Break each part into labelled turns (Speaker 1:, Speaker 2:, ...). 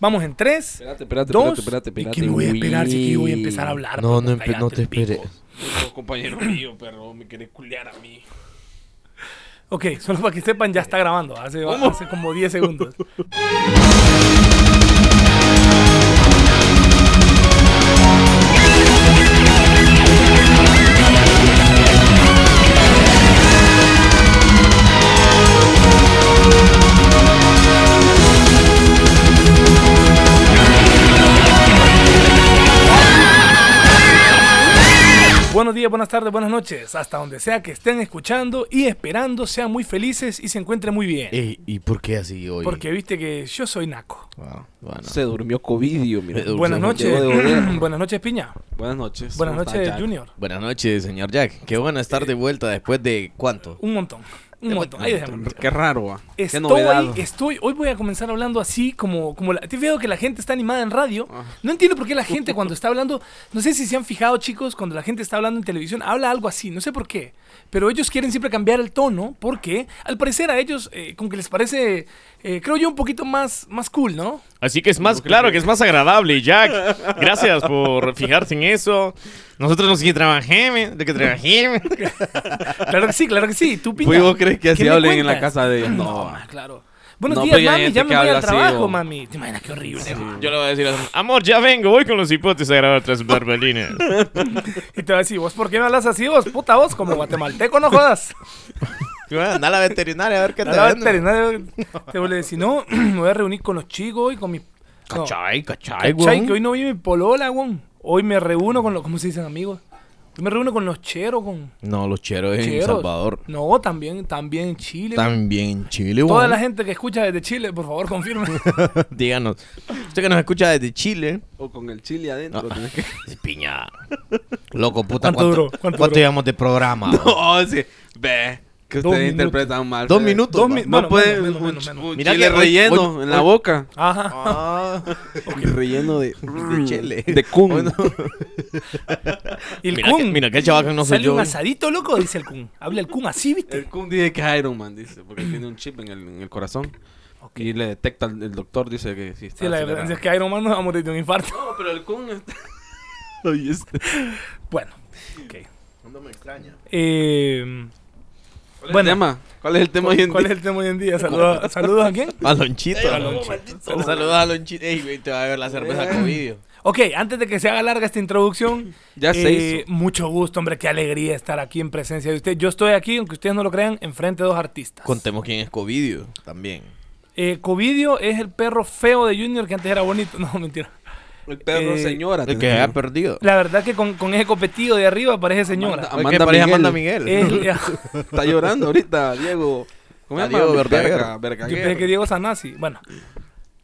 Speaker 1: Vamos en tres.
Speaker 2: Espérate, espérate,
Speaker 1: dos.
Speaker 2: espérate, espérate, espérate.
Speaker 1: ¿Y qué me voy a esperar si aquí voy a empezar a
Speaker 2: güey.
Speaker 1: hablar? pero
Speaker 3: No, no, empe-
Speaker 1: cállate
Speaker 3: no te
Speaker 1: el pico.
Speaker 3: esperes.
Speaker 2: No, compañero mío, perro, me querés culear a mí.
Speaker 1: Ok, solo para que sepan, ya está grabando. Hace, hace como 10 segundos. Buenos días, buenas tardes, buenas noches. Hasta donde sea que estén escuchando y esperando, sean muy felices y se encuentren muy bien.
Speaker 3: Ey, ¿y por qué así hoy?
Speaker 1: Porque viste que yo soy naco.
Speaker 3: Ah, bueno.
Speaker 2: Se durmió Covidio, mira.
Speaker 3: Se durmió.
Speaker 1: Buenas
Speaker 3: no
Speaker 1: noches.
Speaker 2: llevo de volver.
Speaker 1: buenas noches, Piña.
Speaker 2: Buenas noches.
Speaker 1: Buenas
Speaker 2: ¿cómo está,
Speaker 1: noches,
Speaker 2: Jack?
Speaker 1: Junior.
Speaker 3: Buenas noches, señor Jack. Qué bueno estar de vuelta después de cuánto.
Speaker 1: Un montón. Un montón. Ahí dejémoslo.
Speaker 2: Qué raro, ah. Qué novedad.
Speaker 1: Estoy, estoy, hoy voy a comenzar hablando así como, como la, te veo que la gente está animada en radio.
Speaker 2: Ah.
Speaker 1: No entiendo por qué la gente cuando está hablando, no sé si se han fijado chicos, cuando la gente está hablando en televisión, habla algo así, no sé por qué. Pero ellos quieren siempre cambiar el tono porque al parecer a ellos eh, como que les parece, eh, creo yo, un poquito más, más cool, ¿no?
Speaker 4: Así que es más, claro que es más agradable, Jack. Gracias por fijarse en eso. Nosotros nos que trabajemos, de que trabajemos.
Speaker 1: Claro que sí, claro que sí. ¿Tú, Piña,
Speaker 2: Pues, ¿Vos crees que
Speaker 1: ¿qué
Speaker 2: así
Speaker 1: me
Speaker 2: hablen en la
Speaker 1: cuentas?
Speaker 2: casa de ellos?
Speaker 1: No,
Speaker 2: No.
Speaker 1: ma, claro. Buenos
Speaker 2: No,
Speaker 1: días,
Speaker 2: pero hay
Speaker 1: mami.
Speaker 2: gente
Speaker 1: Ya me
Speaker 2: que
Speaker 1: voy al
Speaker 2: habla así,
Speaker 1: trabajo,
Speaker 2: o-
Speaker 1: mami. Te imaginas qué horrible. ma?
Speaker 4: Yo le voy a decir, amor, ya vengo, voy con los hipotes a grabar tras barbalinas.
Speaker 1: Y te va a decir, ¿vos por qué no hablas así vos? Puta vos, como guatemalteco, no jodas.
Speaker 3: Anda a la veterinaria a ver qué te
Speaker 1: A la
Speaker 3: venden.
Speaker 1: veterinaria, te vuelve a decir, no, me voy a reunir con los chicos y con mi... No,
Speaker 3: Cachai, cachai,
Speaker 1: ¿Cachai?
Speaker 3: güey.
Speaker 1: Que hoy no vi mi polola, weón. Hoy me reúno con los... ¿Cómo se dicen amigos? Hoy me reúno con los cheros, con...
Speaker 3: No, los cheros en
Speaker 1: cheros.
Speaker 3: Salvador.
Speaker 1: No, también, también en Chile. weón.
Speaker 3: También en Chile, güey.
Speaker 1: Toda la gente que escucha desde Chile, por favor, confirme.
Speaker 3: Díganos. Usted que nos escucha desde Chile.
Speaker 2: O con el chile adentro.
Speaker 3: No.
Speaker 2: tenés que-
Speaker 3: Piña. Loco, puta.
Speaker 1: ¿Cuánto duró? ¿Cuánto duró?
Speaker 3: llevamos de programa? güey?
Speaker 2: No, Oh, sí. Ve. Que
Speaker 1: Dos
Speaker 2: ustedes
Speaker 1: minutos.
Speaker 2: interpretan mal.
Speaker 3: Dos
Speaker 2: se ve.
Speaker 3: minutos.
Speaker 1: Dos
Speaker 3: va.
Speaker 1: mi-
Speaker 2: No
Speaker 1: Bueno,
Speaker 2: puede
Speaker 1: menos,
Speaker 2: un,
Speaker 1: menos, menos.
Speaker 2: un
Speaker 3: Mira
Speaker 2: chile
Speaker 3: que hoy-
Speaker 2: relleno
Speaker 3: hoy-
Speaker 2: en la
Speaker 3: hoy-
Speaker 2: boca.
Speaker 1: Ajá.
Speaker 3: Ah,
Speaker 2: Relleno de,
Speaker 3: de chile.
Speaker 2: De cum.
Speaker 3: Bueno,
Speaker 1: Y el
Speaker 4: Mira que,
Speaker 1: Kun.
Speaker 4: mira que el chaval que no soy
Speaker 1: Sale un
Speaker 3: eh.
Speaker 4: yo.
Speaker 1: asadito, loco, dice el Kun. Habla el Kun así,
Speaker 2: El
Speaker 1: ¿viste?
Speaker 2: cum dice que es Iron Man, dice, porque tiene un chip en el, en el corazón. Y le detecta el, el doctor, dice que sí está.
Speaker 1: Sí, la
Speaker 2: acelerado.
Speaker 1: diferencia es que Iron Man no va a morir de un infarto.
Speaker 2: No, pero el cum está. Oye, este.
Speaker 1: Bueno, ok. No me extraña. Eh...
Speaker 2: ¿Cuál es
Speaker 1: Bueno.
Speaker 2: el tema? ¿Cuál es el tema hoy en
Speaker 1: ¿Cuál es
Speaker 2: día?
Speaker 1: el tema hoy en día? ¿Saludos, ¿saludos a quién?
Speaker 3: Alonchito.
Speaker 2: maldito.
Speaker 3: Saludos a Alonchito. Ey, güey, te va a ver la cerveza con vídeo.
Speaker 1: Ok, antes de que se haga larga esta introducción, eh,
Speaker 2: Ya se hizo.
Speaker 1: mucho gusto, hombre, qué alegría estar aquí en presencia de usted. Yo estoy aquí, aunque ustedes no lo crean, enfrente de dos artistas.
Speaker 3: Contemos quién es Covidio también.
Speaker 1: Eh, Covidio es el perro feo de Junior que antes era bonito. No, mentira.
Speaker 2: El perro
Speaker 1: Eh,
Speaker 2: señora.
Speaker 3: El
Speaker 2: te
Speaker 3: que
Speaker 2: digo.
Speaker 3: haya perdido.
Speaker 1: La verdad que con, con ese copetillo de arriba parece señora. Eh,
Speaker 3: Amanda,
Speaker 2: Amanda Miguel.
Speaker 3: Amanda Miguel.
Speaker 1: Es-
Speaker 2: Está llorando ahorita, Diego. ¿Cómo
Speaker 3: A
Speaker 2: se llama?
Speaker 3: Diego Verdaguer.
Speaker 2: Verga-
Speaker 1: yo
Speaker 2: Verdaguer.
Speaker 1: pensé que Diego Sanasi. Bueno,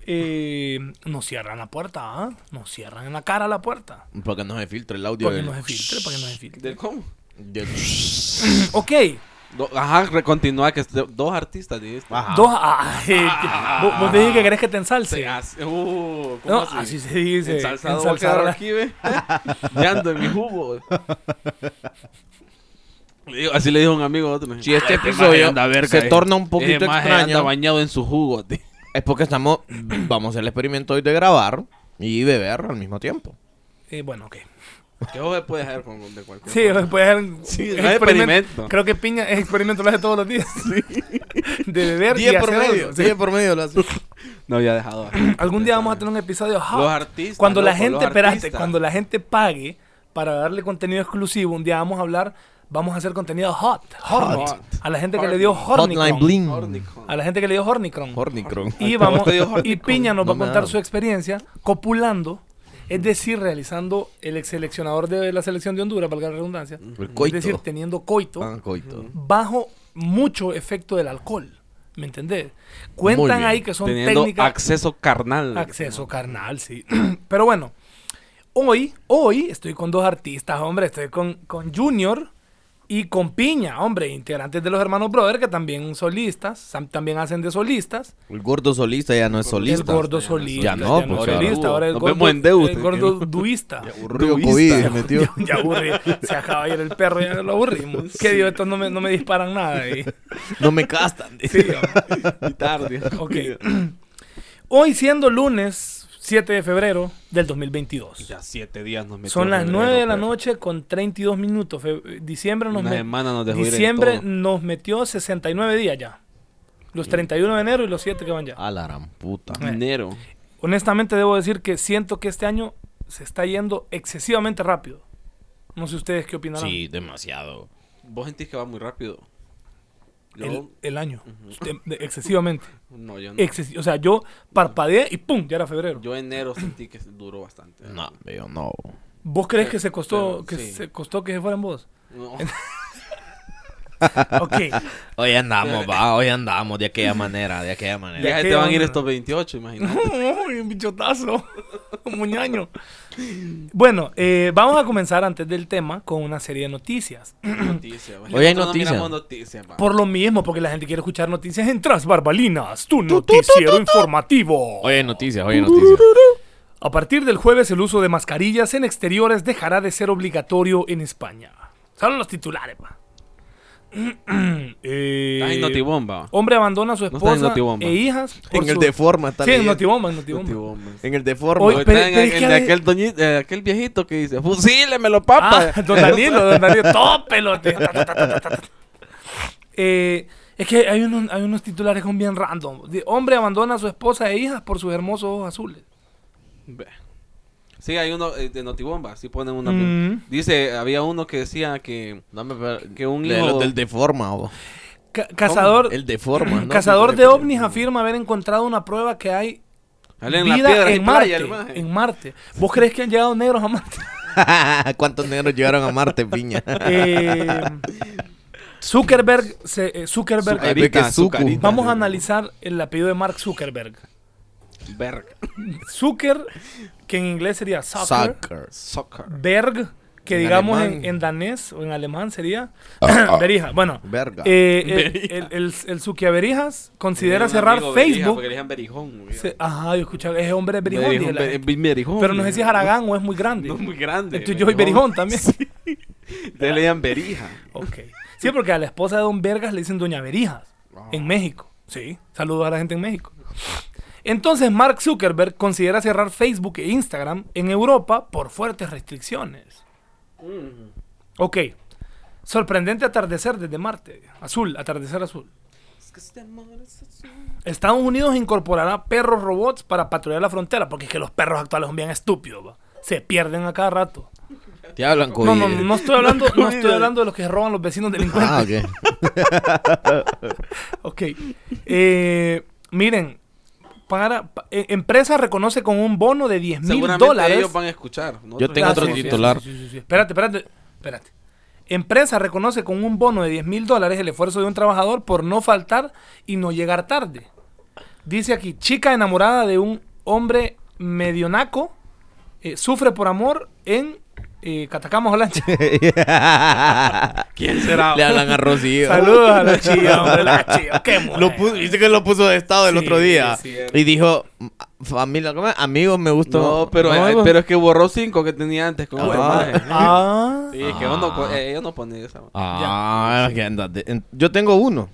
Speaker 1: eh, nos cierran la puerta, ¿ah? Nos cierran en la cara la puerta.
Speaker 3: Porque no se filtra el audio.
Speaker 1: Para que
Speaker 3: del-
Speaker 1: no se filtre, para que no se filtre.
Speaker 2: ¿Del cómo?
Speaker 3: del-
Speaker 1: Ok,
Speaker 2: Do- Ajá, re- continúa, que es de- dos artistas de este.
Speaker 3: Ajá.
Speaker 1: Dos. ah, eh, vos, vos te dije que querés que te ensalce.
Speaker 2: Se hace. Uh, ¿cómo
Speaker 1: no, así se dice.
Speaker 2: Ensalzado voy a
Speaker 1: ensalzar
Speaker 2: quedar
Speaker 1: la-
Speaker 2: aquí, ve. ya ando en mi jugo. Le digo- Así le dijo un amigo a otro.
Speaker 3: Si este
Speaker 2: Ay, maje
Speaker 3: episodio
Speaker 2: anda verga,
Speaker 3: se
Speaker 2: eh.
Speaker 3: torna un poquito
Speaker 2: Ese maje
Speaker 3: extraño.
Speaker 2: anda bañado en su jugo, tío.
Speaker 3: Es porque estamos. Vamos a hacer el experimento hoy de grabar y beber al mismo tiempo.
Speaker 1: Eh, bueno, ok.
Speaker 2: ¿Qué vos puedes hacer con de cualquier
Speaker 1: Sí, puede ser un
Speaker 2: Sí,
Speaker 1: un
Speaker 2: no hay experimento.
Speaker 1: Creo que Piña es experimento, lo hace todos los días. De beber y
Speaker 3: 10 por
Speaker 1: hacer
Speaker 3: medio.
Speaker 1: algo, sí.
Speaker 3: 10 por medio lo hace.
Speaker 2: No había dejado.
Speaker 1: Algún día vamos a tener un episodio hot.
Speaker 2: Los artistas,
Speaker 1: Cuando la
Speaker 2: loco, los
Speaker 1: gente, espérate,
Speaker 2: artistas.
Speaker 1: cuando la gente pague para darle contenido exclusivo, un día vamos a hablar, vamos a hacer contenido hot. Horny.
Speaker 2: Hot.
Speaker 1: A la gente que le dio
Speaker 3: Hotline
Speaker 1: Hornicron.
Speaker 3: Bling.
Speaker 1: A la gente que le dio Hornicron.
Speaker 3: Hornicron.
Speaker 1: Y,
Speaker 2: ¿cómo
Speaker 1: vamos,
Speaker 2: te digo, Jorge?
Speaker 1: y Piña nos va a
Speaker 3: No me
Speaker 1: contar
Speaker 3: da.
Speaker 1: su experiencia copulando, es decir, realizando el ex seleccionador de la selección de Honduras, valga la redundancia,
Speaker 3: El coito.
Speaker 1: es decir, teniendo coito
Speaker 3: Ah, coito.
Speaker 1: bajo mucho efecto del alcohol. ¿Me entendés?
Speaker 3: Muy
Speaker 1: Cuentan
Speaker 3: bien.
Speaker 1: ahí que son
Speaker 2: Teniendo
Speaker 1: técnicas.
Speaker 2: acceso carnal.
Speaker 1: Acceso carnal, sí. Pero bueno, hoy, hoy estoy con dos artistas, hombre. Estoy con, con Junior y con Piña, hombre, integrantes de los hermanos Brother, que también solistas, sam- también hacen de solistas.
Speaker 3: El gordo solista ya no es solista.
Speaker 1: El gordo solista.
Speaker 3: Ya no, pues,
Speaker 1: es
Speaker 3: ahora
Speaker 1: solista,
Speaker 2: hubo.
Speaker 1: ahora es
Speaker 2: Nos
Speaker 1: gordo,
Speaker 2: vemos en ¿eh? deuda.
Speaker 1: el gordo duista.
Speaker 3: Aburrido COVID se metió.
Speaker 1: Ya aburrí. Se acaba de ir el perro, ya lo aburrimos. Que Dios, estos no me, no me disparan nada. ahí.
Speaker 3: No me castan.
Speaker 1: Sí,
Speaker 2: Y tarde.
Speaker 1: ok. Hoy siendo lunes, 7 de febrero del 2022.
Speaker 2: Ya siete días nos metió
Speaker 1: Son las
Speaker 2: febrero,
Speaker 1: 9 de la
Speaker 2: pero
Speaker 1: noche con 32 minutos. Fe- Diciembre nos
Speaker 2: Una
Speaker 1: met-
Speaker 2: semana nos dejó ir en
Speaker 1: Diciembre
Speaker 2: todo.
Speaker 1: nos metió 69 días ya. Los 31 de enero y los 7 que van ya.
Speaker 5: A la gran puta.
Speaker 2: Dinero.
Speaker 1: Honestamente debo decir que siento que este año se está yendo excesivamente rápido. No sé ustedes qué opinarán.
Speaker 5: Sí, demasiado.
Speaker 2: Vos sentís que va muy rápido. Yo-
Speaker 1: El, el año. Em- de- excesivamente.
Speaker 2: no, yo no.
Speaker 1: Excesi- o sea, yo parpadeé y ¡pum! Ya era febrero.
Speaker 2: Yo enero sentí que duró bastante.
Speaker 5: No, yo no.
Speaker 1: ¿Vos crees que se costó
Speaker 2: pero,
Speaker 1: que
Speaker 2: sí.
Speaker 1: se costó que se fueran vos?
Speaker 2: No.
Speaker 1: Ok.
Speaker 5: Hoy andamos, va, hoy andamos de aquella manera, de aquella manera.
Speaker 1: Ya.
Speaker 2: Ya se
Speaker 1: qué
Speaker 2: te van a ir
Speaker 1: onda.
Speaker 2: estos 28, imagínate.
Speaker 1: Uy, un bichotazo. Un muñaño. Bueno, eh, vamos a comenzar antes del tema con una serie de noticias.
Speaker 2: Noticias,
Speaker 5: Hoy hay
Speaker 2: Nosotros no
Speaker 5: noticias.
Speaker 2: miramos noticias, va.
Speaker 1: Por lo mismo, porque la gente quiere escuchar noticias en Tras Barbalinas, tu noticiero informativo.
Speaker 6: Hoy hay noticias, hoy hay noticias.
Speaker 1: A partir del jueves, el uso de mascarillas en exteriores dejará de ser obligatorio en España. Son los titulares, pa. Eh,
Speaker 2: Estás en Notibomba.
Speaker 1: hombre abandona a su
Speaker 2: No está en
Speaker 1: esposa
Speaker 2: Notibomba.
Speaker 1: e hijas. por
Speaker 5: En el
Speaker 1: su-
Speaker 5: de forma está
Speaker 1: Sí, en
Speaker 5: leyendo.
Speaker 1: Notibomba, en Notibomba.
Speaker 2: Notibomba.
Speaker 5: En el de forma.
Speaker 1: Oye,
Speaker 2: Hoy
Speaker 1: pero-
Speaker 2: está en
Speaker 1: pero es
Speaker 2: el
Speaker 1: que
Speaker 2: de
Speaker 1: hay-
Speaker 2: aquel, doñi- eh, aquel viejito que dice, fusílemelo, papa.
Speaker 1: Ah, don Danilo, don Danilo, tópelo. tío. Ta, ta, ta, ta, ta, ta. Eh, es que hay unos, hay unos titulares con bien random. De, hombre abandona a su esposa e hijas por sus hermosos ojos azules.
Speaker 2: Ve. Sí, hay uno eh, de Notibomba, sí ponen una.
Speaker 1: Mm.
Speaker 2: Dice, había uno que decía que, que un
Speaker 5: Lee
Speaker 2: hijo...
Speaker 5: los del de forma,
Speaker 3: oh.
Speaker 5: o.
Speaker 1: Ca- cazador
Speaker 5: El de forma, ¿no?
Speaker 1: cazador de ovnis afirma haber encontrado una prueba que hay
Speaker 2: Sale en la
Speaker 1: vida
Speaker 2: piedra y
Speaker 1: en
Speaker 2: playa,
Speaker 1: Marte.
Speaker 2: el maje.
Speaker 1: en Marte. ¿Vos crees que han llegado negros a Marte?
Speaker 5: ¿Cuántos negros llegaron a Marte, piña?
Speaker 1: Eh, Zuckerberg, se- eh, Zuckerberg
Speaker 5: Zuckerberg. Ahí ve que es Zucu.
Speaker 2: Zucarita.
Speaker 1: vamos a analizar el apellido de Mark Zuckerberg.
Speaker 2: Berg.
Speaker 1: Zucker, que en inglés sería Zucker.
Speaker 5: Suckers.
Speaker 2: Soccer.
Speaker 1: Berg, que
Speaker 5: En
Speaker 1: digamos
Speaker 5: alemán.
Speaker 1: en, en danés o en alemán sería
Speaker 2: Ah,
Speaker 1: Berija. Bueno,
Speaker 5: Verga.
Speaker 1: eh, el, el, el, el Zuckerberijas considera cerrar Facebook.
Speaker 2: Porque le dejan berijón. güey.
Speaker 1: Se- ajá, yo escuchaba, ese hombre es berijón,
Speaker 2: Berijón,
Speaker 1: dije la
Speaker 2: be-
Speaker 1: gente.
Speaker 2: berijón,
Speaker 1: Pero no sé
Speaker 2: güey.
Speaker 1: si es Aragán o es muy grande.
Speaker 2: No es muy grande.
Speaker 1: Entonces yo soy berijón también.
Speaker 2: Ustedes le llaman berija.
Speaker 1: Ok. Sí, porque a la esposa de Don Vergas le dicen Doña Berijas
Speaker 2: Ah.
Speaker 1: Ah. en México. Sí. Saludos a la gente en México. Entonces, Mark Zuckerberg considera cerrar Facebook e Instagram en Europa por fuertes restricciones. Ok. Sorprendente atardecer desde Marte. Azul, atardecer azul. este Estados Unidos incorporará perros robots para patrullar la frontera, porque es que los perros actuales son bien estúpidos, va. Se pierden a cada rato.
Speaker 5: Te hablan con.
Speaker 1: No, no, no estoy hablando, no estoy hablando de los que roban los vecinos delincuentes.
Speaker 5: Ah, ok.
Speaker 1: Ok. Eh, miren, para, pa- eh, empresa reconoce con un bono de 10 mil
Speaker 2: Seguramente
Speaker 1: dólares.
Speaker 2: ellos van a escuchar. ¿no?
Speaker 5: Yo tengo
Speaker 1: Ah,
Speaker 5: otro
Speaker 1: sí, sí,
Speaker 5: titular.
Speaker 1: sí, sí, sí, sí. Espérate, espérate, espérate. Empresa reconoce con un bono de 10 mil dólares el esfuerzo de un trabajador por no faltar y no llegar tarde. Dice aquí, chica enamorada de un hombre medionaco eh, sufre por amor en eh, Catacama, Holanda.
Speaker 2: ¿Quién será?
Speaker 5: Le hablan a Rocío.
Speaker 1: Saludos a la chía, hombre, la chía. Qué
Speaker 5: Lo
Speaker 1: mujer.
Speaker 5: puso, dice que lo puso de estado el
Speaker 1: Sí,
Speaker 5: otro día.
Speaker 1: es cierto.
Speaker 5: Y dijo, familia, ¿cómo es? amigos, me gustó.
Speaker 2: No, pero, eh,
Speaker 5: algo.
Speaker 2: pero es que borró cinco que tenía antes con
Speaker 1: pues,
Speaker 2: otro
Speaker 5: Ah.
Speaker 2: maje.
Speaker 1: Ah.
Speaker 2: Sí, es que uno, co- eh, ellos no ponen esa. Uno
Speaker 5: Ah, que anda de- en- yo tengo uno.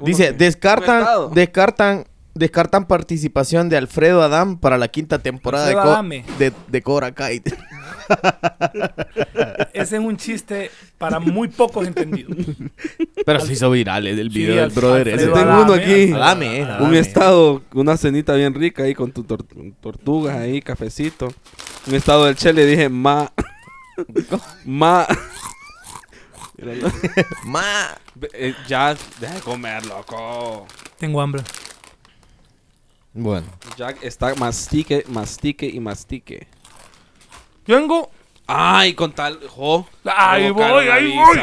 Speaker 5: Dice,
Speaker 2: que-
Speaker 5: descartan,
Speaker 2: Prestado.
Speaker 5: descartan, descartan participación de Alfredo Adam para la quinta temporada de,
Speaker 1: Alfredo
Speaker 5: Co-
Speaker 1: Adame.
Speaker 5: de, de Cobra Kai.
Speaker 1: Ese es un chiste para muy pocos entendidos.
Speaker 5: pero se hizo viral el
Speaker 1: Sí,
Speaker 5: video del
Speaker 1: Alf-
Speaker 5: brother. ese.
Speaker 1: Alfredo
Speaker 2: Tengo uno
Speaker 1: Adame,
Speaker 2: aquí.
Speaker 1: Alfredo
Speaker 5: Adame, eh,
Speaker 1: Adame.
Speaker 5: Adame.
Speaker 2: Un estado, una cenita bien rica ahí con tus tortugas ahí, cafecito. Un estado del Che le dije, ma. ma.
Speaker 5: Ma,
Speaker 2: Eh, ya, deja de comer, loco.
Speaker 1: Tengo hambre.
Speaker 5: Bueno,
Speaker 2: Jack está mastique, mastique y mastique.
Speaker 1: Yo tengo,
Speaker 2: Ay, con tal. Jo.
Speaker 1: Ahí
Speaker 2: provocar
Speaker 1: voy,
Speaker 2: una
Speaker 1: ahí
Speaker 2: visa.
Speaker 1: voy.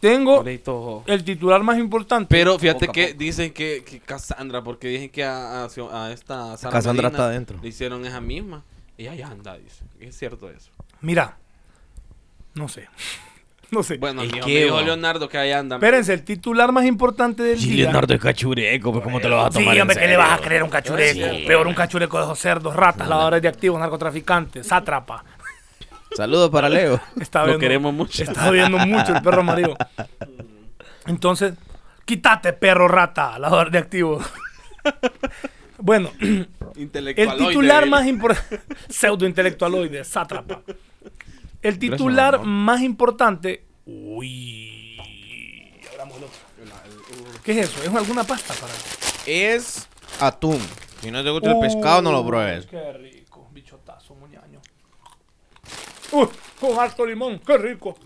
Speaker 1: tengo
Speaker 2: Bonito, jo.
Speaker 1: el titular más importante.
Speaker 2: Pero fíjate
Speaker 1: Poco a
Speaker 2: que
Speaker 1: poco.
Speaker 2: dicen que, que Cassandra, porque dicen que a, a- a esta Sara
Speaker 5: Cassandra
Speaker 2: Medina
Speaker 5: está adentro.
Speaker 2: Le hicieron esa misma. Ella ya anda, dice. Es cierto eso.
Speaker 1: Mira, no sé. No sé.
Speaker 2: Bueno,
Speaker 5: ¿El
Speaker 2: el
Speaker 5: qué,
Speaker 2: dijo
Speaker 5: bo?
Speaker 2: Leonardo que allá anda.
Speaker 1: Espérense, el titular más importante del
Speaker 5: sí,
Speaker 1: día.
Speaker 5: Leonardo es cachureco, pues ¿cómo te lo vas a
Speaker 1: Sí,
Speaker 5: tomar en
Speaker 1: hombre, ¿qué le
Speaker 5: serio?
Speaker 1: vas a creer a un cachureco?
Speaker 5: Sí.
Speaker 1: Peor un cachureco de esos cerdos, ratas, lavadores de activos, narcotraficantes, sátrapa.
Speaker 5: Saludos para Leo.
Speaker 1: Está
Speaker 2: Lo
Speaker 1: viendo-
Speaker 2: queremos mucho.
Speaker 1: Está viendo mucho el perro amarillo. Entonces, quítate, perro rata, lavador de activos. Bueno, el
Speaker 2: Intelectualoide.
Speaker 1: titular más importante. Pseudointelectualoide, sátrapa. El titular más importante. Uy. Abramos el otro. ¿Qué es eso? ¿Es alguna pasta para.?
Speaker 5: Es atún. Si no te gusta el pescado, no lo
Speaker 1: Uh,
Speaker 5: pruebes.
Speaker 1: Qué rico, bichotazo, muñaño. Uy, con harto limón, qué rico.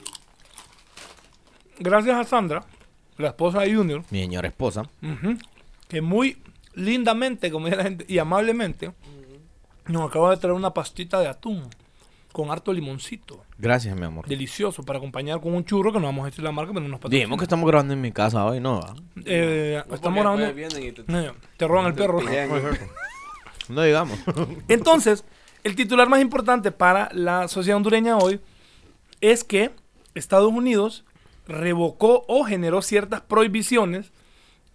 Speaker 1: Gracias a Sandra, la esposa de Junior,
Speaker 5: Mi señora esposa.
Speaker 1: ujú, que muy lindamente, como dice la gente, y amablemente, nos acaba de traer una pastita de atún con harto limoncito.
Speaker 5: Gracias, mi amor.
Speaker 1: Delicioso para acompañar con un churro que no vamos a decir la marca, pero no nos patrocina.
Speaker 5: Dijimos que estamos grabando en mi casa hoy, ¿no? ¿Ah? va?
Speaker 1: Eh, estamos grabando. No, Te roban el perro.
Speaker 5: pues, No digamos.
Speaker 1: Entonces, el titular más importante para la sociedad hondureña hoy es que Estados Unidos revocó o generó ciertas prohibiciones,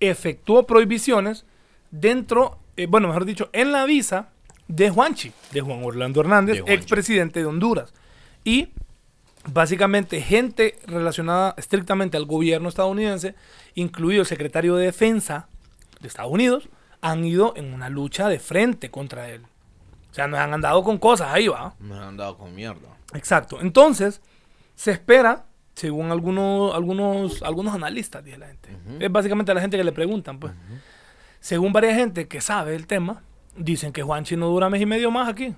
Speaker 1: efectuó prohibiciones dentro, eh, bueno, mejor dicho, en la visa de Juanchi, de Juan Orlando
Speaker 5: De
Speaker 1: Hernández,
Speaker 5: Juanchi.
Speaker 1: expresidente de Honduras. Y básicamente gente relacionada estrictamente al gobierno estadounidense, incluido el secretario de Defensa de Estados Unidos, han ido en una lucha de frente contra él. O sea, nos han andado con cosas ahí, va.
Speaker 5: Me han dado con mierda.
Speaker 1: Exacto. Entonces, se espera, según algunos, algunos, algunos analistas, dice la gente. Es básicamente la gente que le preguntan, pues. Según varias gente que sabe el tema, dicen que Juanchi no dura mes y medio más aquí.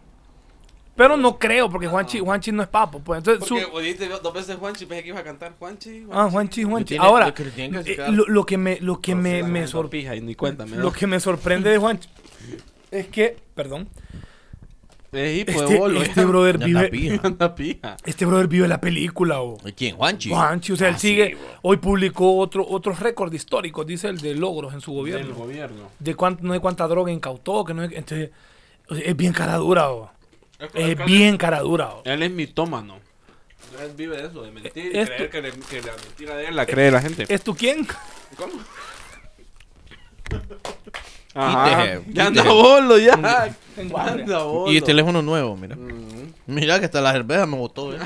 Speaker 1: Pero no creo, porque
Speaker 5: Ah.
Speaker 1: Juanchi, Juanchi no es papo. Pues. Entonces, su-
Speaker 2: Porque oíste dos veces Juanchi, pensé que iba a cantar Juanchi.
Speaker 1: Ah, Juanchi, Juanchi.
Speaker 5: tiene-
Speaker 1: Ahora,
Speaker 5: lo que le tienen que
Speaker 1: eh,
Speaker 5: sacar.
Speaker 1: lo, lo que me, lo que me, me sor-
Speaker 2: sorpija y ni cuéntame.
Speaker 1: lo que me sorprende de Juanchi es que, perdón,
Speaker 2: Es hipo de
Speaker 1: este,
Speaker 2: bolo.
Speaker 1: este brother
Speaker 5: Ya
Speaker 1: vive,
Speaker 5: anda pija.
Speaker 2: Anda pija.
Speaker 1: este brother vive la película, o.
Speaker 5: ¿Y quién? Juanchi.
Speaker 1: Juanchi, o sea, él
Speaker 5: Ah,
Speaker 1: sigue. hoy publicó otro, otros récords históricos, dice el de logros en su
Speaker 2: Del
Speaker 1: gobierno.
Speaker 2: gobierno.
Speaker 1: de cuánto, no sé cuánta droga incautó, que no sé qué. Entonces, o sea, es bien cara dura, o. Es bien cara dura, o.
Speaker 2: Él es mitómano. Él vive de eso, de mentir y
Speaker 1: Esto-
Speaker 2: creer que, le- que la mentira de él la cree la gente.
Speaker 1: ¿Es tú quién?
Speaker 2: ¿Cómo?
Speaker 5: Ajá.
Speaker 2: Ya anda bolo, ya. este
Speaker 1: Tengo hambre.
Speaker 2: Anda bolo.
Speaker 5: Y el teléfono nuevo, mira.
Speaker 1: Mm.
Speaker 5: Mira que hasta la cerveza me botó, eh.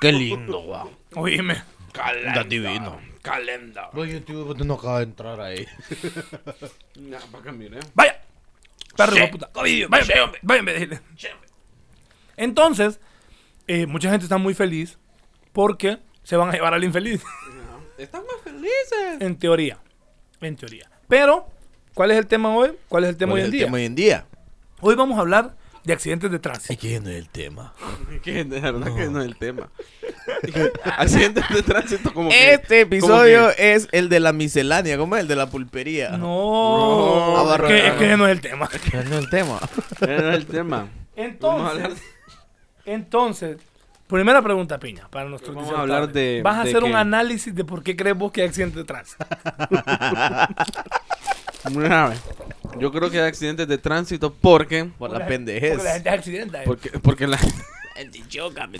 Speaker 5: Qué lindo, va.
Speaker 1: Oíme.
Speaker 5: Está divino.
Speaker 2: Calenda.
Speaker 5: Bro, yo estoy no acaba de entrar ahí.
Speaker 2: Ya, para que mire.
Speaker 1: Vaya. Perro, hijo de puta. Váyame, váyame, dile. Entonces, eh, mucha gente está muy feliz porque se van a llevar al infeliz.
Speaker 2: Están más felices.
Speaker 1: en teoría. En teoría. Pero, ¿cuál es el tema hoy? ¿Cuál es el tema
Speaker 5: ¿Cuál
Speaker 1: hoy
Speaker 5: es el
Speaker 1: en día?
Speaker 5: tema hoy en día.
Speaker 1: Hoy vamos a hablar de accidentes de tránsito.
Speaker 5: Es que no es el tema.
Speaker 2: Que de verdad que no es el tema. Accidentes de tránsito como que-
Speaker 5: Este
Speaker 2: como
Speaker 5: episodio
Speaker 2: que-
Speaker 5: es el de la miscelánea, ¿cómo es? El de la
Speaker 2: ah,
Speaker 5: pulpería.
Speaker 1: No,
Speaker 5: No,
Speaker 1: es que- es que ese no es el tema.
Speaker 5: Pero no es el tema.
Speaker 2: Ese no es el tema. Vamos a
Speaker 1: Entonces,
Speaker 2: hablar,
Speaker 1: entonces, primera pregunta, Piña, para nuestro
Speaker 2: Vamos a hablar de-
Speaker 1: Vas a
Speaker 2: de
Speaker 1: hacer
Speaker 2: que-
Speaker 1: un análisis de por qué crees vos que hay accidentes de tránsito.
Speaker 2: Mira, ve. yo creo que hay accidentes de tránsito porque
Speaker 5: Por la
Speaker 1: Porque la
Speaker 5: pendejez.
Speaker 1: gente se accidenta. eh.
Speaker 2: porque porque la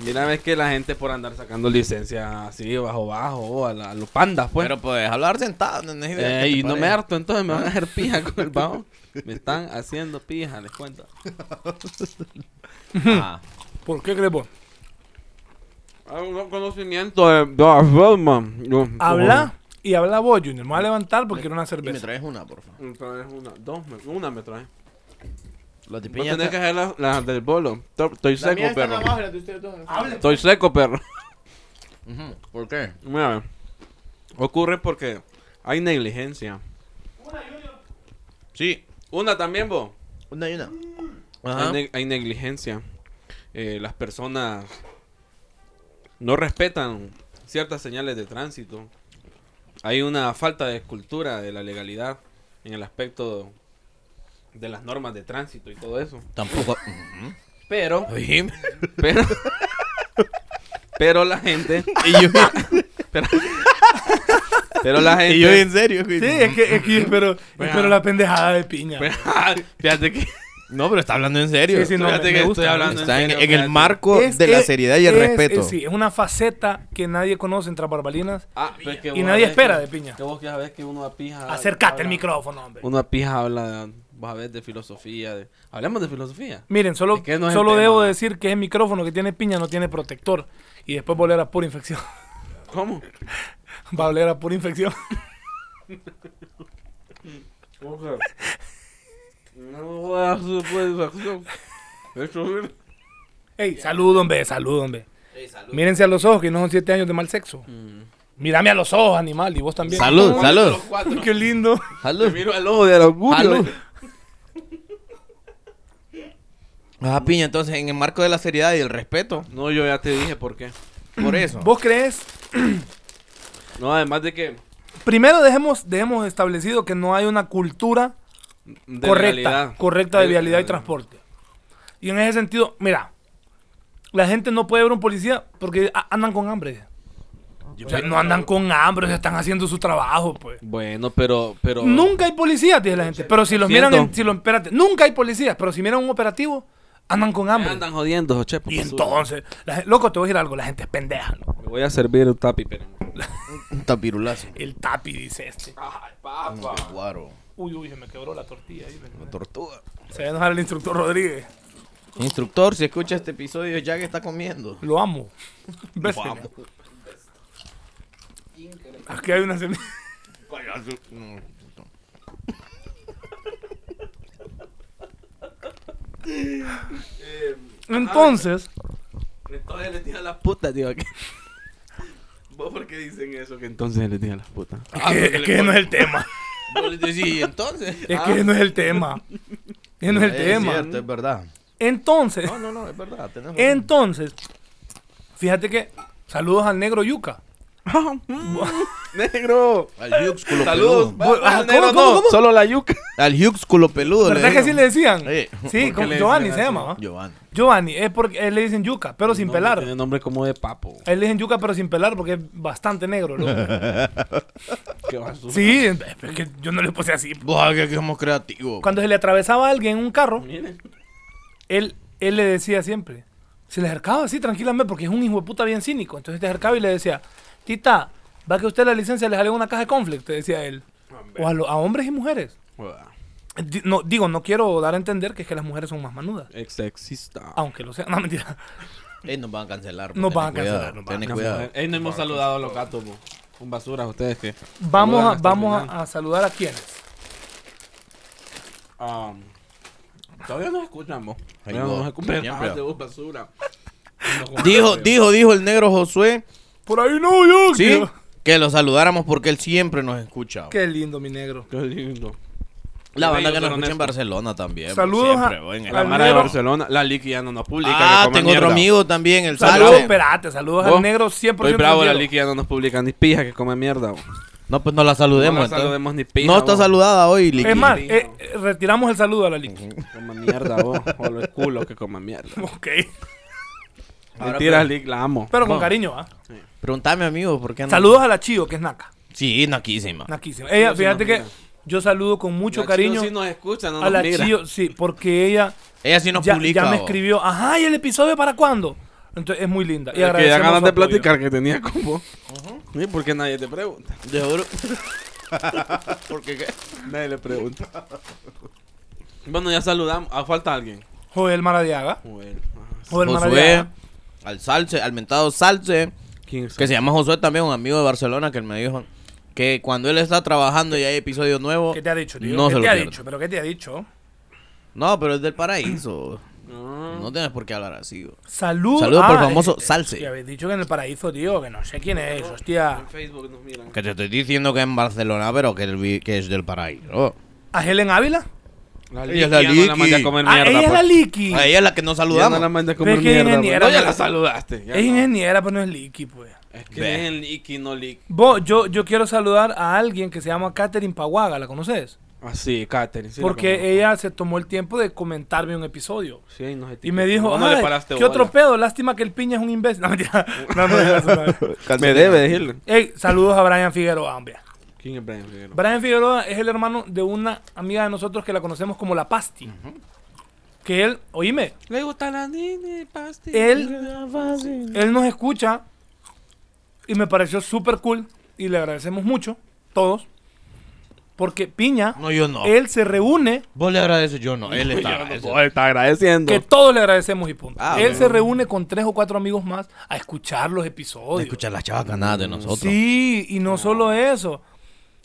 Speaker 2: Mira, ves que la gente por andar sacando licencia así bajo bajo o a, la- a los pandas, pues.
Speaker 5: Pero puedes hablar sentado, no es idea
Speaker 2: Eh,
Speaker 5: que te
Speaker 2: y no me
Speaker 5: pares.
Speaker 2: harto, entonces me van a hacer pija con el bajo. Me están haciendo pija, les cuento.
Speaker 5: Ajá.
Speaker 1: ¿Por qué crees vos?
Speaker 2: Hay Ah, un conocimiento de, de
Speaker 1: Habla y habla vos, Junior. Me voy a levantar porque quiero una
Speaker 5: Y me
Speaker 1: cerveza.
Speaker 5: traes una, por favor.
Speaker 2: Otra vez una, dos, me- una me trae.
Speaker 5: La de
Speaker 2: Vos
Speaker 5: piña.
Speaker 2: tenés que
Speaker 5: está-
Speaker 2: hacer las la del bolo. To- Estoy
Speaker 5: La
Speaker 2: seco,
Speaker 5: mía está
Speaker 2: perro.
Speaker 5: abajo y la de ustedes dos en el fondo.
Speaker 1: Hable.
Speaker 2: Estoy seco, perro.
Speaker 5: Ujú. ¿Por qué?
Speaker 2: Mira, ve. ocurre porque hay negligencia.
Speaker 5: Sí.
Speaker 2: Una también, vos.
Speaker 5: Una y una.
Speaker 2: Hay,
Speaker 5: Ajá.
Speaker 2: neg- hay negligencia. Eh, las personas no respetan ciertas señales de tránsito. Hay una falta de cultura de la legalidad en el aspecto de las normas de tránsito y todo eso.
Speaker 5: Tampoco. Ujú.
Speaker 2: Pero,
Speaker 5: Oíme.
Speaker 2: pero, pero la gente,
Speaker 5: Y yo,
Speaker 2: pero la gente,
Speaker 5: y yo en serio. güey.
Speaker 1: Sí, es que, es que yo espero, espero la pendejada de Piña.
Speaker 2: fíjate que,
Speaker 5: No, pero está hablando en serio.
Speaker 1: Sí, sí, no,
Speaker 2: fíjate
Speaker 1: me-
Speaker 2: que
Speaker 1: me
Speaker 2: estoy
Speaker 1: gusta.
Speaker 2: hablando
Speaker 5: Está en,
Speaker 2: serio,
Speaker 5: en el
Speaker 2: fíjate.
Speaker 5: marco
Speaker 1: Es-
Speaker 5: de la
Speaker 1: es-
Speaker 5: seriedad y el
Speaker 1: es-
Speaker 5: respeto.
Speaker 1: es- sí, es una faceta que nadie conoce entre barbalinas.
Speaker 2: Ah, pero es que
Speaker 1: Y
Speaker 2: vos
Speaker 1: nadie
Speaker 2: sabés
Speaker 1: espera
Speaker 2: que-
Speaker 1: de piña.
Speaker 2: Que vos ya sabés que uno a pija.
Speaker 1: Acércate
Speaker 2: habla-
Speaker 1: al micrófono, hombre.
Speaker 2: Uno a pija habla, vos a ver, de filosofía. De... Hablemos de filosofía.
Speaker 1: Miren, solo,
Speaker 2: Es que no es el
Speaker 1: solo
Speaker 2: tema.
Speaker 1: debo decir que el micrófono que tiene piña no tiene protector. Y después va a oler a pura infección.
Speaker 2: ¿Cómo?
Speaker 1: Va a oler a pura infección.
Speaker 2: No voy a su satisfacción. Hecho, mira.
Speaker 1: Ey, salud, hombre, salud, hombre. Mírense a los ojos, que no son siete años de mal sexo.
Speaker 2: Mm.
Speaker 1: Mírame a los ojos, animal, y vos también.
Speaker 3: Salud, salud.
Speaker 1: Qué lindo.
Speaker 2: Te
Speaker 3: Salud.
Speaker 2: miro al ojo de la
Speaker 3: Salud.
Speaker 2: orgullo.
Speaker 3: Ah, piña, entonces, en el marco de la seriedad y el respeto,
Speaker 2: No, yo ya te dije por qué.
Speaker 3: por eso.
Speaker 1: ¿Vos crees?
Speaker 2: No, además de que.
Speaker 1: Primero dejemos, dejemos establecido que no hay una cultura
Speaker 2: de
Speaker 1: correcta,
Speaker 2: vialidad.
Speaker 1: correcta de vialidad y
Speaker 2: de-
Speaker 1: transporte. Y en ese sentido, mira, la gente no puede ver a un policía porque a- andan con hambre. O sea, no andan con hambre, se están haciendo su trabajo, pues.
Speaker 2: Bueno, pero. pero
Speaker 1: Nunca hay policías, dice la gente. Pero si los miran,
Speaker 2: Siento.
Speaker 1: en- si lo, espérate, nunca hay policías, pero si miran un operativo, andan con
Speaker 2: Me
Speaker 1: hambre.
Speaker 2: andan jodiendo, José, por
Speaker 1: Y
Speaker 2: basura.
Speaker 1: entonces, la gen- loco, te voy a decir algo, la gente es pendeja. loco.
Speaker 2: Me voy a servir un tapi, pero.
Speaker 3: Un tapirulazo.
Speaker 1: El tapi dice este.
Speaker 2: Ah.
Speaker 3: Guaro.
Speaker 1: Uy, uy, se me quebró la tortilla. ahí,
Speaker 3: Una tortuga.
Speaker 1: Se va a enojar el instructor Rodríguez.
Speaker 3: Instructor, si escucha este episodio, ya que está comiendo.
Speaker 1: Lo amo. Béseme. Aquí hay una semilla. Entonces,
Speaker 2: Entonces les dije a las putas, tío. ¿Vos por qué dicen eso? Que entonces les dije a las putas.
Speaker 1: es que, es que no es el tema.
Speaker 3: Sí, entonces.
Speaker 1: Es que no es el tema. Ese no es el tema.
Speaker 3: cierto, Ah. es verdad.
Speaker 1: Entonces,
Speaker 3: No, no, no, es verdad. Tenemos...
Speaker 1: entonces, fíjate que saludos al negro Yuca.
Speaker 2: ¡Negro!
Speaker 3: Al Hughes culo
Speaker 2: Saludos.
Speaker 3: peludo.
Speaker 1: Bu-
Speaker 2: Ah,
Speaker 1: ah,
Speaker 2: negro,
Speaker 1: ¿cómo, cómo,
Speaker 2: no,
Speaker 1: cómo?
Speaker 2: Solo la yuca.
Speaker 3: Al Hughes culo peludo. ¿Ah?
Speaker 1: ¿Verdad que así le decían?
Speaker 3: Sí.
Speaker 1: Sí,
Speaker 2: qué
Speaker 1: como
Speaker 2: le
Speaker 1: Giovanni
Speaker 2: decían
Speaker 1: se
Speaker 2: así?
Speaker 1: llama. ¿va?
Speaker 3: Giovanni.
Speaker 1: Giovanni, es porque él le dicen yuca, pero sin pelar. Eh,
Speaker 2: Tiene nombre como de papo.
Speaker 1: A él le dicen yuca, pero sin pelar porque es bastante negro. loco.
Speaker 2: Qué basura.
Speaker 1: sí, es que yo no le puse así.
Speaker 3: Buah, que aquí somos creativos.
Speaker 1: Cuando se le atravesaba a alguien en un carro,
Speaker 2: Miren.
Speaker 1: él, él le decía siempre, se le acercaba así tranquilamente porque es un hijo de puta bien cínico. Entonces te acercaba y le decía, Tita, va que usted la licencia le sale una caja de conflict, te decía él. O a, lo- a hombres y mujeres. Di- no, digo, no quiero dar a entender que es que las mujeres son más manudas.
Speaker 2: Exexista.
Speaker 1: Aunque lo sea, no mentira.
Speaker 3: Ey, nos van a
Speaker 1: Nos
Speaker 3: cancelar. tenés
Speaker 1: van a
Speaker 3: cuidado,
Speaker 1: cancelar, nos van a
Speaker 3: tenés
Speaker 2: Las
Speaker 3: cuidado.
Speaker 2: mujeres- Ey, no hemos saludado a los gatos, mo. Con basuras, ustedes que.
Speaker 1: Vamos,
Speaker 2: saludan
Speaker 1: a,
Speaker 2: hasta el
Speaker 1: vamos
Speaker 2: final.
Speaker 1: a, a saludar a quienes.
Speaker 2: Ah, todavía nos escuchan, mo.
Speaker 3: Ahí
Speaker 2: Todavía
Speaker 3: va.
Speaker 2: nos escuchan.
Speaker 3: Siempre.
Speaker 2: Ah, de vos, basura.
Speaker 3: Dijo, dijo, dijo el negro Josué,
Speaker 1: Por ahí no, yo.
Speaker 3: ¿sí?
Speaker 1: que-
Speaker 3: Que lo saludáramos porque él siempre nos escucha.
Speaker 1: Qué lindo, mi negro.
Speaker 2: Qué lindo.
Speaker 3: La
Speaker 2: Sí,
Speaker 3: banda
Speaker 2: yo soy
Speaker 3: que nos escucha en
Speaker 2: honesto.
Speaker 3: Barcelona también. pues,
Speaker 1: Saludos
Speaker 3: siempre,
Speaker 1: a-
Speaker 3: buen-
Speaker 1: al
Speaker 2: La Mara de
Speaker 1: negro.
Speaker 2: Barcelona, la Licky ya no nos publica.
Speaker 3: Ah,
Speaker 2: que coman
Speaker 3: tengo otro
Speaker 2: mierda.
Speaker 3: amigo también, el
Speaker 1: Saludos,
Speaker 3: Salce.
Speaker 1: espérate, saludos
Speaker 2: Vos,
Speaker 1: al negro 100%
Speaker 2: Estoy bravo, la
Speaker 1: negro.
Speaker 2: Licky ya no nos publica ni pija que come mierda. bo.
Speaker 3: No, pues no la
Speaker 2: no
Speaker 3: saludemos.
Speaker 2: la
Speaker 3: entonces.
Speaker 2: saludemos ni pija.
Speaker 3: No está
Speaker 2: bo.
Speaker 3: saludada hoy, Liqui.
Speaker 1: Es más,
Speaker 2: Liqui.
Speaker 1: eh, eh, retiramos el saludo a la Liqui.
Speaker 2: Coma mierda, vos. O los culos que coma mierda.
Speaker 1: Ok.
Speaker 2: Mentira, Lick, la amo.
Speaker 1: Pero con cariño, ¿ah?
Speaker 3: Preguntame, amigo, ¿por qué no?
Speaker 1: Saludos a la Chio, que es Naca.
Speaker 3: Sí, naquísima.
Speaker 1: Naquísima. Ella,
Speaker 2: Ah. sí
Speaker 1: fíjate
Speaker 2: nos
Speaker 1: que
Speaker 2: mira.
Speaker 1: yo saludo con mucho
Speaker 2: La Chio
Speaker 1: cariño
Speaker 2: sí nos escucha, no
Speaker 1: a
Speaker 2: nos
Speaker 1: la
Speaker 2: mira.
Speaker 1: Chio, sí, porque ella
Speaker 3: Ella sí nos
Speaker 1: ya,
Speaker 3: publica.
Speaker 1: ya me
Speaker 3: bo.
Speaker 1: escribió, ajá, ¿y el episodio para cuándo? Entonces es muy linda. Y
Speaker 2: Es que ya
Speaker 1: agradecemos
Speaker 2: ganas
Speaker 1: su
Speaker 2: de
Speaker 1: apoyo.
Speaker 2: platicar que tenía con vos. Sí, ¿Por qué nadie te pregunta?
Speaker 3: De oro. Porque qué?
Speaker 2: Nadie le pregunta. Bueno, ya saludamos. Ah, falta alguien.
Speaker 1: Joel Maradiaga.
Speaker 2: Joder. ah,
Speaker 1: Joel
Speaker 3: Josué,
Speaker 1: Maradiaga.
Speaker 3: al Salce, al mentado Salce,
Speaker 2: ¿Quién es?
Speaker 3: que se llama Josué también, un amigo de Barcelona que él me dijo que cuando él está trabajando y hay episodio nuevo.
Speaker 1: ¿Qué te ha dicho, tío?
Speaker 3: No
Speaker 1: ¿Qué
Speaker 3: se
Speaker 1: te
Speaker 3: lo
Speaker 1: ha
Speaker 3: pierda.
Speaker 1: dicho? ¿Pero qué te ha dicho?
Speaker 3: No, pero es del paraíso.
Speaker 2: Ah,
Speaker 3: No tienes por qué hablar así. bo.
Speaker 1: Saludos. este,
Speaker 3: Saludos por el famoso Salse.
Speaker 1: Que habéis dicho que en el paraíso, tío, que no sé quién es, hostia.
Speaker 2: En Facebook nos miran.
Speaker 3: Que te estoy diciendo que en Barcelona, pero que, el vi- que es del paraíso.
Speaker 1: ¿A Helen Ávila?
Speaker 2: La
Speaker 3: Ella es la
Speaker 2: ya no la
Speaker 3: Licky.
Speaker 2: mandé a comer
Speaker 1: Ah,
Speaker 2: mierda.
Speaker 1: ella es la
Speaker 2: pues.
Speaker 1: Liqui.
Speaker 3: A ella es la que no
Speaker 2: Ya no
Speaker 3: saludamos.
Speaker 2: la mandé a comer
Speaker 1: Ve que
Speaker 2: mierda.
Speaker 1: ingeniera,
Speaker 2: pues. No, ya
Speaker 1: ¿no?
Speaker 2: la saludaste. ya
Speaker 1: Es
Speaker 2: no.
Speaker 1: ingeniera, pero no es Liqui, pues.
Speaker 2: Es que
Speaker 3: Ve.
Speaker 2: es el Licky, no Licky.
Speaker 1: Vos, yo, yo quiero saludar a alguien que se llama Katherine Paguaga, ¿la conoces?
Speaker 2: Ah, sí, Katherine. sí la
Speaker 1: Porque
Speaker 2: conozco.
Speaker 1: ella se tomó el tiempo de comentarme un episodio.
Speaker 2: Sí, ahí nos
Speaker 1: Y
Speaker 2: etiquetó.
Speaker 1: me dijo,
Speaker 2: No, no le
Speaker 1: "Ay,
Speaker 2: paraste
Speaker 1: ¿qué otro
Speaker 2: bola".
Speaker 1: pedo? Lástima que el piña es un imbécil. No, mentira. No, no, no, no, no.
Speaker 2: Me debe decirle.
Speaker 1: Ey, saludos a Brian Figueroa, hombre.
Speaker 2: ¿Quién es Brian Figueroa?
Speaker 1: Brian Figueroa es el hermano de una amiga de nosotros que la conocemos como La Pasti. Que él, oíme,
Speaker 2: Le gusta la nene, pasti. "Ah,
Speaker 1: Él- él nos escucha y me pareció súper cool y le agradecemos mucho, todos, porque Piña,
Speaker 3: No, yo no.
Speaker 1: él se reúne
Speaker 3: Vos le agradeces, yo no. Él está. agradecido.
Speaker 2: está agradeciendo.
Speaker 1: Que todos le agradecemos y punto.
Speaker 3: Ah,
Speaker 1: Él
Speaker 3: ok.
Speaker 1: se reúne con tres o cuatro amigos más a escuchar los episodios.
Speaker 3: Escucha las chavacanadas de nosotros.
Speaker 1: sí, y no solo eso.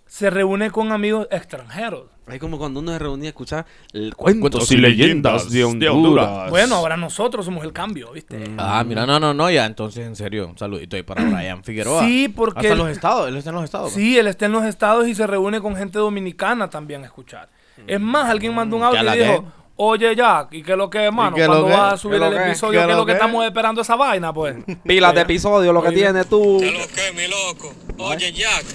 Speaker 1: Se reúne con amigos extranjeros.
Speaker 2: Es como cuando uno se reunía a escuchar el
Speaker 6: Cuentos y leyendas de Honduras.
Speaker 1: Bueno, ahora nosotros somos el cambio, ¿viste?
Speaker 3: Ah, mira, no, no, no, ya, entonces, en serio, un saludito ahí para Brian Figueroa.
Speaker 1: Sí, porque
Speaker 3: Hasta
Speaker 1: el-
Speaker 3: los estados, él está en los estados.
Speaker 1: Sí, él está en los estados y se reúne con gente dominicana también a escuchar. Es más, alguien mandó un audio
Speaker 3: Ya la
Speaker 1: y dijo,
Speaker 3: que-
Speaker 1: oye Jack, ¿y qué es lo que, hermano?
Speaker 3: qué es
Speaker 1: ¿Cuándo
Speaker 3: lo que?
Speaker 1: vas a subir
Speaker 2: ¿Qué es
Speaker 1: el
Speaker 2: lo que?
Speaker 1: episodio?
Speaker 3: ¿Qué
Speaker 1: ¿Qué,
Speaker 3: es
Speaker 1: es
Speaker 3: lo
Speaker 1: lo que
Speaker 3: que?
Speaker 1: estamos esperando esa vaina, pues?
Speaker 2: pilas de episodio, lo que
Speaker 1: Ahí va.
Speaker 2: tienes tú.
Speaker 7: ¿Qué lo que, mi loco? Oye, Jack,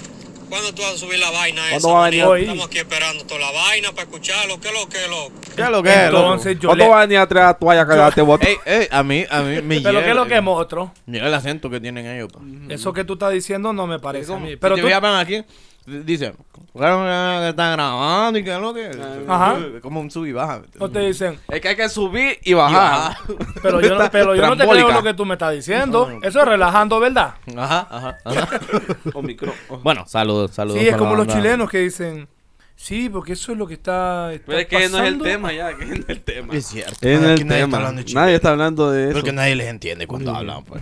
Speaker 7: ¿cuándo tú vas a subir la vaina esa?
Speaker 2: ¿Eh? ¿Cuándo va a venir?
Speaker 7: manito? Estamos aquí esperando toda la vaina para escucharlo. ¿Qué lo que, loco?
Speaker 3: ¿Qué es lo que es, loco?
Speaker 1: Entonces yo
Speaker 2: ¿Cuándo
Speaker 1: le...
Speaker 2: vas a venir a traer la toalla que te botó?
Speaker 3: Ey, ey, a mí, a mí me
Speaker 1: Pero ¿qué es lo que es, otro?
Speaker 3: Mira el acento que tienen ellos, pa.
Speaker 1: Eso que tú estás diciendo no me parece a mí.
Speaker 3: Pero
Speaker 1: Pero
Speaker 3: te
Speaker 1: tú...
Speaker 3: llaman aquí, dicen, claro que están grabando y qué es lo que es.
Speaker 1: Ah. Ajá.
Speaker 3: Como un sub y baja. ¿me
Speaker 1: o te
Speaker 3: entiendes?
Speaker 1: dicen,
Speaker 2: Es que hay que subir y bajar.
Speaker 1: pero yo, no, pero yo no te creo
Speaker 2: Trambólica.
Speaker 1: lo que tú me estás diciendo. Eso es relajando, ¿verdad?
Speaker 3: Ajá, ajá, ajá.
Speaker 2: Omicron.
Speaker 3: bueno, saludos, saludos.
Speaker 1: Sí, es
Speaker 3: para
Speaker 1: como
Speaker 3: la
Speaker 1: los
Speaker 3: banda.
Speaker 1: chilenos que dicen, sí, porque eso es lo que está, está
Speaker 2: Pero es que no es el
Speaker 1: pasando".
Speaker 2: tema ya, que no es el tema.
Speaker 3: Es cierto.
Speaker 2: Es
Speaker 3: Aquí
Speaker 2: el
Speaker 3: nadie está
Speaker 2: tema.
Speaker 3: hablando de Chile.
Speaker 2: nadie está hablando de eso.
Speaker 3: Porque nadie les entiende
Speaker 1: Mm.
Speaker 3: cuando hablan, pues.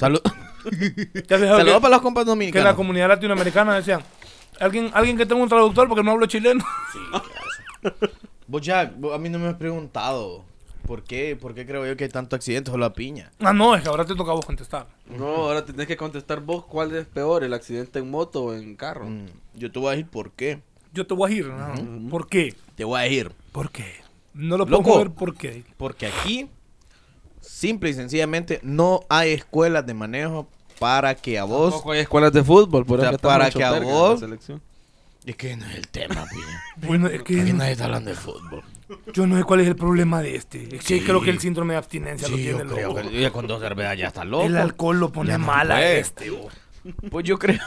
Speaker 3: Salud-
Speaker 1: ¿Te has fijado
Speaker 3: Saludos
Speaker 1: que-
Speaker 3: para los compas
Speaker 1: que la
Speaker 3: dominicanos.
Speaker 1: comunidad latinoamericana decían alguien alguien que tenga un traductor porque no hablo chileno
Speaker 3: Vos ya, vos a mí no me has preguntado por qué, por qué creo yo que hay tantos accidentes o la piña.
Speaker 1: ah no es que ahora te toca a vos contestar
Speaker 2: No, ahora tenés que contestar vos cuál es peor, el accidente en moto o en carro.
Speaker 3: Mm, Yo te voy a decir por qué.
Speaker 1: yo te voy a ir ¿no? por qué
Speaker 3: Te voy a decir
Speaker 1: por qué no lo
Speaker 3: Loco.
Speaker 1: puedo ver por qué
Speaker 3: porque aquí simple y sencillamente no hay escuelas de manejo para que a vos
Speaker 2: Tampoco hay escuelas de fútbol, por
Speaker 3: O sea,
Speaker 2: eso está
Speaker 3: para
Speaker 2: mucho
Speaker 3: que a
Speaker 2: verga
Speaker 3: vos-
Speaker 2: la selección.
Speaker 3: es que no es el tema, piña.
Speaker 1: bueno es que
Speaker 3: Aquí nadie está hablando de fútbol.
Speaker 1: yo no sé cuál es el problema de este Es que
Speaker 3: Sí.
Speaker 1: creo que el síndrome de abstinencia lo
Speaker 3: Sí,
Speaker 1: tiene
Speaker 3: yo creo
Speaker 1: loco
Speaker 3: que ya con dos cervezas ya está loco.
Speaker 1: el alcohol lo pone
Speaker 3: Ya no
Speaker 1: mal a
Speaker 3: puede.
Speaker 1: este bo.
Speaker 3: Pues yo creo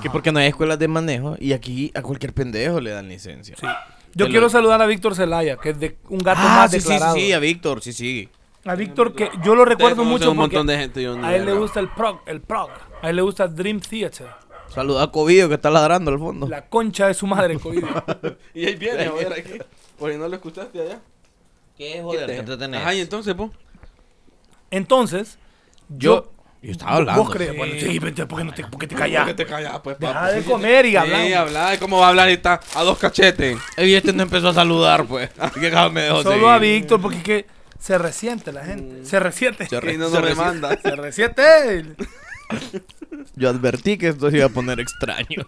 Speaker 3: que porque no hay escuelas de manejo y aquí a cualquier pendejo le dan licencia.
Speaker 1: Sí. yo
Speaker 3: El-
Speaker 1: quiero saludar a Víctor Celaya que es de un gato
Speaker 3: Ah,
Speaker 1: más
Speaker 3: sí, sí,
Speaker 1: declarado
Speaker 3: sí, sí, a Víctor, sí, sí.
Speaker 1: a Víctor que yo lo recuerdo
Speaker 2: Ustedes
Speaker 1: mucho
Speaker 2: conocen un
Speaker 1: porque
Speaker 2: montón de gente. Yo ni
Speaker 1: a él le
Speaker 2: verga.
Speaker 1: gusta el prog el prog a él le gusta Dream Theater
Speaker 3: Saluda a Covido que está ladrando al fondo.
Speaker 1: la concha de su madre COVID.
Speaker 2: Y ahí viene, a ver aquí. Porque no lo escuchaste allá.
Speaker 3: ¿Qué
Speaker 2: Joder, Ajá, y entonces, pues.
Speaker 1: Entonces,
Speaker 3: Yo, yo estaba hablando.
Speaker 1: Vos crees, bueno, sí, vente, ¿por qué no te, por qué te callás?
Speaker 2: Que te callas, pues,
Speaker 1: Deja
Speaker 2: papu.
Speaker 1: de comer y
Speaker 2: Sí,
Speaker 1: hablamos.
Speaker 2: hablar. ¿Cómo va a hablar? Y está a dos cachetes.
Speaker 3: Y este no empezó a saludar, pues. Así que jamás me dejó
Speaker 1: Solo
Speaker 3: seguir.
Speaker 1: a Víctor, porque es que se resiente la gente. Se resiente.
Speaker 3: Mm. Se re- Mm.
Speaker 2: Y no
Speaker 3: se
Speaker 2: nos me
Speaker 3: resi-
Speaker 2: manda.
Speaker 1: Se resiente. él.
Speaker 3: Yo advertí que esto se iba a poner extraño.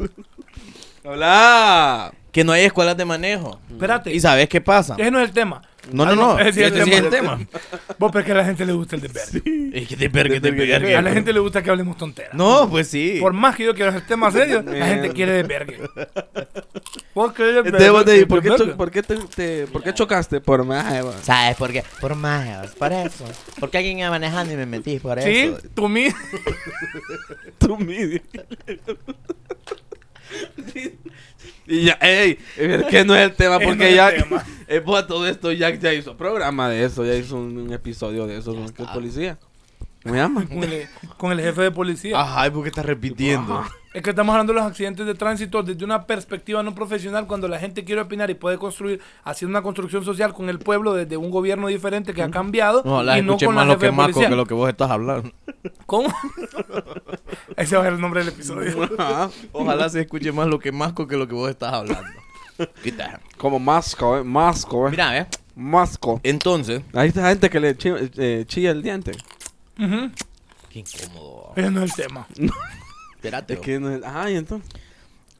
Speaker 2: Habla.
Speaker 3: que no hay escuelas de manejo.
Speaker 1: Espérate.
Speaker 3: ¿Y sabes qué pasa?
Speaker 1: Ese no es el tema.
Speaker 3: No,
Speaker 1: Ah,
Speaker 3: no, no.
Speaker 1: Ese
Speaker 3: Este sí es el tema.
Speaker 1: Vos, porque a la gente le gusta el desverde.
Speaker 3: Es que te verga, te
Speaker 1: A la
Speaker 3: verga.
Speaker 1: gente le gusta que hablemos tonteras.
Speaker 3: No, pues sí.
Speaker 1: Por más que yo quiera hacer temas serios, la gente quiere desvergue. Porque desvergue,
Speaker 2: Debo de ¿por qué,
Speaker 1: desvergue.
Speaker 2: cho- por qué te, te- por qué chocaste? Por más, Eva.
Speaker 8: ¿Sabes por qué? Por más, por eso. Porque alguien iba manejando y me metí por eso.
Speaker 1: Sí, tú mismo.
Speaker 2: Tú midi. y ya, ey, es que no es el tema,
Speaker 1: Eh, no
Speaker 2: porque
Speaker 1: es
Speaker 2: ya.
Speaker 1: el tema.
Speaker 2: Eh, pues, todo esto, Jack ya hizo programa de eso, ya hizo un, un episodio de eso con el policía. ¿Me llama?
Speaker 1: Con el, con el jefe de policía.
Speaker 3: Ajá, ¿y por qué estás repitiendo?
Speaker 1: Es que estamos hablando de los accidentes de tránsito desde una perspectiva no profesional, cuando la gente quiere opinar y puede construir, haciendo una construcción social con el pueblo desde un gobierno diferente que ha cambiado
Speaker 3: Mm. No, la
Speaker 1: y no
Speaker 3: escuché
Speaker 1: con
Speaker 3: más
Speaker 1: la
Speaker 3: lo
Speaker 1: jefe
Speaker 3: que
Speaker 1: de
Speaker 3: Maco
Speaker 1: policía.
Speaker 3: que lo que vos estás hablando.
Speaker 1: ¿Cómo? Ese va a ser el nombre del episodio.
Speaker 2: Ajá.
Speaker 3: Ojalá se escuche más lo que Maco que lo que vos estás hablando. Quita.
Speaker 2: Como Masco, eh. Masco, eh.
Speaker 3: Mira, eh.
Speaker 2: Masco.
Speaker 3: Entonces.
Speaker 2: Ahí está gente que le chi- eh, chilla el diente.
Speaker 1: Ujú.
Speaker 3: Qué incómodo.
Speaker 1: Ese no es el tema.
Speaker 3: Espérate.
Speaker 2: Es que no es. Ajá, y entonces.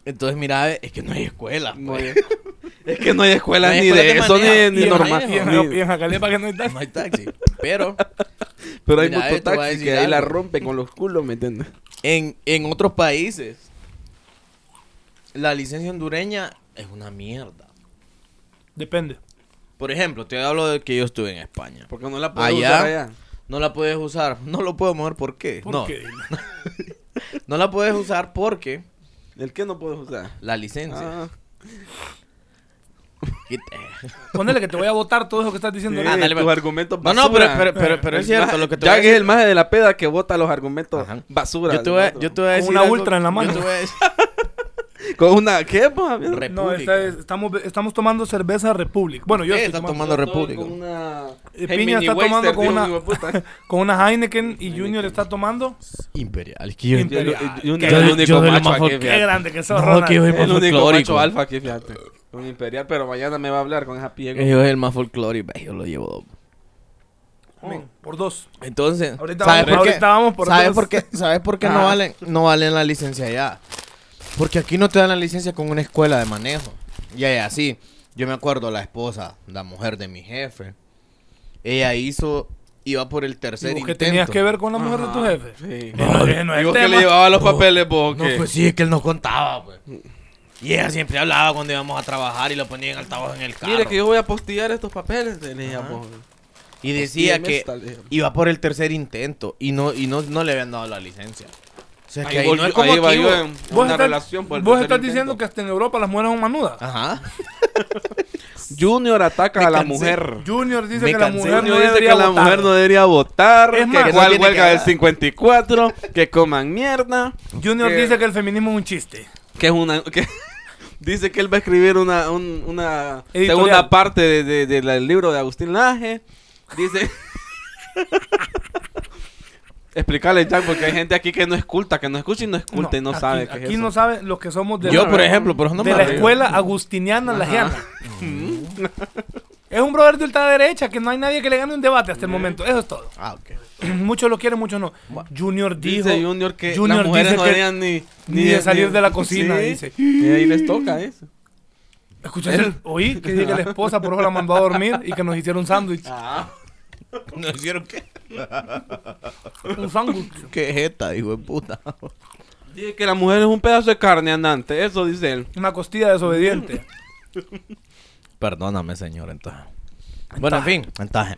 Speaker 3: Entonces, mira, eh, es que no hay escuela. pues.
Speaker 2: No hay- es que no hay escuela
Speaker 3: No hay
Speaker 2: ni
Speaker 3: escuela
Speaker 2: de
Speaker 3: de
Speaker 2: eso,
Speaker 3: manejo.
Speaker 2: ni, ni
Speaker 3: Y en-
Speaker 2: normal.
Speaker 1: Y en,
Speaker 2: ni-
Speaker 1: y en Jacalepa que no hay
Speaker 3: No
Speaker 1: taxi.
Speaker 3: hay taxi. Pero
Speaker 2: pero hay
Speaker 3: Mira, eh, te voy a
Speaker 2: muchos taxis
Speaker 3: decir
Speaker 2: que ahí la
Speaker 3: algo.
Speaker 2: rompen con los culos, ¿me entiendes?
Speaker 3: en, en otros países, la licencia hondureña es una mierda.
Speaker 1: Depende.
Speaker 3: Por ejemplo, te hablo de que yo estuve en España.
Speaker 2: Porque no la puedo
Speaker 3: Allá,
Speaker 2: usar allá.
Speaker 3: No la puedes usar. No lo puedo mover. ¿Por qué?
Speaker 1: ¿Por
Speaker 3: no.
Speaker 1: qué?
Speaker 3: No la puedes usar porque
Speaker 2: ¿El qué no puedes usar?
Speaker 3: la licencia.
Speaker 2: Ah,
Speaker 3: Quita.
Speaker 1: Ponele que te voy a votar todo eso que estás diciendo.
Speaker 2: sí,
Speaker 3: Ah, dale,
Speaker 2: tus
Speaker 3: va.
Speaker 2: argumentos
Speaker 3: No,
Speaker 2: basura.
Speaker 3: no, pero, pero, pero, pero es cierto
Speaker 2: maje-
Speaker 3: lo que te voy a
Speaker 2: Jack es
Speaker 3: decir.
Speaker 2: el maje de la peda que bota los argumentos
Speaker 3: Ajá.
Speaker 2: basura.
Speaker 3: Yo te voy a,
Speaker 2: del
Speaker 3: yo
Speaker 2: otro.
Speaker 3: te voy a
Speaker 1: Con
Speaker 3: decir
Speaker 1: una
Speaker 3: algo-
Speaker 1: ultra en la mano.
Speaker 3: Yo te voy a decir,
Speaker 2: Con una pues, quepa.
Speaker 5: República.
Speaker 1: No, esta es- estamos, estamos tomando cerveza Republic. Bueno, yo
Speaker 5: Eh,
Speaker 1: estoy
Speaker 5: está
Speaker 1: tomando.
Speaker 5: tomando República.
Speaker 2: Con una.
Speaker 1: Eh, Piña está tomando con una- Con una Heineken y Junior está tomando.
Speaker 3: Imperial. Es que
Speaker 1: Imperial.
Speaker 3: yo. Yo-
Speaker 2: el
Speaker 3: yo
Speaker 2: único
Speaker 3: soy lo
Speaker 2: macho
Speaker 3: más
Speaker 2: aquí,
Speaker 3: fuerte.
Speaker 1: Qué
Speaker 2: fíjate.
Speaker 1: grande que sos,
Speaker 3: No,
Speaker 1: Ronald.
Speaker 3: que yo-
Speaker 2: El
Speaker 3: más
Speaker 2: único
Speaker 3: folclórico.
Speaker 2: macho alfa aquí, fíjate. Un imperial, pero mañana me va a hablar con esa piel.
Speaker 1: Eh,
Speaker 3: Yo es el más folclórico. Yo lo llevo.
Speaker 1: Amén. Por dos.
Speaker 3: Entonces,
Speaker 1: Ahorita
Speaker 3: ¿sabes
Speaker 1: vamos-
Speaker 3: por qué?
Speaker 1: ahorita vamos por
Speaker 3: ¿Sabes
Speaker 1: dos?
Speaker 3: por qué, ¿sabes por qué
Speaker 1: Ah.
Speaker 3: no, valen, no valen la licencia allá? Porque aquí no te dan la licencia con una escuela de manejo. Y allá sí. Yo me acuerdo, la esposa, la mujer de mi jefe, ella hizo, iba por el tercer
Speaker 1: ¿Y vos ¿Qué
Speaker 3: intento.
Speaker 1: tenías que ver con la mujer de tu jefe?
Speaker 2: Sí.
Speaker 1: Eh, no, eh, no es
Speaker 2: ¿Y vos que
Speaker 1: tema.
Speaker 2: le llevaba los papeles, vos? o
Speaker 3: No,
Speaker 2: qué?
Speaker 3: pues sí, es que él nos contaba, pues. Y ella siempre hablaba cuando íbamos a trabajar y lo ponía en altavoz en el carro.
Speaker 2: Mire que yo voy a postear estos papeles, le decía, vos.
Speaker 3: Y decía
Speaker 2: Hostia,
Speaker 3: que
Speaker 2: esta le-
Speaker 3: iba por el tercer intento y no, y no, no le habían dado la licencia. O sea, que
Speaker 2: Ahí,
Speaker 3: ahí
Speaker 2: vol-
Speaker 3: no es como
Speaker 2: ahí va
Speaker 3: aquí,
Speaker 2: yo
Speaker 3: vos.
Speaker 2: en en
Speaker 1: Vos
Speaker 2: una
Speaker 1: estás,
Speaker 2: relación por el
Speaker 1: vos
Speaker 2: tercer
Speaker 1: estás
Speaker 2: intento. Ah.
Speaker 1: diciendo que hasta en Europa las mujeres son manudas.
Speaker 3: Ajá.
Speaker 2: Junior ataca a la
Speaker 3: cansé.
Speaker 2: mujer.
Speaker 1: Junior dice
Speaker 3: Me
Speaker 1: que la
Speaker 3: cansé.
Speaker 1: mujer no
Speaker 2: Junior dice que
Speaker 1: debería
Speaker 2: la
Speaker 1: votar.
Speaker 2: mujer no debería votar,
Speaker 1: Es
Speaker 2: que
Speaker 1: más, que no
Speaker 2: cuál
Speaker 3: tiene
Speaker 2: huelga
Speaker 3: que
Speaker 2: del
Speaker 3: dar.
Speaker 2: 54, que coman mierda,
Speaker 1: Junior
Speaker 2: que-
Speaker 1: dice que el feminismo es un chiste.
Speaker 2: que es una... que- dice que él va a escribir una, un- una
Speaker 1: Editorial.
Speaker 2: segunda parte de- de- de la- del libro de Agustín Laje. Dice... Explicarle, Jack, porque hay gente aquí que no es culta, que no escucha y no es culta y no
Speaker 1: aquí,
Speaker 2: sabe qué es
Speaker 1: Aquí
Speaker 2: eso.
Speaker 1: no saben los que somos de,
Speaker 3: Yo,
Speaker 1: la,
Speaker 3: por ejemplo, por eso no
Speaker 1: de
Speaker 3: me
Speaker 1: la
Speaker 3: río.
Speaker 1: escuela agustiniana lajeana. es un brother de ultraderecha que no hay nadie que le gane un debate hasta el momento. Eso es todo.
Speaker 3: Ah, ok.
Speaker 1: muchos lo quieren, muchos no. Junior dijo.
Speaker 2: Dice Junior que
Speaker 1: Junior
Speaker 2: las mujeres
Speaker 1: dice
Speaker 2: no
Speaker 1: que-
Speaker 2: deberían ni,
Speaker 1: ni de salir de la cocina, dice.
Speaker 2: Y ahí les toca eso.
Speaker 1: ¿Escuchaste? el- Oí que dice que la esposa por eso la mandó a dormir y que nos hicieron un sándwich.
Speaker 3: ¿No hicieron qué?
Speaker 1: Un sándwich.
Speaker 3: ¿Qué jeta, hijo de puta?
Speaker 2: Dice que la mujer es un pedazo de carne andante, eso dice él.
Speaker 1: Una costilla desobediente.
Speaker 3: Perdóname, señor, entonces. Bueno, en fin, entonces.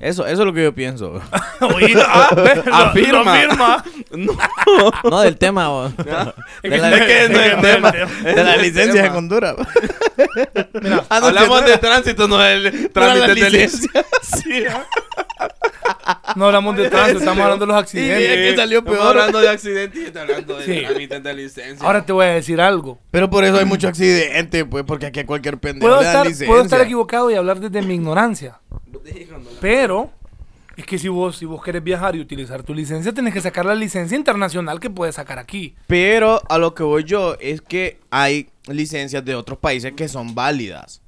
Speaker 3: Eso, eso es lo que yo pienso.
Speaker 1: Oí, ah, ve, lo- lo
Speaker 2: Afirma.
Speaker 1: afirma.
Speaker 2: No,
Speaker 3: No del tema, vos. De la,
Speaker 2: es que no es tema.
Speaker 3: de la licencia en
Speaker 2: Tema.
Speaker 3: Honduras. vos. Ah, no,
Speaker 2: hablamos
Speaker 3: que no
Speaker 2: de
Speaker 3: era-
Speaker 2: tránsito, no del
Speaker 3: no era la
Speaker 2: trámite de licencia.
Speaker 3: licencia.
Speaker 1: No hablamos de tránsito, estamos hablando de los
Speaker 3: Y mira
Speaker 1: accidentes.
Speaker 3: que salió
Speaker 2: Estamos
Speaker 3: peor.
Speaker 2: hablando de accidentes y está hablando de
Speaker 1: Sí.
Speaker 2: trámites de licencia.
Speaker 1: Ahora te voy a decir algo.
Speaker 3: Pero por eso hay muchos accidentes, pues, porque aquí a cualquier pendejo
Speaker 1: Puedo
Speaker 3: le dan
Speaker 1: estar,
Speaker 3: licencia.
Speaker 1: puedo estar equivocado y hablar desde mi ignorancia. Pero es que si vos, si vos querés viajar y utilizar tu licencia, tenés que sacar la licencia internacional que puedes sacar aquí.
Speaker 3: Pero a lo que voy yo es que hay licencias de otros países que son válidas.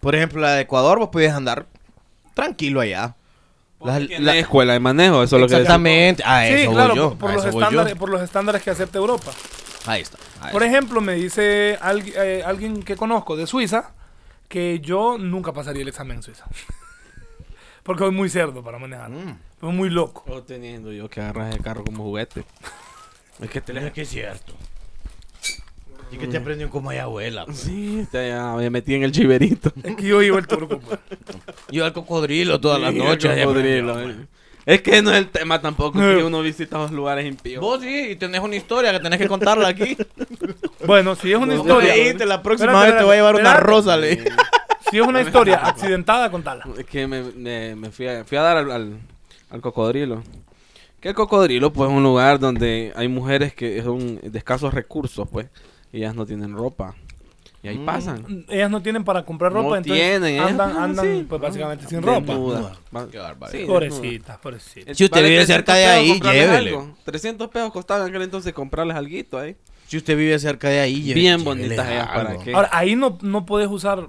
Speaker 3: Por ejemplo, la de Ecuador, vos podés andar tranquilo allá. Las- la-
Speaker 2: la escuela de manejo, eso es lo que decía.
Speaker 3: exactamente. A
Speaker 1: sí,
Speaker 3: eso
Speaker 1: claro,
Speaker 3: voy yo.
Speaker 1: por- por,
Speaker 3: a
Speaker 1: los
Speaker 3: eso voy yo.
Speaker 1: estándares, por los estándares que acepta Europa.
Speaker 3: Ahí está. ahí
Speaker 1: Por
Speaker 3: está.
Speaker 1: ejemplo, me dice alg- eh, alguien que conozco de Suiza que yo nunca pasaría el examen en Suiza. Porque soy muy cerdo para manejar.
Speaker 3: Mm.
Speaker 1: Soy muy loco.
Speaker 2: Oh, teniendo yo que agarras el carro como juguete. Es que te le...
Speaker 3: Es que es cierto. Y que te aprendió como hay abuela. pues.
Speaker 2: Sí, te, ya me metí en el chiverito.
Speaker 1: Es que yo iba el turco. pues.
Speaker 3: Yo al cocodrilo todas las
Speaker 2: Sí,
Speaker 3: noches.
Speaker 2: el
Speaker 3: ya
Speaker 2: cocodrilo,
Speaker 3: aprendió, pues.
Speaker 2: eh. Es que no es el tema tampoco,
Speaker 1: No.
Speaker 2: que uno visita los lugares impíos.
Speaker 3: Vos sí, y tenés una historia que tenés que contarla aquí.
Speaker 1: Bueno, si es una
Speaker 2: No,
Speaker 1: historia.
Speaker 3: Leíste, la próxima
Speaker 1: Espérate,
Speaker 3: vez te voy a llevar una
Speaker 1: espérate.
Speaker 3: rosa,
Speaker 2: Eh,
Speaker 3: le.
Speaker 1: Si es una historia accidentada, contala.
Speaker 2: Es que me, me- me fui, a, fui a dar al, al- al cocodrilo. Que el cocodrilo, pues, es un lugar donde hay mujeres que son de escasos recursos, pues. Y ellas no tienen ropa. Y ahí pasan.
Speaker 1: Ellas Mm. no tienen para comprar ropa,
Speaker 2: No
Speaker 1: entonces
Speaker 2: tienen, ¿eh? Ah, ellas
Speaker 1: andan,
Speaker 2: andan
Speaker 1: andan
Speaker 2: así.
Speaker 1: pues
Speaker 2: Ah,
Speaker 1: básicamente sin ropa.
Speaker 2: Desnudas. Va-
Speaker 3: Qué bárbaro.
Speaker 2: Sí, desnudas.
Speaker 1: Pobrecita, pobrecita.
Speaker 3: Si usted
Speaker 2: Vale
Speaker 3: vive cerca
Speaker 2: 300
Speaker 3: de
Speaker 2: pesos
Speaker 3: ahí,
Speaker 2: comprarles
Speaker 3: llévele.
Speaker 2: algo. 300 pesos costaba en aquel entonces comprarles alguito ahí.
Speaker 3: Si usted vive cerca de ahí, lleve-
Speaker 2: Bien
Speaker 3: llévele
Speaker 2: bonitas ellas,
Speaker 3: algo.
Speaker 2: ¿para qué?
Speaker 1: Ahora, ahí no, no puedes usar,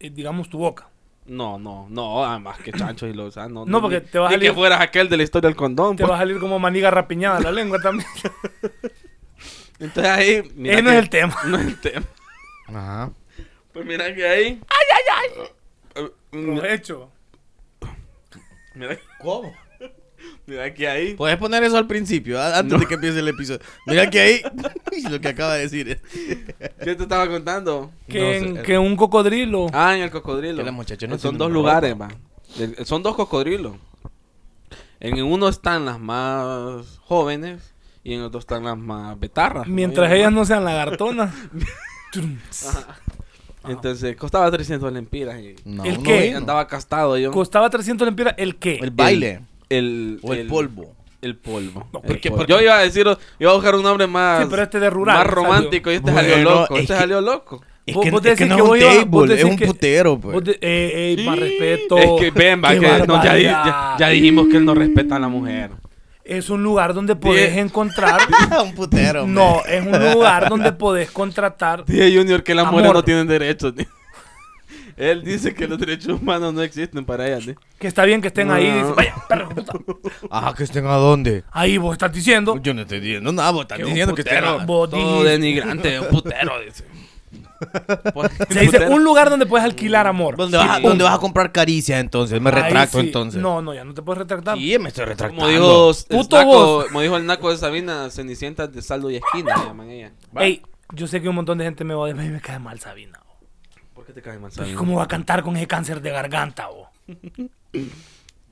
Speaker 1: eh, digamos, tu boca.
Speaker 2: No, no, no, además que chanchos y los ah, no,
Speaker 1: No, porque
Speaker 2: ni-
Speaker 1: te vas
Speaker 2: ni
Speaker 1: a li-
Speaker 2: que fueras aquel de la historia del condón.
Speaker 1: Te
Speaker 2: pues.
Speaker 1: va a salir como maniga rapiñada la lengua también.
Speaker 2: Entonces ahí. mira
Speaker 1: Ese no
Speaker 2: que-
Speaker 1: es el tema.
Speaker 2: No es el tema.
Speaker 3: Ajá.
Speaker 2: Pues mira que ahí. Ah, mm, ¡Ay, ay, ay!
Speaker 1: Hecho.
Speaker 2: Mira,
Speaker 3: ¿Cómo?
Speaker 2: mira que ahí.
Speaker 3: Puedes poner eso al principio, a- antes de que empiece el episodio. Mira que ahí. lo que acaba de decir es.
Speaker 1: Pues,
Speaker 2: ¿Qué te estaba contando?
Speaker 1: Que,
Speaker 3: No sé,
Speaker 1: en-
Speaker 3: eh.
Speaker 1: que un cocodrilo.
Speaker 2: Ah, en el cocodrilo. Eh,
Speaker 3: Que las muchachas no
Speaker 2: Son
Speaker 3: tienen
Speaker 2: dos
Speaker 3: ropa.
Speaker 2: lugares, va. Del- eh, Son dos cocodrilos. En uno están las más jóvenes y en otro están las más betarras. como
Speaker 1: mientras
Speaker 2: ellas
Speaker 1: ellas no sean lagartonas. Trum,
Speaker 2: llaman. Entonces costaba 300 lempiras y
Speaker 3: No,
Speaker 1: ¿El
Speaker 3: no,
Speaker 1: qué?
Speaker 2: y
Speaker 3: no.
Speaker 2: andaba castado yo.
Speaker 1: Costaba 300 lempiras. ¿El qué?
Speaker 3: El baile.
Speaker 2: El,
Speaker 3: o el polvo.
Speaker 2: el polvo.
Speaker 1: No,
Speaker 2: El
Speaker 1: porque-
Speaker 2: polvo. Yo iba a decir, yo iba a buscar un nombre más,
Speaker 1: Sí, pero este de rural
Speaker 2: más
Speaker 1: salió.
Speaker 2: romántico y este
Speaker 3: Bueno,
Speaker 2: salió loco.
Speaker 3: es
Speaker 2: Este
Speaker 3: que-
Speaker 2: salió loco.
Speaker 3: Es
Speaker 1: Vos-
Speaker 3: que,
Speaker 1: vos
Speaker 3: es que
Speaker 1: decís
Speaker 3: no
Speaker 1: que
Speaker 3: es
Speaker 1: voy
Speaker 3: un
Speaker 1: a- vos
Speaker 3: table, es
Speaker 1: decís
Speaker 3: un
Speaker 1: que-
Speaker 3: putero, pues.
Speaker 1: Vos de- eh, eh, más respeto.
Speaker 2: Es que ven, va,
Speaker 1: Qué
Speaker 2: que no, ya, di-
Speaker 1: barbaridad.
Speaker 2: ya- ya dijimos que él no respeta a la mujer.
Speaker 1: Es un lugar donde podés
Speaker 2: Die-
Speaker 1: encontrar.
Speaker 3: un putero,
Speaker 1: no, es un lugar donde podés contratar.
Speaker 2: Dice Junior que las
Speaker 1: Amor.
Speaker 2: mujeres no tienen derechos. tío. Él dice que los derechos humanos no existen para ellas. tío.
Speaker 1: Que está bien que estén
Speaker 2: No,
Speaker 1: ahí.
Speaker 2: no, no.
Speaker 1: dicen, Vaya, perro, puta.
Speaker 3: Ajá, Ah, que estén a dónde.
Speaker 1: Ahí vos estás diciendo.
Speaker 3: Yo no estoy diciendo nada, vos estás
Speaker 2: Que un
Speaker 3: diciendo que estén
Speaker 2: putero,
Speaker 3: a-
Speaker 1: Vos
Speaker 2: Todo
Speaker 1: dijiste-
Speaker 2: denigrante, un putero, dice.
Speaker 1: Pues, Se dice un lugar donde puedes alquilar amor.
Speaker 3: ¿Dónde, vas, a-
Speaker 2: Sí.
Speaker 3: dónde vas a comprar caricia entonces? Me
Speaker 1: Ahí
Speaker 3: retracto
Speaker 1: sí.
Speaker 3: entonces.
Speaker 1: No, no, ya no te puedes retractar.
Speaker 3: Sí, me estoy retractando.
Speaker 2: Como dijo, el
Speaker 1: Puto
Speaker 2: naco-
Speaker 1: vos.
Speaker 2: como dijo el naco de Sabina, cenicientas de saldo y esquina, le llaman ella.
Speaker 1: Ey, yo sé que un montón de gente me odia. A mí me cae mal Sabina. bo.
Speaker 2: ¿Por qué te cae mal
Speaker 1: ¿Y
Speaker 2: Sabina?
Speaker 1: ¿Cómo va a cantar con ese cáncer de garganta? bo?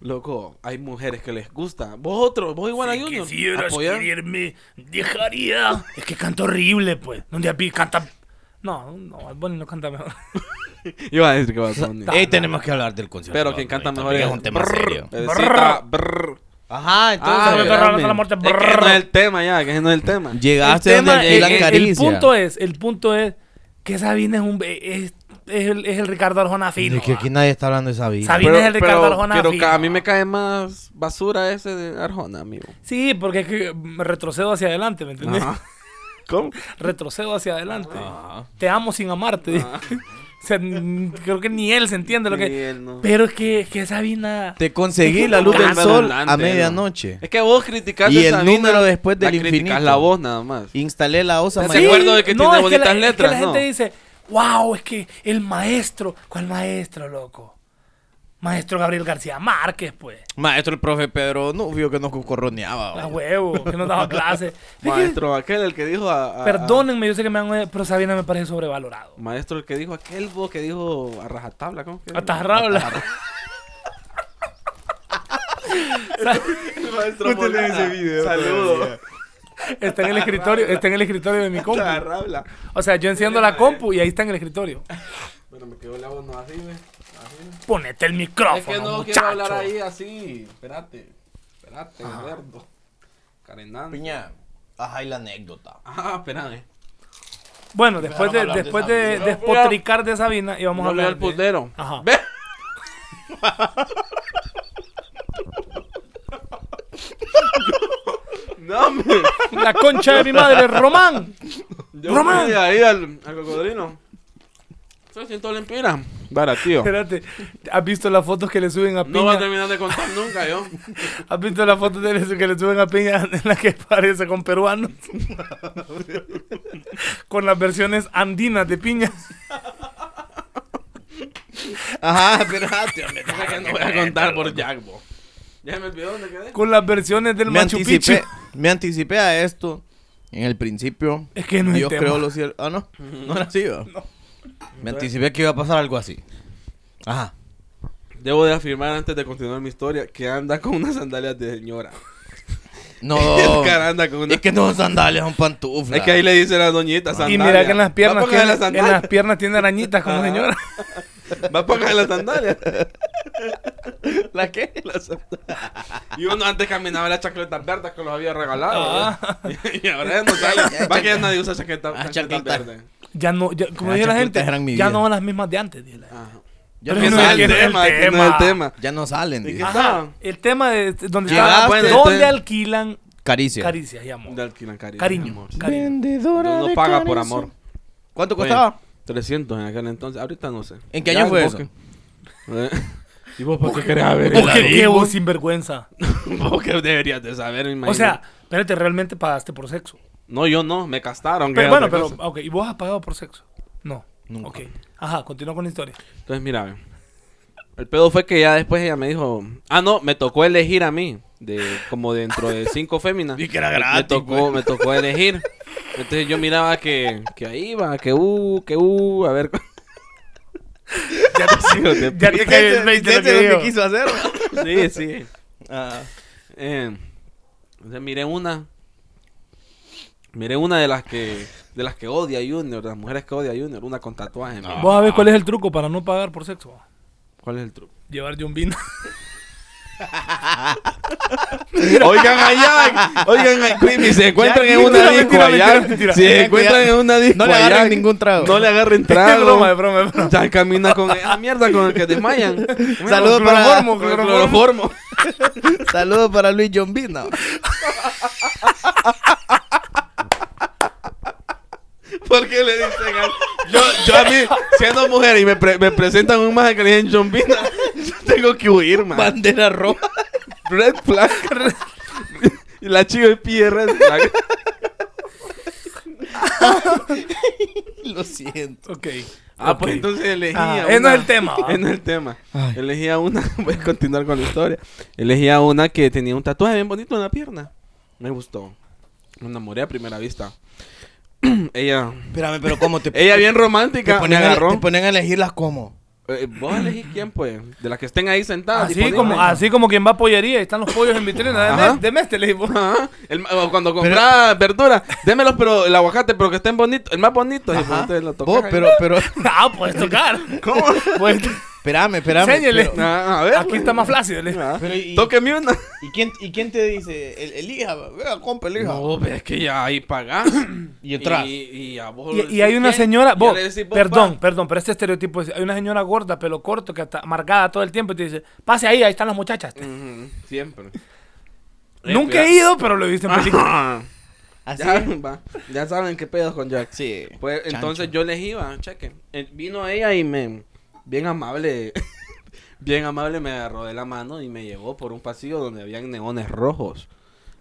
Speaker 2: Loco, hay mujeres que les gusta. Vos otro, vos igual a
Speaker 1: Si
Speaker 2: Junior.
Speaker 1: quisieras
Speaker 2: Apoyar.
Speaker 1: quererme, dejaría. Es que canta horrible, pues. Donde a canta. No, no, Bad Bunny no canta mejor.
Speaker 2: Iba a decir que va a Bunny.
Speaker 3: Ey, tenemos que hablar del concierto.
Speaker 2: Pero quien canta mejor
Speaker 3: También Es un tema
Speaker 2: Brrr,
Speaker 3: serio.
Speaker 2: bebecita, brrr.
Speaker 3: Ajá,
Speaker 2: Ah,
Speaker 1: me
Speaker 2: ya,
Speaker 1: perdonas a la
Speaker 2: men.
Speaker 1: muerte,
Speaker 2: Es que
Speaker 1: brrr.
Speaker 2: no es el tema ya, que ese no es el tema.
Speaker 3: Llegaste
Speaker 1: el, tema-
Speaker 3: donde hay
Speaker 1: el-
Speaker 3: la
Speaker 1: el- el
Speaker 3: caricia.
Speaker 1: punto es, el punto es que Sabina es un es, es el, es el Ricardo Arjona fino. ah.
Speaker 3: Es que
Speaker 1: va.
Speaker 3: aquí nadie está hablando de esa vida.
Speaker 1: Sabina es el Ricardo Arjona
Speaker 2: pero
Speaker 1: fino,
Speaker 2: ca- a mí
Speaker 1: va.
Speaker 2: me cae más basura ese de Arjona, amigo.
Speaker 1: Sí, porque es que me retrocedo hacia adelante, ¿me entiendes?
Speaker 2: Ajá. ¿Cómo?
Speaker 1: Retrocedo hacia adelante. Te amo sin amarte. o sea, n- creo que ni él se entiende lo
Speaker 2: Ni
Speaker 1: que.
Speaker 2: él, no.
Speaker 1: Pero es que, es que Sabina.
Speaker 3: Te conseguí la luz del
Speaker 2: Canta
Speaker 3: sol
Speaker 2: adelante,
Speaker 3: a
Speaker 2: ¿no?
Speaker 3: medianoche.
Speaker 2: Es que vos criticaste
Speaker 3: Y
Speaker 2: a
Speaker 3: el
Speaker 2: Sabina,
Speaker 3: número después
Speaker 2: la
Speaker 3: del
Speaker 2: criticas
Speaker 3: infinito.
Speaker 2: la voz nada más.
Speaker 3: Instalé la osa
Speaker 2: ¿Te
Speaker 1: Sí,
Speaker 3: mayor.
Speaker 2: acuerdas de que tiene
Speaker 1: es la- es
Speaker 2: bonitas
Speaker 1: que
Speaker 2: letras,
Speaker 1: la
Speaker 2: no?
Speaker 1: gente dice, wow, es que el maestro. ¿Cuál maestro, loco? Maestro Gabriel García Márquez, pues.
Speaker 3: Maestro, el profe Pedro Nubio que nos corroneaba.
Speaker 1: A huevo, que nos daba clases. Es que-
Speaker 2: Maestro, aquel el que dijo a... a-
Speaker 1: Perdónenme, yo sé que me han... Pero Sabina me parece sobrevalorado.
Speaker 2: a- maestro, el que dijo aquel vos que dijo a rajatabla, ¿cómo que?
Speaker 1: Atarrado.
Speaker 2: El maestro Molina. Saludos.
Speaker 1: está en el escritorio, está en el escritorio de mi compu.
Speaker 2: Atarrabla.
Speaker 1: O sea, yo enciendo la compu y ahí está en el escritorio.
Speaker 2: Bueno, me quedó la voz no así, ve.
Speaker 1: Ponete el
Speaker 2: Es que no
Speaker 1: micrófono,
Speaker 2: quiero hablar
Speaker 1: muchacho.
Speaker 2: ahí así. Espérate. Espérate, Alberto. Carenando.
Speaker 3: Piña, ajá, y la anécdota.
Speaker 2: Ah, espérame.
Speaker 1: Bueno, después de,
Speaker 3: hablar de
Speaker 1: después de
Speaker 3: Sabina.
Speaker 1: despotricar de Sabina, íbamos a
Speaker 2: Vamos a hablar
Speaker 1: hablar
Speaker 2: del
Speaker 1: de-
Speaker 2: putero.
Speaker 1: Ajá.
Speaker 2: Ve. No, me.
Speaker 1: La concha de mi madre, Román.
Speaker 2: Yo
Speaker 1: Román.
Speaker 2: fui de ahí al, al cocodrilo. Se siento limpira. Vara, tío.
Speaker 1: Espérate, ¿has visto las fotos que le suben a Piña?
Speaker 2: No va a terminar de contar nunca yo.
Speaker 1: ¿Has visto las fotos de eso que le suben a Piña en las que parece con peruanos? con las versiones andinas de Piña.
Speaker 3: Ajá,
Speaker 2: Ah,
Speaker 3: espérate, hombre.
Speaker 2: Cosa que no voy a contar por Jack, bo. Ya me olvidó dónde quedé.
Speaker 1: Con las versiones del
Speaker 3: me
Speaker 1: Machu Picchu.
Speaker 3: anticipé, me anticipé a esto en el principio.
Speaker 1: Es que no es
Speaker 3: Dios
Speaker 1: tema.
Speaker 3: creó los cielos. Ah, no. No era así, ¿verdad? Me anticipé que iba a pasar algo así. Ajá.
Speaker 2: Debo de afirmar antes de continuar mi historia que anda con unas sandalias de señora.
Speaker 3: No.
Speaker 2: El cara anda con una-
Speaker 3: Es que no son sandalias, son pantuflas.
Speaker 2: Es que ahí le dice la doñita sandalias.
Speaker 1: Y mira que en las
Speaker 2: Va a
Speaker 1: piernas
Speaker 2: pagar
Speaker 1: tiene,
Speaker 2: las
Speaker 1: en las
Speaker 2: sandalias.
Speaker 1: piernas tiene arañitas como
Speaker 2: Ajá.
Speaker 1: señora.
Speaker 2: Va a pagar las sandalias.
Speaker 3: ¿La qué?
Speaker 2: Las sandalias. Y uno antes caminaba las chaquetas verdes que los había regalado.
Speaker 1: Ah.
Speaker 2: Y ahora ya no sabe. Va que ya nadie usa chaqueta,
Speaker 3: Ah,
Speaker 2: chaquetas
Speaker 3: chaqueta.
Speaker 2: verdes.
Speaker 1: Ya no, ya- como
Speaker 3: Las
Speaker 1: dice la
Speaker 3: chaquetas
Speaker 1: gente,
Speaker 3: Ah, eran mi
Speaker 1: ya
Speaker 3: vida.
Speaker 1: no son las mismas de antes. dile.
Speaker 2: Ajá.
Speaker 3: Ya
Speaker 1: Pero
Speaker 3: no,
Speaker 2: Que no es el
Speaker 1: es
Speaker 3: salen.
Speaker 1: el
Speaker 2: tema, que no es el
Speaker 1: tema.
Speaker 2: tema.
Speaker 3: Ya no salen.
Speaker 2: ¿De qué
Speaker 3: dice.
Speaker 1: Ajá.
Speaker 2: Ajá.
Speaker 1: El tema de este, donde
Speaker 2: Llegaste.
Speaker 1: estaba,
Speaker 3: pues,
Speaker 2: Bueno,
Speaker 1: ¿dónde
Speaker 3: este-
Speaker 2: entonces-
Speaker 1: alquilan
Speaker 3: Caricia.
Speaker 1: caricias, y amor?
Speaker 2: De alquilan cariño.
Speaker 1: Cariño,
Speaker 2: amor.
Speaker 1: cariño.
Speaker 3: Vendedora
Speaker 2: Uno
Speaker 3: de
Speaker 2: paga por
Speaker 3: caricia.
Speaker 2: amor.
Speaker 3: ¿Cuánto
Speaker 2: Oye,
Speaker 3: costaba?
Speaker 2: 300 en aquel entonces. Ahorita no sé.
Speaker 3: ¿En qué año
Speaker 2: Ya,
Speaker 3: fue
Speaker 2: vos
Speaker 3: eso?
Speaker 2: que- Eh, ¿Y vos por qué querés ver?
Speaker 1: ¿Por qué
Speaker 2: eso?
Speaker 1: qué vos sinvergüenza?
Speaker 2: Vos que deberías de saber, imagínate.
Speaker 1: O sea, espérate, realmente pagaste por sexo.
Speaker 2: No, yo no. Me castaron. que
Speaker 1: Pero,
Speaker 2: era
Speaker 1: bueno,
Speaker 2: otra
Speaker 1: pero,
Speaker 2: cosa.
Speaker 1: ok, ¿y vos has pagado por sexo? No. Ok. Ajá, continúa con la historia.
Speaker 2: Entonces, mira, ve. el pedo fue que ya después ella me dijo, ah, no, me tocó elegir a mí, de como dentro de cinco féminas.
Speaker 3: Y que era
Speaker 2: Me- Me
Speaker 3: gratis,
Speaker 2: tocó,
Speaker 3: pues.
Speaker 2: me tocó elegir. Entonces yo miraba que, que ahí va, que uh, que uh, a ver. cu- ya te sigo, te-
Speaker 1: Ya te cayó el 20 de lo que digo.
Speaker 3: quiso hacer?
Speaker 2: Sí, sí.
Speaker 3: Ah.
Speaker 2: Eh, entonces miré una. Miré una de las que de las que odia Junior, de las mujeres que odia Junior, una con tatuaje.
Speaker 3: Ah.
Speaker 2: mira.
Speaker 1: Vos sabés cuál es el truco para no pagar por sexo.
Speaker 2: ¿Cuál es el truco?
Speaker 1: Llevar de un vino.
Speaker 2: Oigan allá, oigan, a- si se encuentran en
Speaker 1: mentira,
Speaker 2: una disco
Speaker 1: mentira,
Speaker 2: allá,
Speaker 1: mentira, mentira.
Speaker 2: si se encuentran en una disco
Speaker 3: No le
Speaker 2: allá,
Speaker 3: agarren ningún trago.
Speaker 2: no le agarren
Speaker 1: Es broma,
Speaker 2: trago.
Speaker 1: es broma, es broma.
Speaker 2: Ya camina con la mierda con el que desmayan.
Speaker 3: Saludos para-
Speaker 1: Cloroformo,
Speaker 2: Con el
Speaker 1: cloroformo.
Speaker 2: cloroformo.
Speaker 3: Saludos para Luis John Vina.
Speaker 2: ¿Por qué le dicen a... Yo, yo a mí, siendo mujer y me, pre- me presentan un maje que le dicen John Vina, yo tengo que huir, man.
Speaker 3: Bandera roja.
Speaker 2: Red flag. Y la chica es pie red flag.
Speaker 3: Lo siento.
Speaker 1: Ok.
Speaker 2: Ah,
Speaker 1: Ok.
Speaker 2: pues entonces elegí
Speaker 1: Ah,
Speaker 2: a
Speaker 1: ese no
Speaker 2: una-
Speaker 1: es el tema, ¿va?
Speaker 2: ese no es el tema. Elegí a una... Voy a continuar con la historia. Elegí a una que tenía un tatuaje bien bonito en la pierna. Me gustó. Me enamoré a primera vista. ella...
Speaker 3: Espérame, pero ¿cómo te,
Speaker 2: Ella bien
Speaker 3: te,
Speaker 2: romántica. Me
Speaker 3: ponen, a,
Speaker 2: agarró.
Speaker 3: te ponen a elegirlas cómo?
Speaker 2: Eh, ¿Vos elegís quién, pues? De las que estén ahí sentadas.
Speaker 1: Así
Speaker 2: disponibles.
Speaker 1: como, así como quien va a pollería y están los pollos en vitrina.
Speaker 2: Ajá.
Speaker 1: De, mes, de mes te leí, vos.
Speaker 2: Ajá. El ma- o cuando compraba verduras, démelos, pero el aguacate, pero que estén bonitos. El más bonito. Y pues, entonces lo tocas
Speaker 3: ¿Ah? Vos,
Speaker 2: ahí.
Speaker 3: pero, pero. Pues,
Speaker 1: Ah, puedes tocar. ¿Cómo?
Speaker 3: Espérame, espérame.
Speaker 1: Enséñele.
Speaker 3: pero-
Speaker 2: Ah, a ver.
Speaker 1: Aquí está más flácido. le-
Speaker 2: Ah.
Speaker 3: pero y,
Speaker 2: Tóqueme una.
Speaker 3: ¿y quién, ¿Y quién te dice? El, elija, vea, compa, elija.
Speaker 2: No, pero Oh, es que ya ahí pagás.
Speaker 3: Y entras.
Speaker 2: Y, y a vos.
Speaker 1: Y, y hay una señora,
Speaker 2: vos,
Speaker 1: vos, perdón, perdón, pero este estereotipo es, hay una señora gorda, pelo corto, que está amargada todo el tiempo y te dice, pase ahí, ahí están las muchachas.
Speaker 2: Mm, Siempre.
Speaker 1: Nunca he ido, pero lo he
Speaker 2: Ah,
Speaker 1: visto en películas.
Speaker 2: Ajá.
Speaker 3: Así
Speaker 2: Ya,
Speaker 3: es.
Speaker 2: va. Ya saben qué pedos con Jack.
Speaker 3: Sí.
Speaker 2: Pues entonces yo les iba, cheque. Eh, Vino ella y me, bien amable, bien amable me agarró de la mano y me llevó por un pasillo donde habían neones rojos.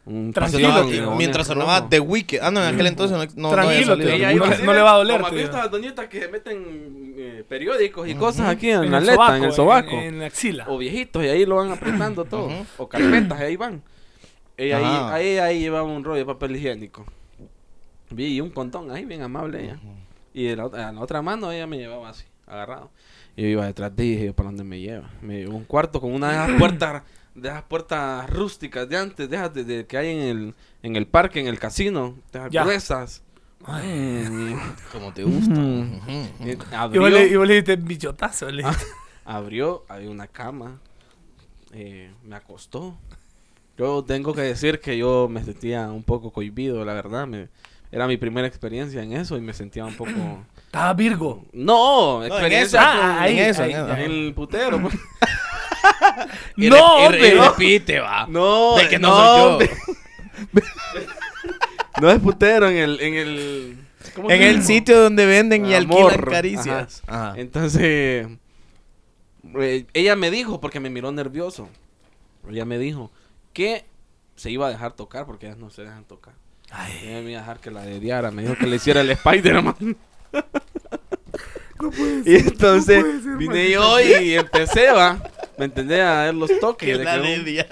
Speaker 2: Un
Speaker 1: Tranquilo,
Speaker 2: pasillo de
Speaker 1: tío.
Speaker 2: neones
Speaker 3: Mientras sonaba
Speaker 2: rojos.
Speaker 3: The Weeknd. Ah, no, en aquel entonces no- no, no, había
Speaker 1: Tranquilo,
Speaker 3: salido.
Speaker 1: tío.
Speaker 2: Ella
Speaker 1: No
Speaker 2: iba
Speaker 1: le-
Speaker 2: así
Speaker 1: no
Speaker 2: de-
Speaker 1: le va a doler,
Speaker 2: Como has
Speaker 1: tío.
Speaker 2: visto a las doñitas que meten eh, periódicos y cosas aquí en,
Speaker 1: En
Speaker 2: la
Speaker 1: el
Speaker 2: aleta, en el sobaco. Oh,
Speaker 1: En, en la axila.
Speaker 2: O viejitos y ahí lo van apretando todo. O carpetas y ahí van. Ella
Speaker 3: Ajá.
Speaker 2: ahí, ahí, ahí llevaba un rollo de papel higiénico. Vi un contón ahí, bien amable ella. Y de la, otra- a la otra mano ella me llevaba así, agarrado. Y yo iba detrás de ella y dije, ¿para dónde me lleva? Me llevó a un cuarto con una de esas puertas, de esas puertas rústicas de antes, de esas de- de que hay en el, en el parque, en el casino, de esas
Speaker 1: Ya.
Speaker 2: gruesas. Mm.
Speaker 3: Como te gusta.
Speaker 2: Eh,
Speaker 1: Y vos, le, y
Speaker 2: Abrió,
Speaker 1: vos le dijiste, bichotazo.
Speaker 2: Ah.
Speaker 1: le dijiste.
Speaker 2: Este, abrió, había una cama. eh, me acostó. Yo tengo que decir que yo me sentía un poco cohibido, la verdad. me- era mi primera experiencia en eso y me sentía un poco...
Speaker 1: Estaba Virgo.
Speaker 2: No,
Speaker 1: eso.
Speaker 2: experiencia
Speaker 1: Ah,
Speaker 2: con-
Speaker 1: ahí,
Speaker 2: en
Speaker 1: ahí,
Speaker 2: en
Speaker 1: ya.
Speaker 2: el putero. pues.
Speaker 1: no,
Speaker 3: Y rep- y re-
Speaker 1: hombre.
Speaker 3: y
Speaker 1: no.
Speaker 3: repite, va.
Speaker 2: No,
Speaker 3: De que no soy yo.
Speaker 2: hombre. no es putero en el... En el, ¿cómo
Speaker 3: En
Speaker 2: se
Speaker 3: el
Speaker 2: llama?
Speaker 3: sitio donde venden y
Speaker 2: Amor.
Speaker 3: alquilan caricias.
Speaker 2: Ajá.
Speaker 3: Ajá.
Speaker 2: Entonces, eh, ella me dijo, porque me miró nervioso, ella me dijo que se iba a dejar tocar, porque ellas no se dejan tocar. Ella me iba a dejar que la dediara, me dijo que le hiciera el Spider-Man. y entonces vine yo y empecé, va. ¿Me entendés? A dar los toques.
Speaker 3: Que
Speaker 2: de
Speaker 3: la
Speaker 2: que un-
Speaker 3: lidia.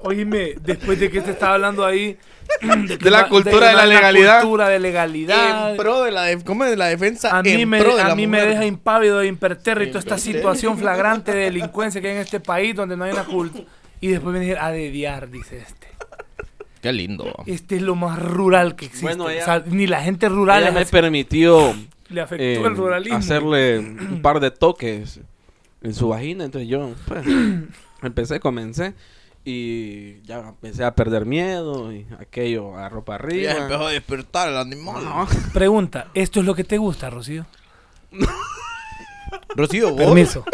Speaker 1: Oíme, después de que te estaba hablando ahí... De, que
Speaker 2: la
Speaker 1: una-
Speaker 2: cultura de la
Speaker 1: una
Speaker 2: legalidad.
Speaker 1: cultura de
Speaker 3: En
Speaker 1: legalidad.
Speaker 3: pro de la, def- ¿cómo es? De la defensa.
Speaker 1: A mí,
Speaker 3: en
Speaker 1: me,
Speaker 3: pro de
Speaker 1: a
Speaker 3: la
Speaker 1: mí me
Speaker 3: mujer.
Speaker 1: deja impávido e impertérrito esta situación flagrante de delincuencia que hay en este país donde no hay una cultura. Y después venir a dediar, dice este.
Speaker 3: Qué lindo.
Speaker 1: Este es lo más rural que existe.
Speaker 2: Bueno, ella-
Speaker 1: o sea, ni la gente rural
Speaker 2: Ella
Speaker 1: es
Speaker 2: me
Speaker 1: así.
Speaker 2: permitió
Speaker 1: le afectó
Speaker 2: eh,
Speaker 1: el ruralismo.
Speaker 2: hacerle un par de toques en su vagina. Entonces yo pues, empecé, comencé y ya empecé a perder miedo y aquello a ropa
Speaker 3: Ya
Speaker 2: arriba.
Speaker 3: empezó a despertar el animal.
Speaker 2: No,
Speaker 1: Pregunta, ¿esto es lo que te gusta, Rocío?
Speaker 3: Rocío, vos.
Speaker 1: Permiso.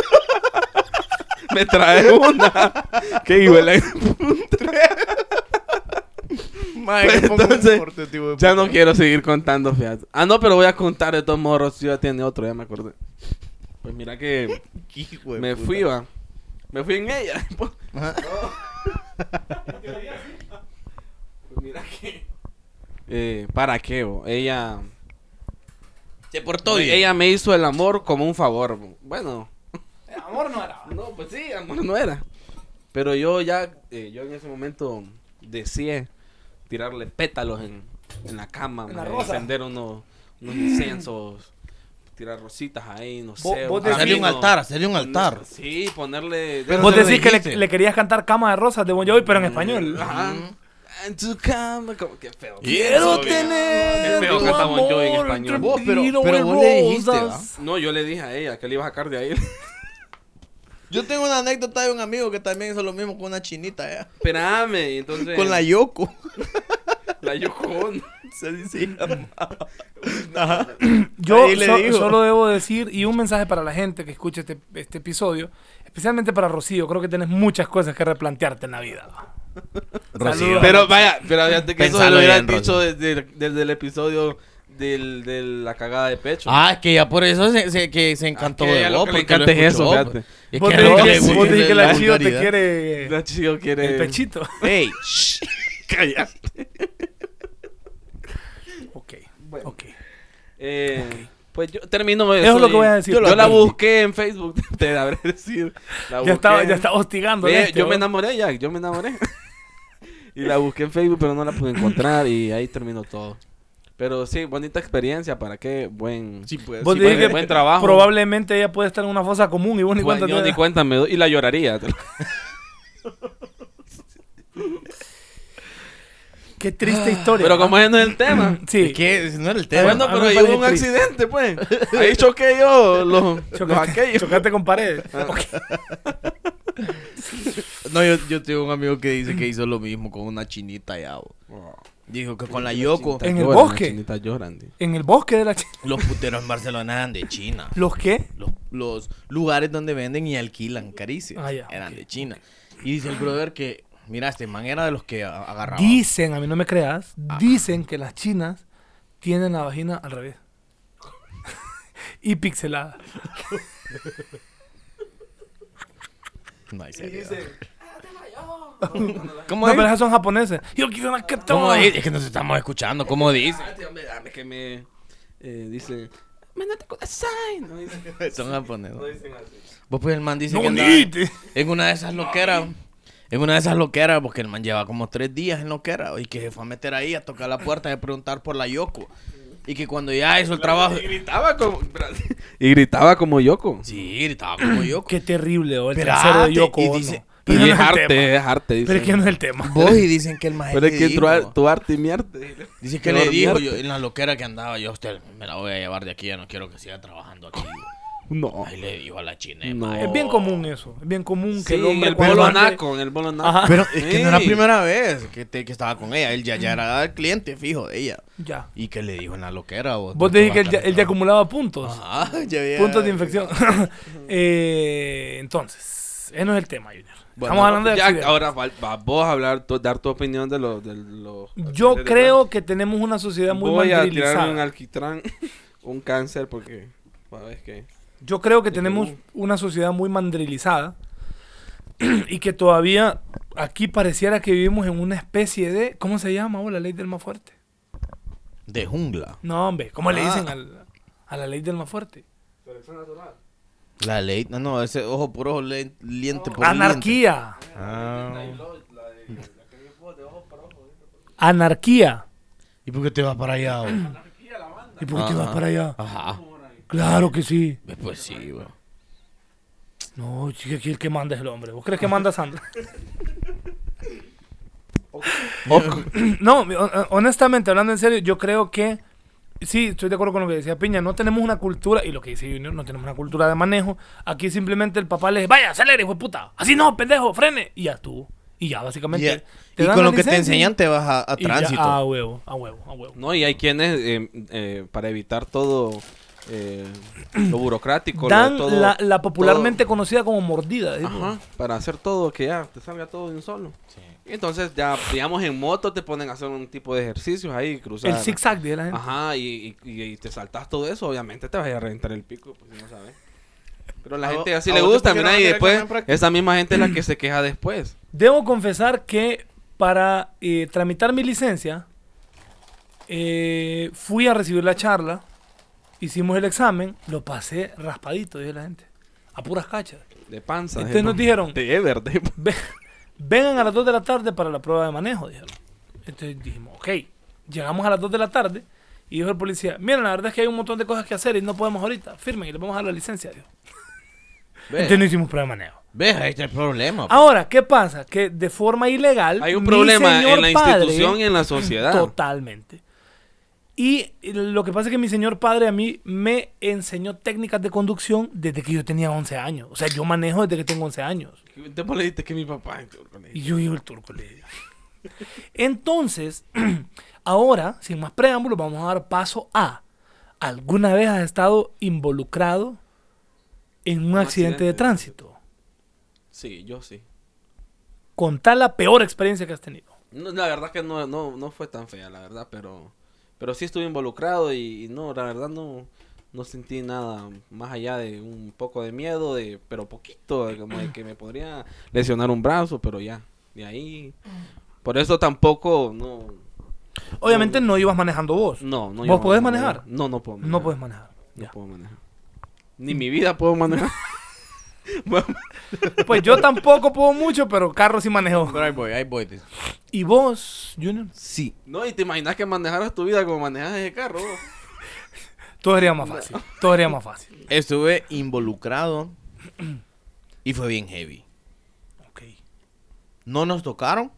Speaker 2: me trae una. Qué hijo de la-
Speaker 3: Madre,
Speaker 2: Pues
Speaker 3: que pongo un
Speaker 2: entonces,
Speaker 3: corte, tío, de
Speaker 2: Ya
Speaker 3: puta.
Speaker 2: no quiero seguir contando, fíjate. Ah, no, pero voy a contar de todos modos. Rocío ya tiene otro, ya me acordé. Pues mira que
Speaker 3: Hijo de
Speaker 2: me
Speaker 3: puta.
Speaker 2: fui, va. Me fui en ella. pues.
Speaker 3: Ajá.
Speaker 2: Pues mira que. Eh, ¿Para qué? bo? Ella.
Speaker 3: Se portó bien.
Speaker 2: Ella me hizo el amor como un favor. bo. Bueno,
Speaker 1: amor no era.
Speaker 2: no, pues sí, amor no era. Pero yo ya, eh, yo en ese momento deseé tirarle pétalos en, en la cama,
Speaker 1: En la
Speaker 2: ma,
Speaker 1: rosa.
Speaker 2: encender unos, unos incensos, tirar rositas ahí, no sé.
Speaker 1: vos
Speaker 2: un
Speaker 1: decís-
Speaker 3: Hacerle un
Speaker 2: camino.
Speaker 3: altar, hacerle un altar.
Speaker 2: Sí, ponerle.
Speaker 1: Vos
Speaker 3: Eso lo
Speaker 1: decís que le,
Speaker 3: dijiste.
Speaker 1: le querías cantar Cama de Rosas de Bon Jovi,
Speaker 2: Mm.
Speaker 1: pero en español.
Speaker 2: Ajá.
Speaker 1: Mm.
Speaker 2: En tu cama, como que feo.
Speaker 3: Quiero
Speaker 2: Qué feo
Speaker 1: tu
Speaker 2: canta Bon Jovi en
Speaker 1: amor
Speaker 2: español.
Speaker 1: entre
Speaker 3: Vos, pero-
Speaker 1: vino
Speaker 3: pero
Speaker 1: y
Speaker 3: vos le dijiste,
Speaker 1: rosas.
Speaker 2: No, yo le dije a ella que le iba a sacar de ahí.
Speaker 3: Yo tengo una anécdota de un amigo que también hizo lo mismo con una chinita, ¿eh?
Speaker 2: Espérame, y entonces.
Speaker 3: Con la Yoko.
Speaker 2: La Yocón.
Speaker 3: Se dice.
Speaker 1: Yo
Speaker 3: Ahí le
Speaker 1: so-
Speaker 3: digo.
Speaker 1: solo debo decir, y un mensaje para la gente que escuche este, este episodio, especialmente para Rocío, creo que tienes muchas cosas que replantearte en la vida. va. Saludos.
Speaker 2: Pero vaya, pero fíjate que eso
Speaker 3: Pensalo
Speaker 2: lo hubieran
Speaker 3: bien, Rosy.
Speaker 2: dicho desde, desde el episodio del, de la cagada de pecho.
Speaker 3: Ah, es que ya por eso se, se- que se encantó
Speaker 2: Ah, que
Speaker 3: de
Speaker 2: ya lo
Speaker 3: vos.
Speaker 2: que le
Speaker 3: porque lo
Speaker 1: este
Speaker 2: encanta es eso,
Speaker 3: escuchó,
Speaker 2: fíjate.
Speaker 3: pues. Y es ¿eh?
Speaker 1: Vos
Speaker 3: que
Speaker 1: te
Speaker 3: no
Speaker 1: dije
Speaker 3: le
Speaker 1: que- vos
Speaker 3: gusta
Speaker 1: te dije que la chido te
Speaker 3: vulgaridad.
Speaker 1: quiere Eh,
Speaker 2: La chica quiere.
Speaker 1: el pechito.
Speaker 3: Ey,
Speaker 6: Calla.
Speaker 1: Ok,
Speaker 2: Bueno.
Speaker 1: ok.
Speaker 2: Eh, Pues yo termino eso.
Speaker 1: Eso es lo
Speaker 2: y-
Speaker 1: que voy a decir.
Speaker 2: Yo,
Speaker 1: Yo lo
Speaker 2: la
Speaker 1: aprendí.
Speaker 2: busqué en Facebook, te la habré decir. La
Speaker 1: Ya estaba,
Speaker 2: busqué.
Speaker 1: ya estaba hostigando.
Speaker 2: Ve,
Speaker 1: al este,
Speaker 2: yo me
Speaker 1: vos.
Speaker 2: enamoré, Jack, yo me enamoré. y la busqué en Facebook, pero no la pude encontrar y ahí terminó todo. Pero sí, bonita experiencia, ¿para qué? Buen,
Speaker 3: Sí, pues.
Speaker 1: Vos
Speaker 2: sí,
Speaker 1: dijiste
Speaker 2: buen,
Speaker 1: que
Speaker 2: buen trabajo.
Speaker 1: Probablemente ella puede estar en una fosa común y vos ni
Speaker 2: Buen-
Speaker 1: cuenta
Speaker 2: yo
Speaker 1: te
Speaker 2: ni
Speaker 1: das.
Speaker 2: cuenta me doy- y la lloraría.
Speaker 1: Qué
Speaker 3: Ah.
Speaker 1: triste historia.
Speaker 2: Pero
Speaker 1: ¿va?
Speaker 2: como ese no es el tema.
Speaker 1: Sí.
Speaker 3: ¿Qué? Ese No era el tema.
Speaker 2: Bueno,
Speaker 1: a mí
Speaker 2: pero
Speaker 1: me
Speaker 2: ahí hubo
Speaker 1: parece
Speaker 2: un
Speaker 1: triste.
Speaker 2: accidente, pues. Ahí choqué yo los, los
Speaker 1: Chocaste,
Speaker 2: aquellos.
Speaker 1: chocaste con paredes.
Speaker 3: Ah.
Speaker 1: Ok.
Speaker 3: No, yo, yo tengo un amigo que dice que hizo lo mismo con una chinita ya. bo. Dijo que con la Yoko.
Speaker 1: En el
Speaker 2: Lloran,
Speaker 1: bosque.
Speaker 2: las chinitas lloran, tío.
Speaker 1: En el bosque de la chi-
Speaker 3: Los puteros en Barcelona eran de China.
Speaker 1: ¿Los qué?
Speaker 3: Los, los lugares donde venden y alquilan caricias
Speaker 1: Ah, ya,
Speaker 3: eran de China. Y dice el brother que, mira, este man era de los que a- agarraba.
Speaker 1: Dicen, a mí no me creas, dicen que las chinas tienen la vagina al revés. y pixelada.
Speaker 3: No hay serio.
Speaker 1: ¿Cómo no, pero esas son japoneses. Yo quiero una que
Speaker 3: ¿Cómo
Speaker 1: toma.
Speaker 3: dice? Es que nos estamos escuchando. ¿Cómo dice?
Speaker 2: Ah, tío, me- dame que me eh, dice. Mandate con sign. No dicen,
Speaker 3: Son japoneses.
Speaker 2: no dicen así.
Speaker 3: Vos pues el man dice
Speaker 1: No,
Speaker 3: que andaba
Speaker 1: nite.
Speaker 3: en una de esas loqueras. En una de esas loqueras, porque el man lleva como tres días en loquera. Y que se fue a meter ahí a tocar la puerta y a preguntar por la Yoko. Y que cuando ya hizo el trabajo.
Speaker 2: Y gritaba como. Y gritaba como Yoko.
Speaker 3: Sí, estaba como Yoko.
Speaker 1: Qué terrible, oh, el
Speaker 3: Espérate,
Speaker 1: trasero de Yoko
Speaker 3: y
Speaker 1: Ono.
Speaker 3: dice-
Speaker 2: Y
Speaker 1: Pero no
Speaker 2: es
Speaker 1: el tema.
Speaker 2: arte, es arte.
Speaker 1: Pero es
Speaker 2: dicen.
Speaker 1: que no es el tema.
Speaker 3: Vos y dicen que el man
Speaker 2: Pero es que tu, ar-
Speaker 3: dijo,
Speaker 2: tu arte y mi arte.
Speaker 3: Dice que
Speaker 2: Qué
Speaker 3: le dijo
Speaker 2: dormiarte.
Speaker 3: yo, en la loquera que andaba yo, usted me la voy a llevar de aquí, ya no quiero que siga trabajando aquí.
Speaker 2: No.
Speaker 3: Ahí le dijo a la
Speaker 2: No.
Speaker 3: chinema.
Speaker 1: Es bien común eso. Es bien común que
Speaker 2: Sí,
Speaker 1: el
Speaker 2: en
Speaker 1: hombre
Speaker 2: el
Speaker 1: cuando
Speaker 2: bolo
Speaker 1: ande-
Speaker 2: naco, en el bolo naco.
Speaker 1: Ajá.
Speaker 3: Pero es que no era la
Speaker 2: Sí.
Speaker 3: primera vez que, te- que estaba con ella, él ya, ya era el cliente fijo de ella.
Speaker 1: Ya.
Speaker 3: Y que le dijo en la loquera. Vos,
Speaker 1: Vos
Speaker 3: te
Speaker 1: te dije que
Speaker 3: vas
Speaker 1: él
Speaker 3: a
Speaker 1: ya, él ya
Speaker 3: calentar.
Speaker 1: acumulaba puntos.
Speaker 3: Ah, ya había-
Speaker 1: Puntos de infección. Eh, entonces, ese no es el tema, Junior.
Speaker 3: Bueno,
Speaker 1: Estamos hablando de
Speaker 2: Jack,
Speaker 1: accidentes.
Speaker 2: ahora val- va- vos a hablar, tu- dar tu opinión de los. De los
Speaker 1: Yo
Speaker 2: de- de-
Speaker 1: creo que tenemos una sociedad muy
Speaker 2: Voy a tirarme un
Speaker 1: mandrilizada.
Speaker 2: alquitrán, un cáncer, porque. ¿Sabes qué?
Speaker 1: Yo creo que tenemos una sociedad muy mandrilizada y que todavía aquí pareciera que vivimos en una especie de ¿cómo se llama? Oh, la ley del más fuerte.
Speaker 3: De jungla.
Speaker 1: No, hombre, ¿cómo le
Speaker 3: Ah.
Speaker 1: dicen al- a la ley del más fuerte?
Speaker 3: La ley. No, no, ese ojo por ojo, le- liente por liente.
Speaker 1: Anarquía.
Speaker 3: Ah.
Speaker 1: Anarquía.
Speaker 3: ¿Y por qué te vas para allá? vos?
Speaker 1: ¿Y por qué
Speaker 2: Ah.
Speaker 1: te vas
Speaker 3: Ajá.
Speaker 1: para allá?
Speaker 3: Ajá.
Speaker 1: Claro que sí.
Speaker 3: Pues sí, güey.
Speaker 1: No, chica, aquí el que manda es el hombre. ¿Vos crees que manda Sandra? no, hon- honestamente, hablando en serio, yo creo que sí, estoy de acuerdo con lo que decía Piña. No tenemos una cultura, y lo que dice Junior, no tenemos una cultura de manejo. Aquí simplemente el papá le dice, vaya, acelere, hijo de puta. Así no, pendejo, frene. Y ya estuvo. Y ya, básicamente.
Speaker 3: Y, eh,
Speaker 1: te
Speaker 3: y
Speaker 1: dan
Speaker 3: con
Speaker 1: la
Speaker 3: lo que te
Speaker 1: licencia
Speaker 3: enseñan te vas a, a
Speaker 1: y ya, ah,
Speaker 3: tránsito.
Speaker 1: a huevo, a huevo, a huevo.
Speaker 2: No, y hay quienes, eh, eh, para evitar todo eh, lo burocrático, lo-
Speaker 1: Dan
Speaker 2: todo-
Speaker 1: la, la popularmente
Speaker 2: todo-
Speaker 1: conocida como mordida. ¿sí?
Speaker 2: Ajá, para hacer todo, que ya te salga todo de un solo. Y entonces, ya, digamos, en moto te ponen a hacer un tipo de ejercicios ahí, cruzar.
Speaker 1: El zigzag de la gente.
Speaker 2: Ajá, y, y- y- y te saltas todo eso, obviamente te vas a reventar el pico, pues si no sabes. Pero la
Speaker 3: A
Speaker 2: gente
Speaker 3: vo-
Speaker 2: así
Speaker 3: a
Speaker 2: le
Speaker 3: vos te
Speaker 2: gusta,
Speaker 3: pusieron
Speaker 2: mira,
Speaker 3: a
Speaker 2: y
Speaker 3: hacer
Speaker 2: después
Speaker 3: examen práctico.
Speaker 2: esa misma gente es la que se queja después.
Speaker 1: Debo confesar que para eh, tramitar mi licencia, eh, fui a recibir la charla, hicimos el examen, lo pasé raspadito, dijo la gente, a puras cachas.
Speaker 2: De panza.
Speaker 1: Entonces nos
Speaker 2: ¿no?
Speaker 1: dijeron-
Speaker 2: De Ever, de-
Speaker 1: Ve- vengan a las 2 de la tarde para la prueba de manejo, dijeron. Entonces dijimos, ok, llegamos a las 2 de la tarde y dijo el policía, miren, la verdad es que hay un montón de cosas que hacer y no podemos ahorita, firmen y les vamos a dar la licencia, dijo. Entonces este no Ah, hicimos prueba de manejo.
Speaker 3: ¿Ves? Ahí está el problema. pues. po.
Speaker 1: Ahora, ¿qué pasa? Que de forma ilegal.
Speaker 2: pues. Hay un
Speaker 1: mi
Speaker 2: problema
Speaker 1: señor
Speaker 2: en la
Speaker 1: padre-
Speaker 2: institución y en la sociedad.
Speaker 1: Totalmente. Y lo que pasa es que mi señor padre a mí me enseñó técnicas de conducción desde que yo tenía 11 años. O sea, yo manejo desde que tengo 11 años.
Speaker 2: Te le dijiste que mi papá. con
Speaker 1: Y
Speaker 2: él.
Speaker 1: yo iba el turco le digo. Entonces, ahora, sin más preámbulos, vamos a dar paso a. ¿Alguna vez has estado involucrado en un, accidente,
Speaker 2: accidente
Speaker 1: de
Speaker 2: de
Speaker 1: tránsito?
Speaker 2: Sí, yo sí.
Speaker 1: Contá la peor experiencia que has tenido.
Speaker 2: No, la verdad que no, no, no fue tan fea, la verdad, pero, pero sí estuve involucrado y, y no, la verdad no, no sentí nada más allá de un poco de miedo, de, pero poquito, de como de que me podría lesionar un brazo, pero ya, de ahí. Por eso tampoco, no,
Speaker 1: Obviamente no ibas manejando vos.
Speaker 2: no, no.
Speaker 1: ¿Vos
Speaker 2: yo no
Speaker 1: podés
Speaker 2: manejo.
Speaker 1: manejar?
Speaker 2: No, no puedo manejar.
Speaker 1: No puedes manejar.
Speaker 2: No
Speaker 1: Ya.
Speaker 2: puedo manejar. Ni mi vida puedo manejar. Bueno,
Speaker 1: Pues yo tampoco puedo mucho, pero carro sí manejo.
Speaker 3: Pero ahí voy, ahí voy. dice.
Speaker 1: ¿Y vos, Junior?
Speaker 2: sí. No, y te imaginas que manejaras tu vida como manejas ese carro. vos?
Speaker 1: Todo sería más fácil. Todo sería más fácil.
Speaker 3: Estuve involucrado y fue bien heavy.
Speaker 1: Ok.
Speaker 3: No nos tocaron.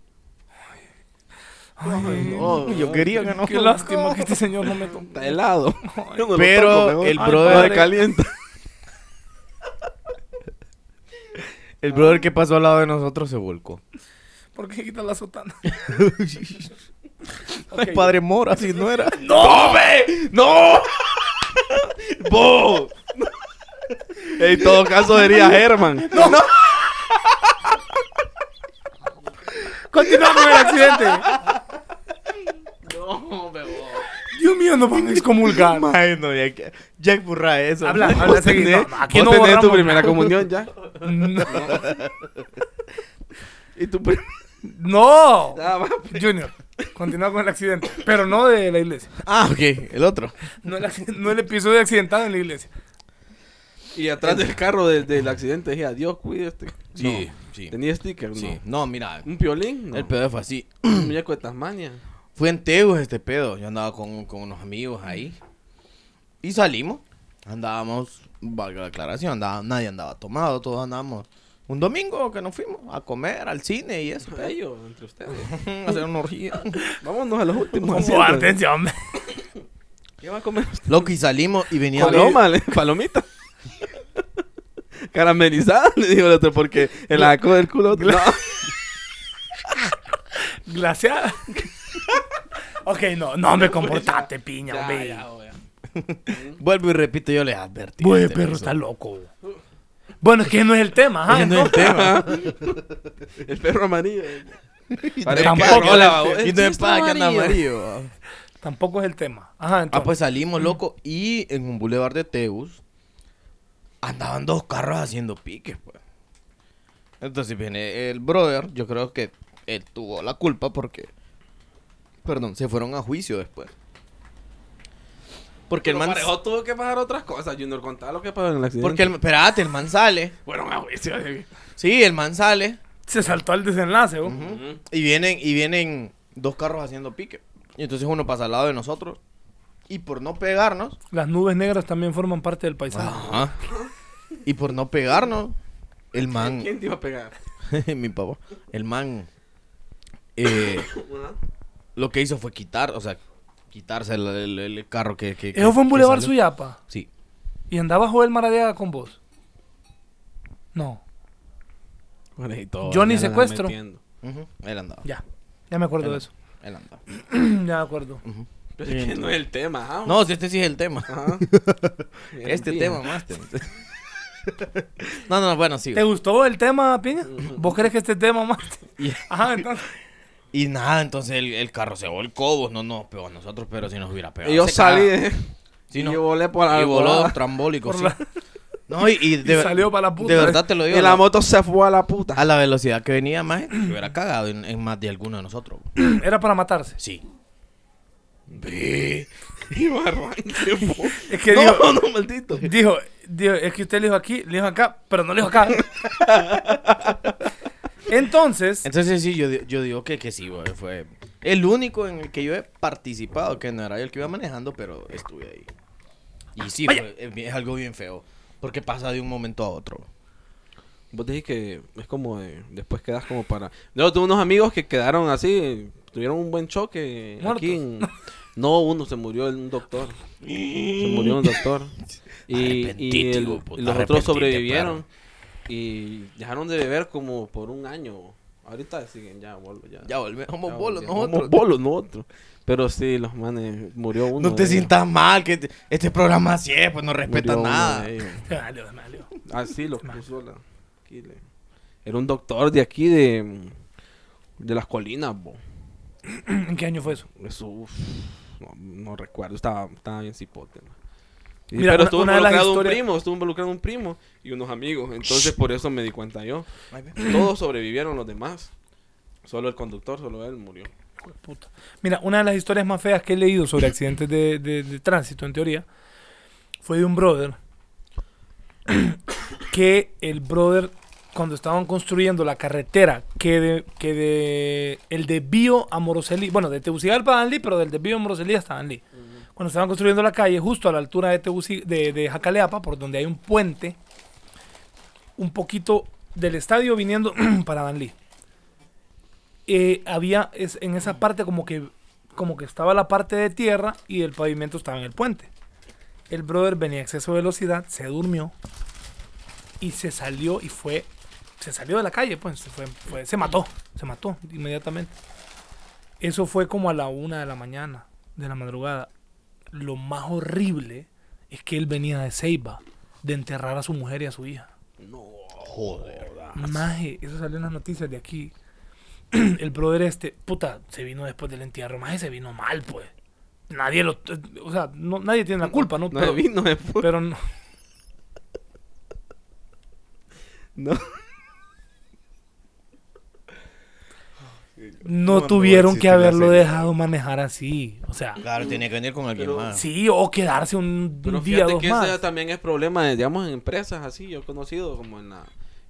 Speaker 6: Yo quería que no.
Speaker 1: Qué lástima que este señor no me tocó.
Speaker 2: Está helado. Yo no lo
Speaker 3: Pero
Speaker 1: eh,
Speaker 2: toco, mejor.
Speaker 3: el
Speaker 2: Ay,
Speaker 3: brother-
Speaker 2: padre, calienta.
Speaker 3: El brother que pasó al lado de nosotros se volcó.
Speaker 1: ¿Por qué quitas la sotana?
Speaker 3: Ay, padre Mora, si no era.
Speaker 2: ¡No, ve! ¡No!
Speaker 6: ¡Bo!
Speaker 2: En todo caso sería Herman. No, no.
Speaker 1: Continuamos el accidente. Dios mío, nos van a excomulgar.
Speaker 6: Ay, no, Jack, Jack burra eso.
Speaker 1: Habla, habla seguido. Aquí no
Speaker 2: tenés tu
Speaker 1: borramos
Speaker 2: primera comunión ya.
Speaker 1: nada.
Speaker 2: Y tu primera.
Speaker 1: No.
Speaker 2: Nada más.
Speaker 1: Junior, continúa con el accidente. Pero no de la iglesia.
Speaker 3: Ah, ok, el otro.
Speaker 1: No el, acc- no el episodio accidentado en la iglesia.
Speaker 2: Y atrás del carro del, del accidente dije, adiós, cuídate.
Speaker 3: Sí, sí.
Speaker 2: Tenía sticker, ¿no?
Speaker 3: Sí. No, mira,
Speaker 2: ¿Un violín? No.
Speaker 3: el pedo fue así.
Speaker 2: Un muñeco de Tasmania.
Speaker 3: Fue en Teus este pedo. Yo andaba con, con unos amigos ahí. Y salimos. Andábamos, valga la aclaración, andaba- nadie andaba tomado, todos andábamos. Un domingo que nos fuimos a comer, al cine y eso.
Speaker 2: Ellos, entre ustedes.
Speaker 3: a hacer una orgía.
Speaker 2: Vámonos a los últimos.
Speaker 1: Con
Speaker 2: asientos.
Speaker 1: atención, hombre.
Speaker 2: ¿Qué va a comer usted?
Speaker 3: Loco, y salimos y venía
Speaker 2: Paloma, le- palomita. Caramelizada, le dijo el otro, porque el saco del culo. No.
Speaker 1: Glaciada. ok, no, no, hombre, comportate, piña, hombre.
Speaker 3: Vuelvo y repito, yo les advertí.
Speaker 1: Güey,
Speaker 3: este
Speaker 1: perro,
Speaker 3: piso.
Speaker 1: está loco. Bueno, es que no es el tema,
Speaker 2: Ah,
Speaker 1: ajá,
Speaker 3: Ese no es
Speaker 1: ¿no?
Speaker 3: el tema.
Speaker 2: El perro amarillo. eh. Parece
Speaker 1: Tampoco
Speaker 2: que- hola,
Speaker 1: el-
Speaker 2: vos-
Speaker 3: y no es
Speaker 2: chiste
Speaker 3: para que anda amarillo. ah.
Speaker 1: Tampoco es el tema. Ajá, entonces.
Speaker 3: Ah, pues salimos, loco, y en un bulevar de Teus andaban dos carros haciendo piques, pues. Entonces viene el brother, yo creo que él tuvo la culpa porque, perdón, se fueron a juicio después. Porque
Speaker 2: Pero
Speaker 3: el man,
Speaker 2: parejo tuvo que pasar otras cosas. Junior, contá lo que pasó en el accidente.
Speaker 3: porque el, espérate, el man sale,
Speaker 2: fueron a juicio. de-
Speaker 3: sí, el man sale,
Speaker 1: eh. Se saltó al desenlace, ¿o?
Speaker 2: Ujú.
Speaker 3: y vienen, y vienen dos carros haciendo pique. Y entonces uno pasa al lado de nosotros, y por no pegarnos,
Speaker 1: Las nubes negras también forman parte del paisaje.
Speaker 3: Ajá. Y por no pegarnos, el man,
Speaker 2: ¿Quién te iba a pegar?
Speaker 3: mi papá, el man, eh, lo que hizo fue quitar, o sea, quitarse el, el- el carro que. que
Speaker 1: Eso
Speaker 3: que-
Speaker 1: fue en
Speaker 3: que
Speaker 1: Boulevard
Speaker 3: salió.
Speaker 1: Suyapa.
Speaker 3: Sí.
Speaker 1: Y andaba Joel Maradiaga con vos. No, Johnny secuestro.
Speaker 3: Ujú, Él andaba.
Speaker 1: ya. Ya me acuerdo de eso.
Speaker 3: Él andaba.
Speaker 1: ya me acuerdo.
Speaker 2: Pero es que no Ah, es el tema. ah, ajá.
Speaker 3: No, si este sí es el tema.
Speaker 2: Ajá.
Speaker 3: Este
Speaker 2: Bien,
Speaker 3: tema, más. no, no, no, bueno, sí.
Speaker 1: ¿Te gustó el tema, Piña? ¿Vos crees que este tema más?
Speaker 3: Y-
Speaker 1: Ajá, entonces.
Speaker 3: Y nada, entonces el, el carro se volcó, vos no nos pegó a nosotros, pero si nos hubiera pegado.
Speaker 2: Y yo
Speaker 3: se caga.
Speaker 2: salí de...
Speaker 3: Sí,
Speaker 2: y
Speaker 3: no.
Speaker 2: yo volé por la
Speaker 3: Y voló
Speaker 2: alborada.
Speaker 3: trambólico,
Speaker 1: Por
Speaker 3: sí.
Speaker 1: la-
Speaker 3: No, y, y de,
Speaker 1: Y salió pa' la puta.
Speaker 3: De verdad te lo digo.
Speaker 2: Y la
Speaker 3: la-
Speaker 2: moto se fue a la puta.
Speaker 3: A la velocidad que venía, más hubiera cagado en, en más de alguno de nosotros. bro.
Speaker 1: Era para matarse.
Speaker 3: Sí.
Speaker 2: Y me arranqué, po.
Speaker 1: Es que dijo,
Speaker 2: No, no, maldito.
Speaker 1: dijo, dijo, es que usted le dijo aquí, le dijo acá, pero no le dijo acá. Entonces,
Speaker 3: Entonces sí, yo, di- yo digo que, que sí, bro, fue el único en el que yo he participado, que no era yo el que iba manejando, pero estuve ahí. Y sí, fue- es, bien- es algo bien feo, porque pasa de un momento a otro.
Speaker 2: Vos dijiste que es como de- después quedas como para. Luego tuve unos amigos que quedaron así, tuvieron un buen choque
Speaker 1: Muertos.
Speaker 2: aquí en, No, uno se murió un doctor. Se murió un doctor. Y, y,
Speaker 3: Arrepentite,
Speaker 2: el-
Speaker 3: hijo de puta,
Speaker 2: y los otros
Speaker 3: arrepentite,
Speaker 2: sobrevivieron. Y dejaron de beber como por un año. Ahorita siguen ya, bolo, ya.
Speaker 5: Ya volvemos
Speaker 2: Ya,
Speaker 5: bolos
Speaker 2: ya.
Speaker 5: nosotros.
Speaker 2: Somos bolos nosotros. Pero sí, los manes, murió uno.
Speaker 3: No te
Speaker 2: de ellos.
Speaker 3: sientas mal, que te- este programa así es, pues no respeta
Speaker 2: Murió uno
Speaker 3: nada.
Speaker 2: de ellos.
Speaker 1: Te valió, te valió.
Speaker 2: Ah, sí, lo puso la... aquí le- Era un doctor de aquí, de... De las colinas, bo.
Speaker 1: ¿En qué año fue eso?
Speaker 2: Eso, uf, no, no recuerdo, estaba, estaba bien cipote. ¿no? Y-
Speaker 1: Mira,
Speaker 2: pero
Speaker 1: una-
Speaker 2: estuvo
Speaker 1: una de las
Speaker 2: involucrado un
Speaker 1: historias-
Speaker 2: primo, estuvo involucrado un primo y unos amigos. Entonces, por eso me di cuenta yo. Todos sobrevivieron los demás. Solo el conductor, solo él murió.
Speaker 1: Hijo de puta. Mira, una de las historias más feas que he leído sobre accidentes de, de- de tránsito, en teoría, fue de un brother que el brother, cuando estaban construyendo la carretera que de, que de el desvío a Moroselí, bueno, de Tegucigalpa a Danlí, pero del desvío a Moroselí hasta Danlí, cuando estaban construyendo la calle justo a la altura de, Teguci- de, de Jacaleapa, por donde hay un puente, un poquito del estadio viniendo para Danlí eh, había es- en esa parte como que como que estaba la parte de tierra y el pavimento estaba en el puente. El brother venía a exceso de velocidad, se durmió y se salió y fue se salió de la calle, pues se fue, fue- se mató, se mató inmediatamente. Eso fue como a la una de la mañana, de la madrugada. Lo más horrible es que él venía de Ceiba, de enterrar a su mujer y a su hija. No, joder. Maje, eso salió en las noticias de aquí el brother este, puta, se vino después del entierro, más se vino mal, pues. Nadie lo, o sea, no, nadie tiene la culpa, ¿no?
Speaker 2: No
Speaker 1: pero,
Speaker 2: vino después.
Speaker 1: pero no.
Speaker 2: No.
Speaker 1: No
Speaker 3: no
Speaker 1: tuvieron
Speaker 3: existe
Speaker 1: que
Speaker 3: la
Speaker 1: haberlo
Speaker 3: serie.
Speaker 1: dejado manejar así, o sea,
Speaker 3: Claro, tenía que venir con alguien
Speaker 2: Pero-
Speaker 3: más.
Speaker 1: sí, o quedarse un
Speaker 2: Pero
Speaker 1: día
Speaker 2: fíjate
Speaker 1: dos
Speaker 2: que
Speaker 1: más.
Speaker 2: ese también es problema, de, digamos, en empresas así. Yo he conocido como en la-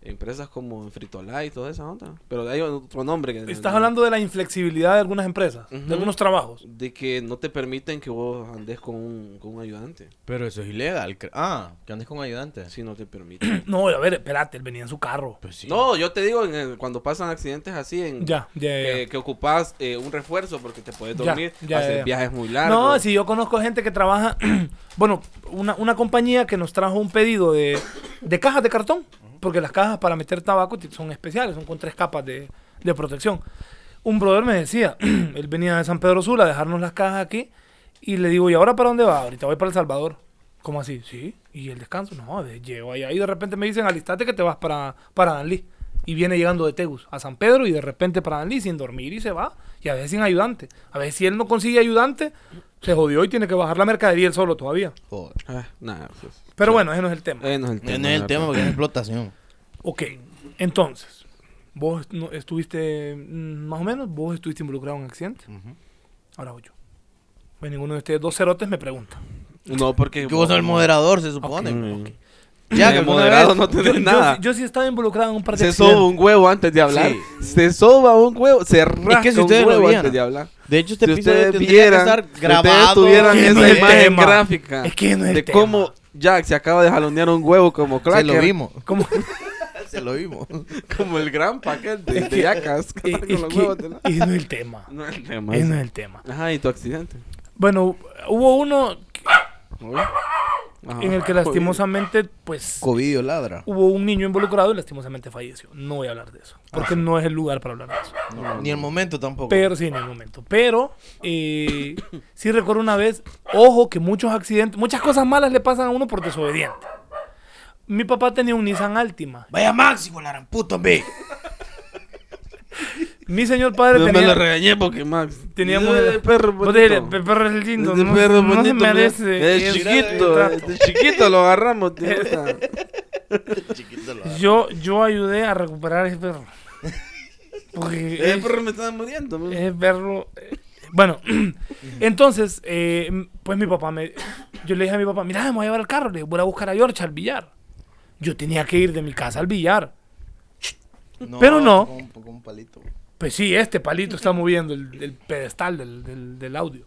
Speaker 2: empresas como en Fritola y toda esa onda. Pero hay otro nombre. Que
Speaker 1: Estás hablando de la inflexibilidad de algunas empresas,
Speaker 2: Ujú.
Speaker 1: de algunos trabajos.
Speaker 2: de que no te permiten que vos andes con un, con un ayudante.
Speaker 3: Pero eso es ilegal. cre- Ah, que andes con ayudante.
Speaker 2: Si no te permiten.
Speaker 1: No, a ver, espérate, él venía en su carro.
Speaker 3: Pues sí.
Speaker 2: No, yo te digo, en el- cuando pasan accidentes así, en
Speaker 1: Ya, ya, ya,
Speaker 2: que, que ocupas eh, un refuerzo porque te puedes
Speaker 1: Ya,
Speaker 2: dormir,
Speaker 1: ya,
Speaker 2: hacer
Speaker 1: ya, ya.
Speaker 2: viajes muy largos.
Speaker 1: No, si yo conozco gente que trabaja, bueno, una, una compañía que nos trajo un pedido de, de cajas de cartón, porque las cajas para meter tabaco ti- son especiales, son con tres capas de, de protección. Un brother me decía, él venía de San Pedro Sula a dejarnos las cajas aquí, y le digo, ¿y ahora para dónde va? Ahorita voy para El Salvador. ¿Cómo así? Sí, y el descanso, no, de- llego allá y de repente me dicen, alistate que te vas para, para Danlí. Y viene llegando de Tegus a San Pedro y de repente para Danlí sin dormir y se va. Y a veces sin ayudante. A veces si él no consigue ayudante, se jodió y tiene que bajar la mercadería él solo todavía.
Speaker 3: Joder.
Speaker 2: Ah, nada, pues,
Speaker 1: Pero bueno, ese no es el tema.
Speaker 2: eh, no es el
Speaker 3: No
Speaker 2: tema.
Speaker 3: es el
Speaker 2: la
Speaker 3: tema
Speaker 2: verdad.
Speaker 3: porque es explotación.
Speaker 1: Ok, entonces, vos no- estuviste, mm, más o menos, vos estuviste involucrado en un accidente. Ahora voy yo. Pues ninguno de ustedes dos cerotes me pregunta.
Speaker 2: No, porque...
Speaker 3: Que vos sos el moderador, se supone.
Speaker 2: Mm.
Speaker 3: Ya,
Speaker 2: De
Speaker 3: que alguna
Speaker 2: moderado
Speaker 3: vez-
Speaker 2: no
Speaker 1: Yo,
Speaker 2: tenés
Speaker 1: yo
Speaker 2: nada.
Speaker 1: sí- yo sí estaba involucrado en un par de
Speaker 2: se
Speaker 1: accidentes.
Speaker 2: soba un huevo antes de hablar. Se soba un huevo. Se rasca
Speaker 3: si
Speaker 2: un
Speaker 3: ustedes lo
Speaker 2: huevo
Speaker 3: vieran,
Speaker 2: antes de hablar.
Speaker 3: De hecho, este
Speaker 2: si
Speaker 3: episodio
Speaker 2: ustedes
Speaker 3: tendría
Speaker 2: vieran,
Speaker 3: que estar
Speaker 2: si ustedes
Speaker 3: grabado.
Speaker 2: tuvieran
Speaker 1: Es que
Speaker 2: esa
Speaker 1: no es el
Speaker 2: imagen
Speaker 1: tema.
Speaker 2: gráfica
Speaker 1: Es que no es el
Speaker 2: de
Speaker 1: tema.
Speaker 2: cómo Jack se acaba de jalonear un huevo como
Speaker 3: Se
Speaker 2: cracker,
Speaker 3: lo vimos.
Speaker 1: ¿Cómo?
Speaker 3: Se lo vimos.
Speaker 2: como el gran paquete de, de Jackass, que
Speaker 1: Eh,
Speaker 2: está con
Speaker 1: es
Speaker 2: los
Speaker 1: que
Speaker 2: huevos de la-
Speaker 1: ese no es el tema.
Speaker 2: No es el tema.
Speaker 1: Ese no es
Speaker 2: ese.
Speaker 1: el tema.
Speaker 2: Ajá, y tu accidente.
Speaker 1: Bueno, hubo uno que-
Speaker 2: Uy. Ajá.
Speaker 1: en el que lastimosamente, pues,
Speaker 3: Covidio ladra.
Speaker 1: hubo un niño involucrado y lastimosamente falleció. No voy a hablar de eso,
Speaker 2: Ah.
Speaker 1: porque no es el lugar para hablar de eso.
Speaker 3: Ni el momento tampoco.
Speaker 1: Pero sí, en el momento. Pero eh, sí recuerdo una vez, ojo que muchos accidentes, muchas cosas malas le pasan a uno por desobediente. Mi papá tenía un Nissan Altima.
Speaker 3: Vaya Máximo, la gran puta, hombre.
Speaker 1: Mi señor padre
Speaker 2: No me
Speaker 1: tenía...
Speaker 2: lo regañé porque Max.
Speaker 1: Teníamos
Speaker 2: Eh, perro
Speaker 1: Vos te dirás,
Speaker 2: bonito.
Speaker 1: "Pe- perro es lindo,
Speaker 2: Ese
Speaker 1: no,
Speaker 2: perro
Speaker 1: no se
Speaker 2: bonito, mira.
Speaker 1: merece.
Speaker 2: Es
Speaker 1: ese
Speaker 2: chiquito, eh,
Speaker 1: trato".
Speaker 2: es chiquito lo agarramos. te gusta.
Speaker 1: Yo, yo ayudé a recuperar ese perro. Porque
Speaker 2: Eh,
Speaker 1: ese perro,
Speaker 2: perro me estaba muriendo. mira.
Speaker 1: eh, bueno, entonces, eh, m- pues mi papá me. Yo le dije a mi papá: Mira, me voy a llevar el carro, le digo, voy a buscar a George al billar. Yo tenía que ir de mi casa al billar. Pero no.
Speaker 3: Con, con un palito.
Speaker 1: Pues sí, este palito está moviendo el, el pedestal del, del- del audio.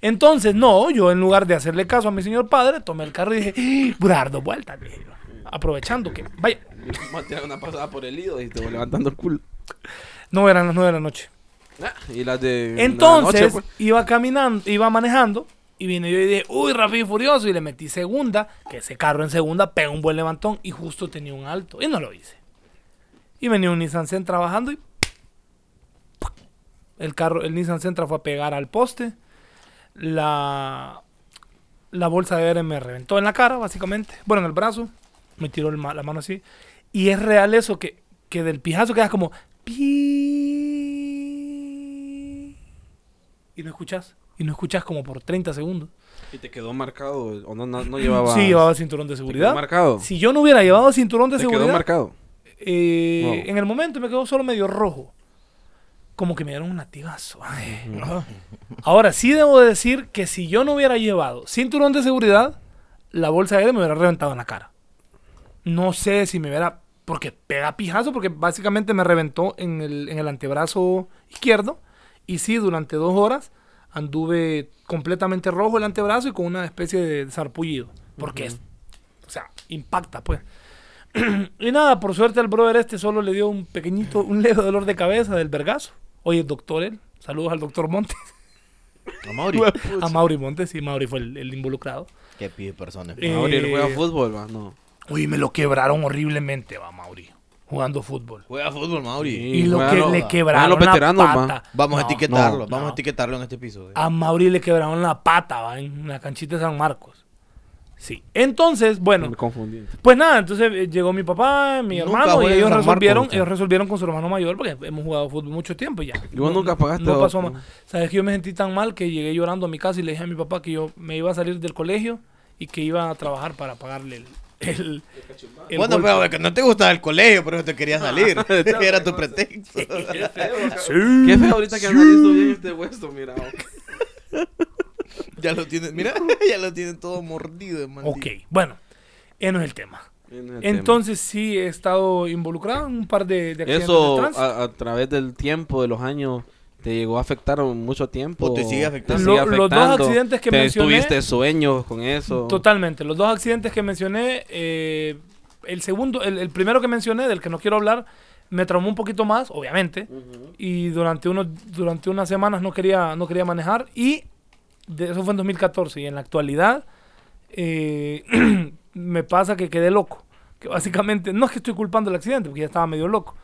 Speaker 1: Entonces, no, yo en lugar de hacerle caso a mi señor padre, tomé el carro y dije, "¡Ah, voy a dar dos vueltas, le digo, Aprovechando que, vaya,
Speaker 2: Vamos a tirar una pasada por el ido y te voy levantando el culo.
Speaker 1: no eran las nueve de la noche.
Speaker 2: Ah, Y las de. la
Speaker 1: Entonces,
Speaker 2: noche, pues.
Speaker 1: iba caminando, iba manejando y vine yo y dije, uy, rápido y furioso. Y le metí segunda, que ese carro en segunda pega un buen levantón y justo tenía un alto. Y no lo hice. Y venía un Nissan Sentra trabajando y. ¡pac! El carro, el Nissan Sentra fue a pegar al poste. La. La bolsa de aire me reventó en la cara, básicamente. Bueno, en el brazo. Me tiró el ma- la mano así. Y es real eso que, que del pijazo quedas como. "Pi". Y no escuchas. Y no escuchas como por 30 segundos.
Speaker 2: Y te quedó marcado, o no, no, no llevaba.
Speaker 1: Sí, llevaba cinturón de seguridad.
Speaker 2: marcado.
Speaker 1: Si yo no hubiera llevado cinturón de
Speaker 2: Te
Speaker 1: seguridad.
Speaker 2: quedó marcado.
Speaker 1: Eh,
Speaker 2: Wow.
Speaker 1: En el momento me quedó solo medio rojo. Como que me dieron un latigazo. Ay. Ahora sí debo decir que si yo no hubiera llevado cinturón de seguridad, la bolsa de aire me hubiera reventado en la cara. No sé si me hubiera... Porque pega pijazo, porque básicamente me reventó en el, en el antebrazo izquierdo. Y sí, durante dos horas anduve completamente rojo el antebrazo y con una especie de sarpullido. Porque, es- o sea, impacta, pues. Y nada, por suerte al brother este solo le dio un pequeñito, un leve dolor de cabeza del vergazo. Oye, doctor él. Saludos al doctor Montes.
Speaker 5: A Mauri.
Speaker 1: A Mauri Montes, sí, Mauri fue el, el involucrado.
Speaker 5: Qué pide persona.
Speaker 1: Eh,
Speaker 2: Ahora él juega fútbol, va, no.
Speaker 1: Oye, me lo quebraron horriblemente, va Mauri, jugando fútbol.
Speaker 5: Juega fútbol, Mauri.
Speaker 1: Y, lo
Speaker 2: juegan
Speaker 1: que
Speaker 2: los-
Speaker 1: le
Speaker 2: juegan
Speaker 1: quebraron
Speaker 2: los veteranos,
Speaker 1: la
Speaker 2: va.
Speaker 1: pata.
Speaker 5: Vamos a
Speaker 1: No,
Speaker 5: etiquetarlo,
Speaker 1: no,
Speaker 5: vamos
Speaker 1: no.
Speaker 5: a etiquetarlo en este episodio.
Speaker 1: A Mauri le quebraron la pata, va, en la canchita de San Marcos. Sí. Entonces, bueno,
Speaker 2: Me confundí.
Speaker 1: Pues nada, entonces eh, llegó mi papá, mi
Speaker 5: Nunca
Speaker 1: hermano, y
Speaker 5: juegues
Speaker 1: ellos
Speaker 5: San Marcos,
Speaker 1: resolvieron,
Speaker 5: muchacho.
Speaker 1: ellos resolvieron con su hermano mayor, porque hemos jugado fútbol mucho tiempo y ya.
Speaker 2: Y vos nunca pagaste
Speaker 1: No
Speaker 2: vos,
Speaker 1: pasó
Speaker 2: ¿no?
Speaker 1: más. Sabes que yo me sentí tan mal que llegué llorando a mi casa y le dije a mi papá que yo me iba a salir del colegio y que iba a trabajar para pagarle el. el- el
Speaker 5: bueno,
Speaker 1: golpe.
Speaker 5: pero que no te gustaba el colegio, pero te quería salir. Era tu pretexto.
Speaker 2: Qué feo ahorita que analizo bien este hueso, mira.
Speaker 5: ya lo tienes, mira, ya lo tienen todo mordido, hermano.
Speaker 1: Ok, bueno, ese no es el tema.
Speaker 2: Entonces.
Speaker 1: Entonces sí he estado involucrado en un par de, de accidentes de
Speaker 2: Eso
Speaker 5: ah,
Speaker 1: tránsito.
Speaker 2: a, a través del tiempo, de los años, te llegó a afectar mucho tiempo.
Speaker 5: O te sigue afectando.
Speaker 2: Te sigue
Speaker 1: Lo- los dos
Speaker 2: afectando.
Speaker 1: accidentes que
Speaker 2: Te-
Speaker 1: mencioné-
Speaker 2: Tuviste sueños con eso.
Speaker 1: Totalmente. Los dos accidentes que mencioné, eh, el segundo, el, el primero que mencioné, del que no quiero hablar, me traumó un poquito más, obviamente. Y durante, unos, durante unas semanas no quería, no quería manejar. Y de, eso fue en 2014. Y en la actualidad eh, me pasa que quedé loco. Que básicamente, no es que estoy culpando el accidente, porque ya estaba medio loco.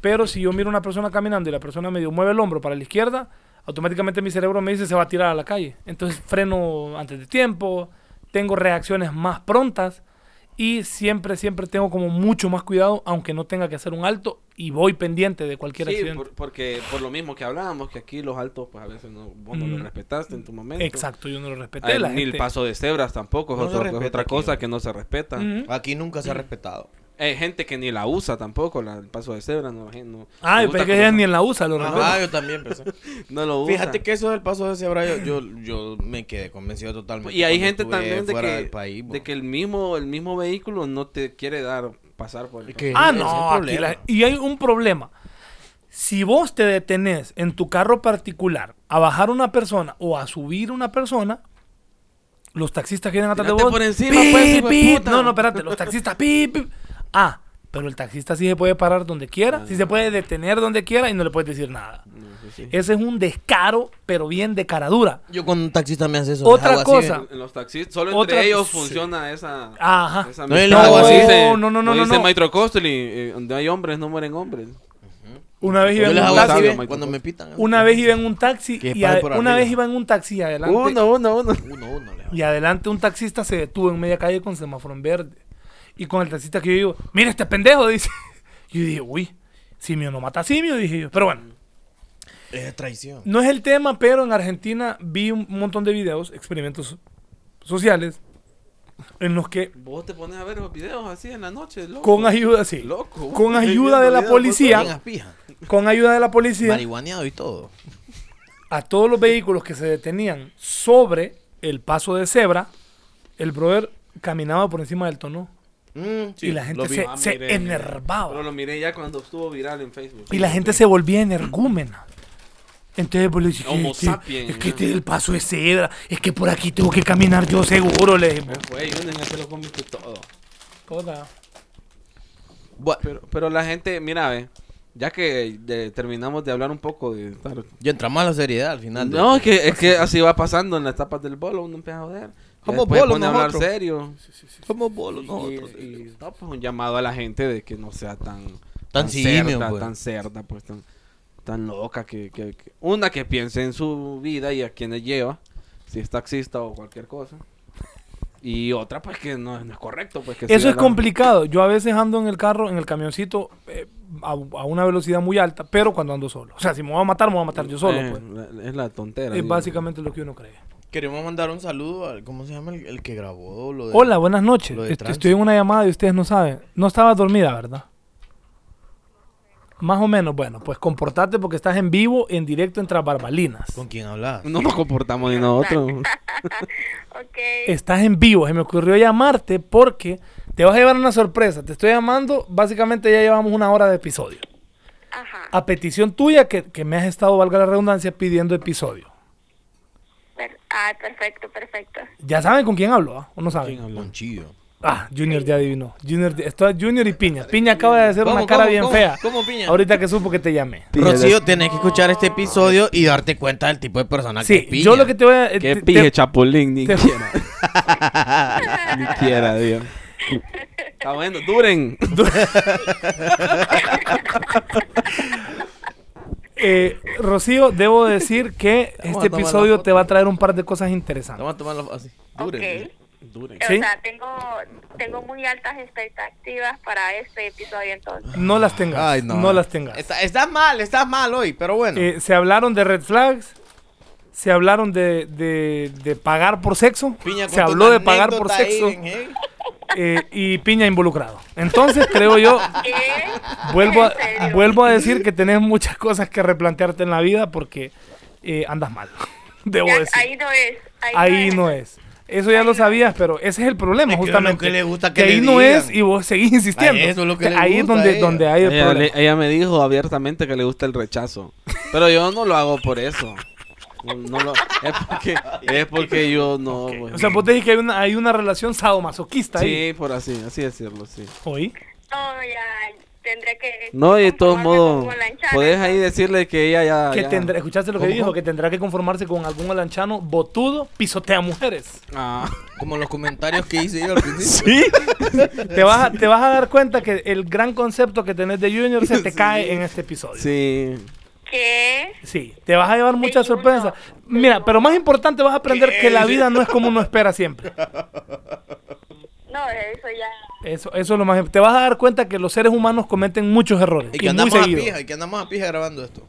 Speaker 1: Pero si yo miro a una persona caminando y la persona medio mueve el hombro para la izquierda, automáticamente mi cerebro me dice se va a tirar a la calle. Entonces freno antes de tiempo, tengo reacciones más prontas y siempre, siempre tengo como mucho más cuidado, aunque no tenga que hacer un alto y voy pendiente de cualquier
Speaker 2: Sí,
Speaker 1: accidente.
Speaker 2: por- porque por lo mismo que hablábamos, que aquí los altos, pues a veces no, vos no
Speaker 1: Mm.
Speaker 2: los respetaste en tu momento.
Speaker 1: Exacto, yo no lo respeté.
Speaker 2: Ay,
Speaker 1: la
Speaker 2: ni el
Speaker 1: gente-
Speaker 2: paso de cebras tampoco, es,
Speaker 5: No se
Speaker 2: otro- es
Speaker 5: respeta
Speaker 2: otra
Speaker 5: aquí,
Speaker 2: cosa
Speaker 5: ¿no?
Speaker 2: que no se respeta.
Speaker 1: Ujú.
Speaker 5: Aquí nunca se ha respetado.
Speaker 2: Hay gente que ni la usa tampoco, la- el paso de cebra. No, eh, no,
Speaker 1: Ay,
Speaker 2: no
Speaker 1: pero
Speaker 2: gusta
Speaker 1: Ah, que
Speaker 2: que
Speaker 1: ella
Speaker 2: lo-
Speaker 1: ni en la USA lo respeta.
Speaker 5: Ah, yo también pensé.
Speaker 2: no lo usa.
Speaker 5: Fíjate que eso del paso de cebra, yo, yo, yo me quedé convencido totalmente.
Speaker 2: Y hay
Speaker 5: cuando
Speaker 2: gente
Speaker 5: estuve
Speaker 2: también de
Speaker 5: fuera
Speaker 2: que,
Speaker 5: del país, bo.
Speaker 2: de que el mismo el mismo vehículo no te quiere dar pasar por el
Speaker 5: Es que
Speaker 1: Ah,
Speaker 5: ese es
Speaker 1: no.
Speaker 5: el
Speaker 1: aquí
Speaker 5: problema.
Speaker 1: la- y hay un problema. Si vos te detenés en tu carro particular a bajar una persona o a subir una persona, los taxistas quieren atrás de
Speaker 2: Tírate
Speaker 1: vos.
Speaker 2: por encima, pues,
Speaker 1: ¡Pip,
Speaker 2: hijo de
Speaker 1: pip!
Speaker 2: puta.
Speaker 1: No, no, espérate. Los taxistas. ¡pip, pip! Ah, pero el taxista sí se puede parar donde quiera, sí se puede detener donde quiera y no le puedes decir nada. Ese es un descaro, pero bien de cara dura.
Speaker 3: Yo con un taxista me hace eso.
Speaker 1: Otra
Speaker 3: les hago así,
Speaker 1: cosa.
Speaker 2: En- en los taxis, solo
Speaker 1: Otra-
Speaker 2: entre ellos
Speaker 1: sí.
Speaker 2: funciona esa.
Speaker 1: Ajá.
Speaker 2: esa
Speaker 3: No,
Speaker 2: amistad,
Speaker 3: el agua
Speaker 2: como
Speaker 3: sí.
Speaker 2: dice-
Speaker 1: No, no, no,
Speaker 2: como
Speaker 1: no,
Speaker 2: Dice
Speaker 1: no.
Speaker 2: Maestro Costly, eh, donde hay hombres no mueren hombres.
Speaker 1: Una vez
Speaker 3: Yo
Speaker 1: iba en
Speaker 3: les
Speaker 1: un
Speaker 3: hago
Speaker 2: Sabio,
Speaker 3: así,
Speaker 1: taxi.
Speaker 3: ¿ven?
Speaker 2: Michael
Speaker 3: cuando
Speaker 2: Jackson.
Speaker 3: me
Speaker 5: ¿eh?
Speaker 3: pitan.
Speaker 1: Una vez iba en un taxi
Speaker 5: Que
Speaker 1: y
Speaker 5: pare
Speaker 1: ade-
Speaker 5: por
Speaker 1: una
Speaker 5: arriba.
Speaker 1: vez iba en un taxi y adelante.
Speaker 2: uno, uno.
Speaker 5: Uno, uno, le
Speaker 1: Y adelante un taxista se detuvo en media calle con semáforo en verde. Y con el taxista que yo digo, mira este pendejo, dice. Yo dije, uy, simio no mata simio, dije yo. Pero bueno,
Speaker 5: Es traición.
Speaker 1: no es el tema, pero en Argentina vi un montón de videos, experimentos sociales, en los que
Speaker 2: Vos te pones a ver los videos así en la noche, loco.
Speaker 1: con ayuda, sí,
Speaker 2: Loco.
Speaker 1: con ayuda de la
Speaker 5: Bien
Speaker 1: policía,
Speaker 5: aspija.
Speaker 1: con ayuda de la policía,
Speaker 5: Marihuaneado y todo.
Speaker 1: a todos los vehículos que se detenían sobre el paso de cebra, el brother caminaba por encima del tono.
Speaker 5: Mm, sí,
Speaker 1: y la
Speaker 5: lo
Speaker 1: gente
Speaker 5: vi.
Speaker 1: se,
Speaker 2: Ah,
Speaker 1: se
Speaker 2: mire.
Speaker 1: enervaba.
Speaker 2: Pero lo miré ya cuando estuvo viral en Facebook.
Speaker 1: Y la gente se volvía energúmena. Entonces vos le decís,
Speaker 2: Homo
Speaker 1: "Es que-
Speaker 2: sapiens,
Speaker 1: es que
Speaker 2: ¿no?
Speaker 1: este es el paso de cebra, es que por aquí tengo que caminar yo seguro, le dije.
Speaker 2: Güey, uno ya se lo comiste todo.
Speaker 1: Hola.
Speaker 2: Pero, pero la gente, mira, ve. Ya que de- terminamos de hablar un poco de... estar-
Speaker 3: Y entramos a la seriedad al final.
Speaker 2: No, es que, es que así va pasando en las etapas del bolo, uno empieza a joder.
Speaker 3: Somos
Speaker 2: Después
Speaker 3: bolo
Speaker 2: pone a hablar
Speaker 3: nosotros.
Speaker 2: serio.
Speaker 3: Somos bolos
Speaker 2: Y, y- no, pues un llamado a la gente de que no sea tan...
Speaker 3: simio,
Speaker 2: cerda,
Speaker 3: pues.
Speaker 2: Tan cerda, pues, tan, tan loca que, que- que- Una, que piense en su vida y a quienes lleva, si es taxista o cualquier cosa. Y otra, pues, que no, no es correcto, pues, que
Speaker 1: Eso
Speaker 2: siga
Speaker 1: es
Speaker 2: la-
Speaker 1: complicado. Yo a veces ando en el carro, en el camioncito, eh, a, a una velocidad muy alta, pero cuando ando solo. O sea, si me voy a matar, me voy a matar yo solo.
Speaker 2: Eh,
Speaker 1: pues.
Speaker 2: la- Es la tontera.
Speaker 1: Es
Speaker 2: digo.
Speaker 1: básicamente lo que uno cree.
Speaker 3: Queremos mandar un saludo al. ¿Cómo se llama el, el que grabó lo de.
Speaker 1: Hola, buenas noches.
Speaker 3: lo de
Speaker 1: Est-
Speaker 3: trans.
Speaker 1: Estoy en una llamada y ustedes no saben. No estabas dormida, ¿verdad? Más o menos, bueno, pues comportate porque estás en vivo, en directo, entre barbalinas.
Speaker 3: ¿Con quién hablas?
Speaker 2: No nos comportamos ni nosotros.
Speaker 9: Ok.
Speaker 1: Estás en vivo. Se me ocurrió llamarte porque te vas a llevar una sorpresa. Te estoy llamando, básicamente ya llevamos una hora de episodio.
Speaker 9: Ajá.
Speaker 1: A petición tuya, que, que me has estado, valga la redundancia, pidiendo episodio.
Speaker 9: Per- ah, perfecto, perfecto.
Speaker 1: Ya saben con quién hablo, ¿ah? ¿O no saben?
Speaker 3: Ponchillo.
Speaker 1: Ah, Junior ya adivinó. Junior, esto es Junior y Piña. Piña acaba de hacer una
Speaker 3: ¿Cómo,
Speaker 1: cara
Speaker 3: cómo,
Speaker 1: bien
Speaker 3: cómo?
Speaker 1: fea.
Speaker 3: ¿Cómo, Piña?
Speaker 1: Ahorita que supo que te llamé.
Speaker 3: Rocío, tenés que escuchar este episodio y darte cuenta del tipo de persona que
Speaker 1: Sí,
Speaker 3: es Piña.
Speaker 1: yo lo que te voy a... eh,
Speaker 2: Qué
Speaker 1: te-
Speaker 2: pije,
Speaker 1: te-
Speaker 2: Chapulín, ni
Speaker 1: te-
Speaker 2: quiera. ni quiera, Dios. Está bueno, duren.
Speaker 1: eh, Rocío, debo decir que este
Speaker 3: tomar la
Speaker 1: episodio
Speaker 3: foto.
Speaker 1: te va a traer un par de cosas interesantes.
Speaker 3: Vamos a tomarlo así.
Speaker 9: Ok.
Speaker 3: Dure.
Speaker 2: Duren.
Speaker 9: O
Speaker 1: ¿Sí?
Speaker 9: sea, tengo, tengo muy altas expectativas para este episodio entonces.
Speaker 1: No las tengas.
Speaker 3: Ay,
Speaker 1: no.
Speaker 3: no.
Speaker 1: las tengas.
Speaker 3: Está- estás mal, estás mal hoy, pero bueno.
Speaker 1: Eh, se hablaron de red flags. Se hablaron de, de- de pagar por sexo.
Speaker 3: Piña
Speaker 1: se
Speaker 3: contó
Speaker 1: habló
Speaker 3: una
Speaker 1: de pagar por
Speaker 3: anécdota ahí
Speaker 1: sexo.
Speaker 3: en- eh.
Speaker 1: eh, y Piña involucrado. Entonces, creo yo,
Speaker 9: ¿Qué?
Speaker 1: Vuelvo a,
Speaker 9: ¿En serio?
Speaker 1: vuelvo a decir que tenés muchas cosas que replantearte en la vida porque eh, andas mal. Debo
Speaker 9: Ya,
Speaker 1: decir.
Speaker 9: ahí no es. Ahí,
Speaker 1: Ahí no es. Eso ya lo sabías, pero ese es el problema,
Speaker 3: Es que es lo
Speaker 1: justamente.
Speaker 3: que le gusta que le
Speaker 1: ahí no
Speaker 3: digan.
Speaker 1: es y vos seguís insistiendo.
Speaker 3: Ay, eso es lo que le
Speaker 1: ahí es
Speaker 3: gusta a
Speaker 1: donde,
Speaker 3: ella.
Speaker 1: donde hay el
Speaker 2: Ella,
Speaker 1: problema.
Speaker 2: le- ella me dijo abiertamente que le gusta el rechazo. Pero yo no lo hago por eso. No lo- es, porque, es porque yo no. pues,
Speaker 1: O sea, vos te dijiste que hay una, hay una relación sadomasoquista ahí.
Speaker 2: Sí, por así, así decirlo, sí.
Speaker 1: ¿Oí?
Speaker 9: No, ya tendré que.
Speaker 2: No, y de todos
Speaker 9: conformarme
Speaker 2: modos,
Speaker 9: con Lanchana,
Speaker 2: podés ahí
Speaker 9: entonces.
Speaker 2: decirle que ella ya.
Speaker 1: Que
Speaker 2: Ah, ya-
Speaker 1: tendrá- ¿Escuchaste lo que
Speaker 2: ¿Cómo,
Speaker 1: dijo?
Speaker 2: cómo?
Speaker 1: Que tendrá que conformarse con algún alanchano botudo, pisotea mujeres.
Speaker 2: Ah,
Speaker 3: Como los comentarios que hice yo al principio.
Speaker 6: Sí.
Speaker 1: Te vas, a, te vas a dar cuenta que el gran concepto que tenés de Junior se te cae en este episodio.
Speaker 2: sí.
Speaker 9: ¿Qué?
Speaker 1: Sí, te vas a llevar muchas
Speaker 9: Seguro,
Speaker 1: sorpresas. Mira, pero más importante vas a aprender que la vida no es como uno espera siempre.
Speaker 9: No, eso ya.
Speaker 1: Eso, eso es lo más. Te vas a dar cuenta que los seres humanos cometen muchos errores
Speaker 3: Y
Speaker 1: y,
Speaker 3: que
Speaker 1: muy
Speaker 3: andamos a
Speaker 1: seguido.
Speaker 3: pija, y que andamos a pija grabando esto.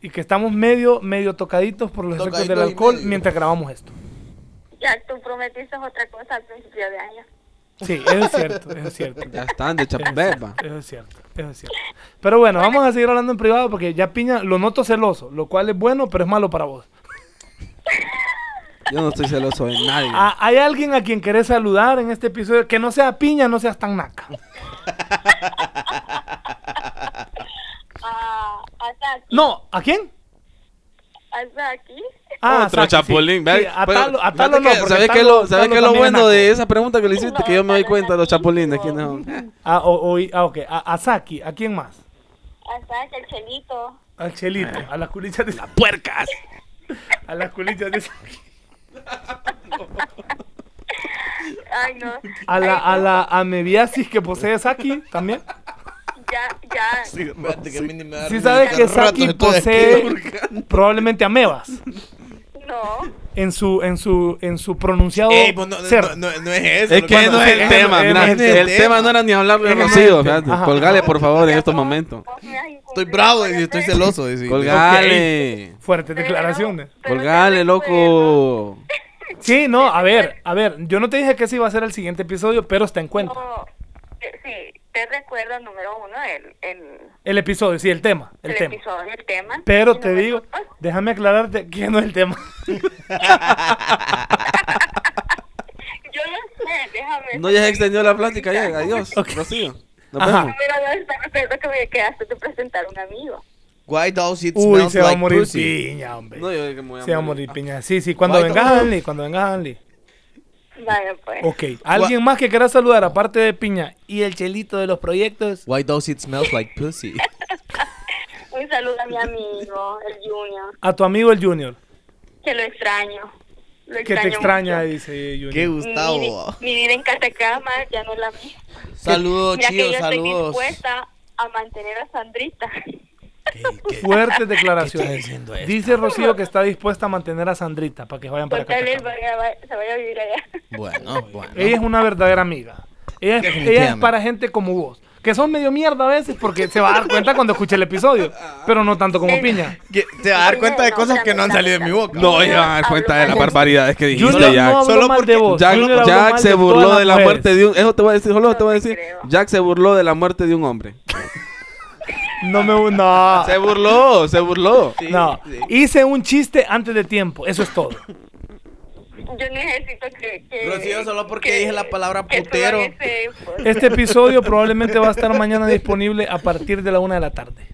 Speaker 1: Y que estamos medio, medio tocaditos por los efectos del
Speaker 3: Tocaditos y
Speaker 1: alcohol
Speaker 3: medio.
Speaker 1: mientras grabamos esto.
Speaker 9: Ya tú prometiste otra cosa al principio de año.
Speaker 1: Sí, eso es cierto, eso es cierto.
Speaker 2: Ya están de
Speaker 1: Eso es
Speaker 2: chapbeba.
Speaker 1: cierto, Eso es cierto, eso es cierto. Pero bueno, vamos a seguir hablando en privado porque ya Piña lo noto celoso, lo cual es bueno, pero es malo para vos.
Speaker 2: Yo no estoy celoso de nadie.
Speaker 1: Ah, ¿Hay alguien a quien querés saludar en este episodio? Que no sea Piña, no seas tan naca.
Speaker 9: Ah, hasta aquí.
Speaker 1: No, ¿a quién?
Speaker 9: Hasta aquí.
Speaker 1: Ah,
Speaker 2: Otro
Speaker 1: exacto,
Speaker 2: chapulín.
Speaker 1: sí.
Speaker 2: ve- pues,
Speaker 1: Sí,
Speaker 2: pero-
Speaker 1: atalo,
Speaker 2: fíjate
Speaker 1: atalo no,
Speaker 2: que-
Speaker 1: porque
Speaker 2: ¿Sabes qué es
Speaker 1: atalo-
Speaker 2: lo, sabes
Speaker 1: atalo
Speaker 2: qué es lo
Speaker 1: también
Speaker 2: bueno
Speaker 1: es
Speaker 2: de
Speaker 1: naco.
Speaker 2: esa pregunta que le hiciste?
Speaker 9: No,
Speaker 2: que yo me doy
Speaker 9: atalo
Speaker 2: cuenta de los
Speaker 9: también,
Speaker 2: chapulines.
Speaker 9: no.
Speaker 2: ¿Quiénes son?
Speaker 1: Ah, o- o- ah, ok. A, a Saki, ¿a quién más?
Speaker 9: Hasta aquí el chelito.
Speaker 1: Al Chelito, a las culichas de Saki.
Speaker 6: Puercas.
Speaker 1: A las culichas de Saki.
Speaker 9: Ay, no.
Speaker 1: A la, a
Speaker 9: Ay, no.
Speaker 1: la amebiasis que posee Saki también.
Speaker 9: Ya, ya.
Speaker 3: Espérate, que a mí ni me da
Speaker 1: Sí
Speaker 3: risa.
Speaker 1: sabes que
Speaker 3: Hace rato
Speaker 1: Saki
Speaker 3: estoy aquí
Speaker 1: posee
Speaker 3: hurgando.
Speaker 1: probablemente amebas
Speaker 9: No.
Speaker 1: en su, en su, en su pronunciado
Speaker 3: Ey, pues no, no,
Speaker 1: ser.
Speaker 3: no, no- no es eso.
Speaker 2: Es que
Speaker 3: Bueno,
Speaker 2: no
Speaker 1: no
Speaker 2: es
Speaker 1: es-
Speaker 2: el tema,
Speaker 1: no es
Speaker 2: mira,
Speaker 1: el
Speaker 2: el,
Speaker 3: tema.
Speaker 2: tema no era ni hablar de
Speaker 1: Es el tema.
Speaker 2: Rocío, fíjate,
Speaker 1: Ajá.
Speaker 2: colgale por favor en este
Speaker 9: Ya
Speaker 2: estos
Speaker 9: vos-
Speaker 2: momentos.
Speaker 9: vos me has incumplido,
Speaker 3: Estoy bravo y estoy
Speaker 9: entonces-
Speaker 3: celoso. decir.
Speaker 2: Colgale,
Speaker 1: Fuertes
Speaker 9: Pero-
Speaker 1: declaraciones.
Speaker 9: pero
Speaker 2: colgale,
Speaker 9: ya me acuerdo.
Speaker 2: loco.
Speaker 1: Sí, no, a ver, a ver. Yo no te dije que ese iba a ser el siguiente episodio, pero está en cuenta.
Speaker 9: No, eh, sí, te recuerdo, número uno, el, el,
Speaker 1: El episodio, sí, el tema. El
Speaker 9: el
Speaker 1: tema.
Speaker 9: episodio, pues, el tema.
Speaker 1: Pero
Speaker 9: Y
Speaker 1: te
Speaker 9: número
Speaker 1: digo,
Speaker 9: dos,
Speaker 1: déjame aclararte que no es el tema.
Speaker 9: Yo no sé, déjame.
Speaker 2: No ya se extendió la plática, ya, adiós, Rocío. Nos
Speaker 1: Ajá.
Speaker 2: vemos.
Speaker 9: Número dos, te recuerdo que me quedaste de presentar un amigo.
Speaker 3: Why does it
Speaker 1: Uy,
Speaker 3: smells
Speaker 1: se va a
Speaker 3: like
Speaker 1: morir
Speaker 3: pussy?
Speaker 1: piña, hombre.
Speaker 2: No, yo que me voy
Speaker 1: Se va a morir piña. Sí, sí, cuando
Speaker 3: Vaya,
Speaker 1: vengas,
Speaker 3: no.
Speaker 1: Hanley, cuando vengas, Hanley.
Speaker 9: Vale, pues.
Speaker 1: Ok, ¿alguien más que quiera saludar aparte de piña y el chelito de los proyectos?
Speaker 3: Why does it smells like pussy?
Speaker 9: saludo a mi amigo, el Junior,
Speaker 1: A tu amigo el Junior.
Speaker 9: que lo extraño. Lo
Speaker 1: Que te extraña,
Speaker 9: mucho.
Speaker 1: dice Junior.
Speaker 3: Qué
Speaker 9: Mi
Speaker 3: Gustavo.
Speaker 9: vida- Mi, vida en Catacama ya no es la misma.
Speaker 3: Saludos,
Speaker 9: Mira que
Speaker 3: chido,
Speaker 9: yo estoy
Speaker 3: saludos.
Speaker 9: dispuesta a mantener a Sandrita.
Speaker 1: Fuertes declaraciones. Dice Rocío que está dispuesta a mantener a Sandrita para que vayan para
Speaker 9: Con tal él
Speaker 1: acá.
Speaker 9: vaya- vaya- se vaya a vivir allá.
Speaker 3: Bueno, bueno.
Speaker 1: Ella es una verdadera amiga. Ella es,
Speaker 3: Definitivamente.
Speaker 1: ella es para gente como vos. Que son medio mierda a veces porque se va a dar cuenta cuando escuche el episodio. Pero no tanto como
Speaker 9: Sí.
Speaker 1: Piña.
Speaker 3: Que Te vas a dar cuenta de
Speaker 9: No,
Speaker 3: cosas que no han
Speaker 9: espérame,
Speaker 3: salido de mi boca.
Speaker 2: No, iba a dar
Speaker 9: Hablo
Speaker 2: cuenta de
Speaker 9: mal
Speaker 2: las
Speaker 9: de-
Speaker 2: barbaridades que dijiste,
Speaker 1: Junior
Speaker 2: Jack.
Speaker 1: no habló mal de vos.
Speaker 2: Jack,
Speaker 1: Junior habló
Speaker 2: Jack
Speaker 1: mal
Speaker 2: se
Speaker 1: de
Speaker 2: burló
Speaker 1: todas
Speaker 2: de la
Speaker 1: las mujeres.
Speaker 2: muerte de un... Eso te voy a decir, solo te voy a
Speaker 9: No te
Speaker 2: decir.
Speaker 9: creo.
Speaker 2: Jack se burló de la muerte de un hombre.
Speaker 1: No me. No.
Speaker 2: Se burló, se burló.
Speaker 1: No. Hice un chiste antes de tiempo. Eso es todo.
Speaker 9: Yo necesito que... que
Speaker 3: Rocío, solo porque
Speaker 9: que-
Speaker 3: dije la palabra
Speaker 9: que suban
Speaker 3: putero.
Speaker 9: ese, pues,
Speaker 1: Este episodio probablemente va a estar mañana disponible a partir de la una de la tarde.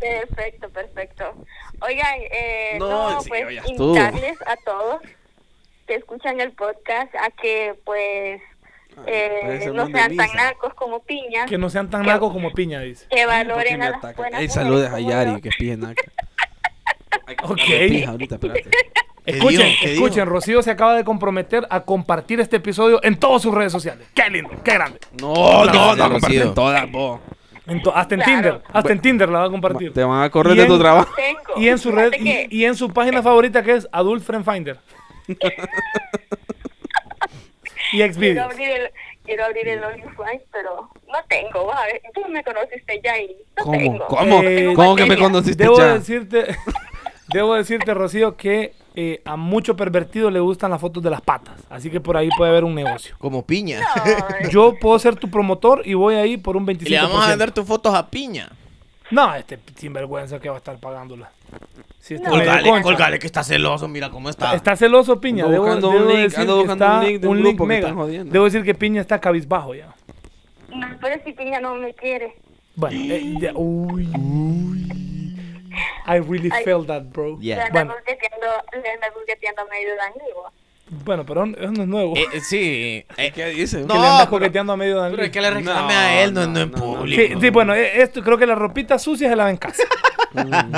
Speaker 9: Perfecto, perfecto. Oigan, eh,
Speaker 2: No,
Speaker 9: no,
Speaker 2: sí,
Speaker 9: pues
Speaker 2: oigas tú.
Speaker 9: invitarles a todos que escuchan el podcast a que pues
Speaker 3: Ah,
Speaker 9: eh,
Speaker 2: parece
Speaker 9: no
Speaker 2: man de
Speaker 9: sean tan
Speaker 2: misa.
Speaker 9: narcos como piñas,
Speaker 1: Que
Speaker 9: que,
Speaker 1: no sean tan nacos como Piña dice.
Speaker 9: valoren a las buenas
Speaker 2: Ey,
Speaker 9: mujeres
Speaker 2: saludes a
Speaker 9: como
Speaker 2: Yari,
Speaker 9: yo.
Speaker 2: que pije naca.
Speaker 1: Ok.
Speaker 2: Pija ahorita, espérate.
Speaker 1: Escuchen,
Speaker 3: dijo? ¿Qué
Speaker 1: escuchen, Rocío se acaba de comprometer a compartir este episodio en todas sus redes sociales. Qué lindo, qué grande.
Speaker 2: No,
Speaker 3: Oh,
Speaker 2: no,
Speaker 3: Rocío.
Speaker 2: no comparten todas, vos.
Speaker 1: En to- hasta en
Speaker 9: Claro.
Speaker 1: Tinder, hasta en Tinder la va a compartir.
Speaker 2: Te van a correr
Speaker 1: Y
Speaker 2: de
Speaker 1: en-
Speaker 2: tu trabajo.
Speaker 9: Tengo.
Speaker 1: Y en su red
Speaker 9: Fíjate que-
Speaker 1: y, y en su página favorita que es Adult Friend Finder. y
Speaker 9: quiero
Speaker 1: Xvideos.
Speaker 9: abrir el quiero abrir el OnlyFans, pero no tengo, va, a ver, tú me conociste ya y no
Speaker 2: ¿Cómo?
Speaker 9: tengo.
Speaker 2: ¿Cómo?
Speaker 1: Eh,
Speaker 2: ¿Cómo que me
Speaker 9: batería.
Speaker 2: conociste
Speaker 1: Debo
Speaker 2: ya?
Speaker 1: decirte Debo decirte, Rocío, que eh, a mucho pervertido le gustan las fotos de las patas, así que por ahí puede haber un negocio.
Speaker 3: Como piña.
Speaker 9: Ay,
Speaker 1: Yo puedo ser tu promotor y voy ahí por un 25%.
Speaker 3: Y le vamos a vender tus fotos a piña.
Speaker 1: No, este sinvergüenza que va a estar pagándola. Sí, está medio
Speaker 3: Colgale,
Speaker 1: concha.
Speaker 3: colgale que está celoso, mira cómo está.
Speaker 1: Está celoso Piña.
Speaker 2: Ando
Speaker 1: Debo,
Speaker 2: buscando
Speaker 1: debo
Speaker 2: un link,
Speaker 1: decir
Speaker 2: ando
Speaker 1: que
Speaker 2: buscando
Speaker 1: está
Speaker 2: un link de un grupo que están jodiendo.
Speaker 1: Debo decir que Piña está cabizbajo ya.
Speaker 9: no, pero si piña no me quiere.
Speaker 1: Bueno, eh, ya- uy. I really
Speaker 9: Ay.
Speaker 1: felt that, bro.
Speaker 9: Le
Speaker 3: Yeah.
Speaker 9: anda
Speaker 1: Bueno.
Speaker 9: coqueteando, le anda coqueteando a medio Danilo.
Speaker 1: Bueno, pero eso no es nuevo.
Speaker 3: Eh, eh, sí. eh,
Speaker 2: ¿Qué dices?
Speaker 1: que le andas
Speaker 3: pero-
Speaker 1: coqueteando a medio
Speaker 3: Pero
Speaker 1: Danilo.
Speaker 3: es que le reclame
Speaker 2: No,
Speaker 3: a él, no, no,
Speaker 2: no,
Speaker 3: en
Speaker 2: no, no.
Speaker 1: Sí,
Speaker 3: público.
Speaker 1: sí, bueno, eh, esto creo que la ropita sucia se lava en casa.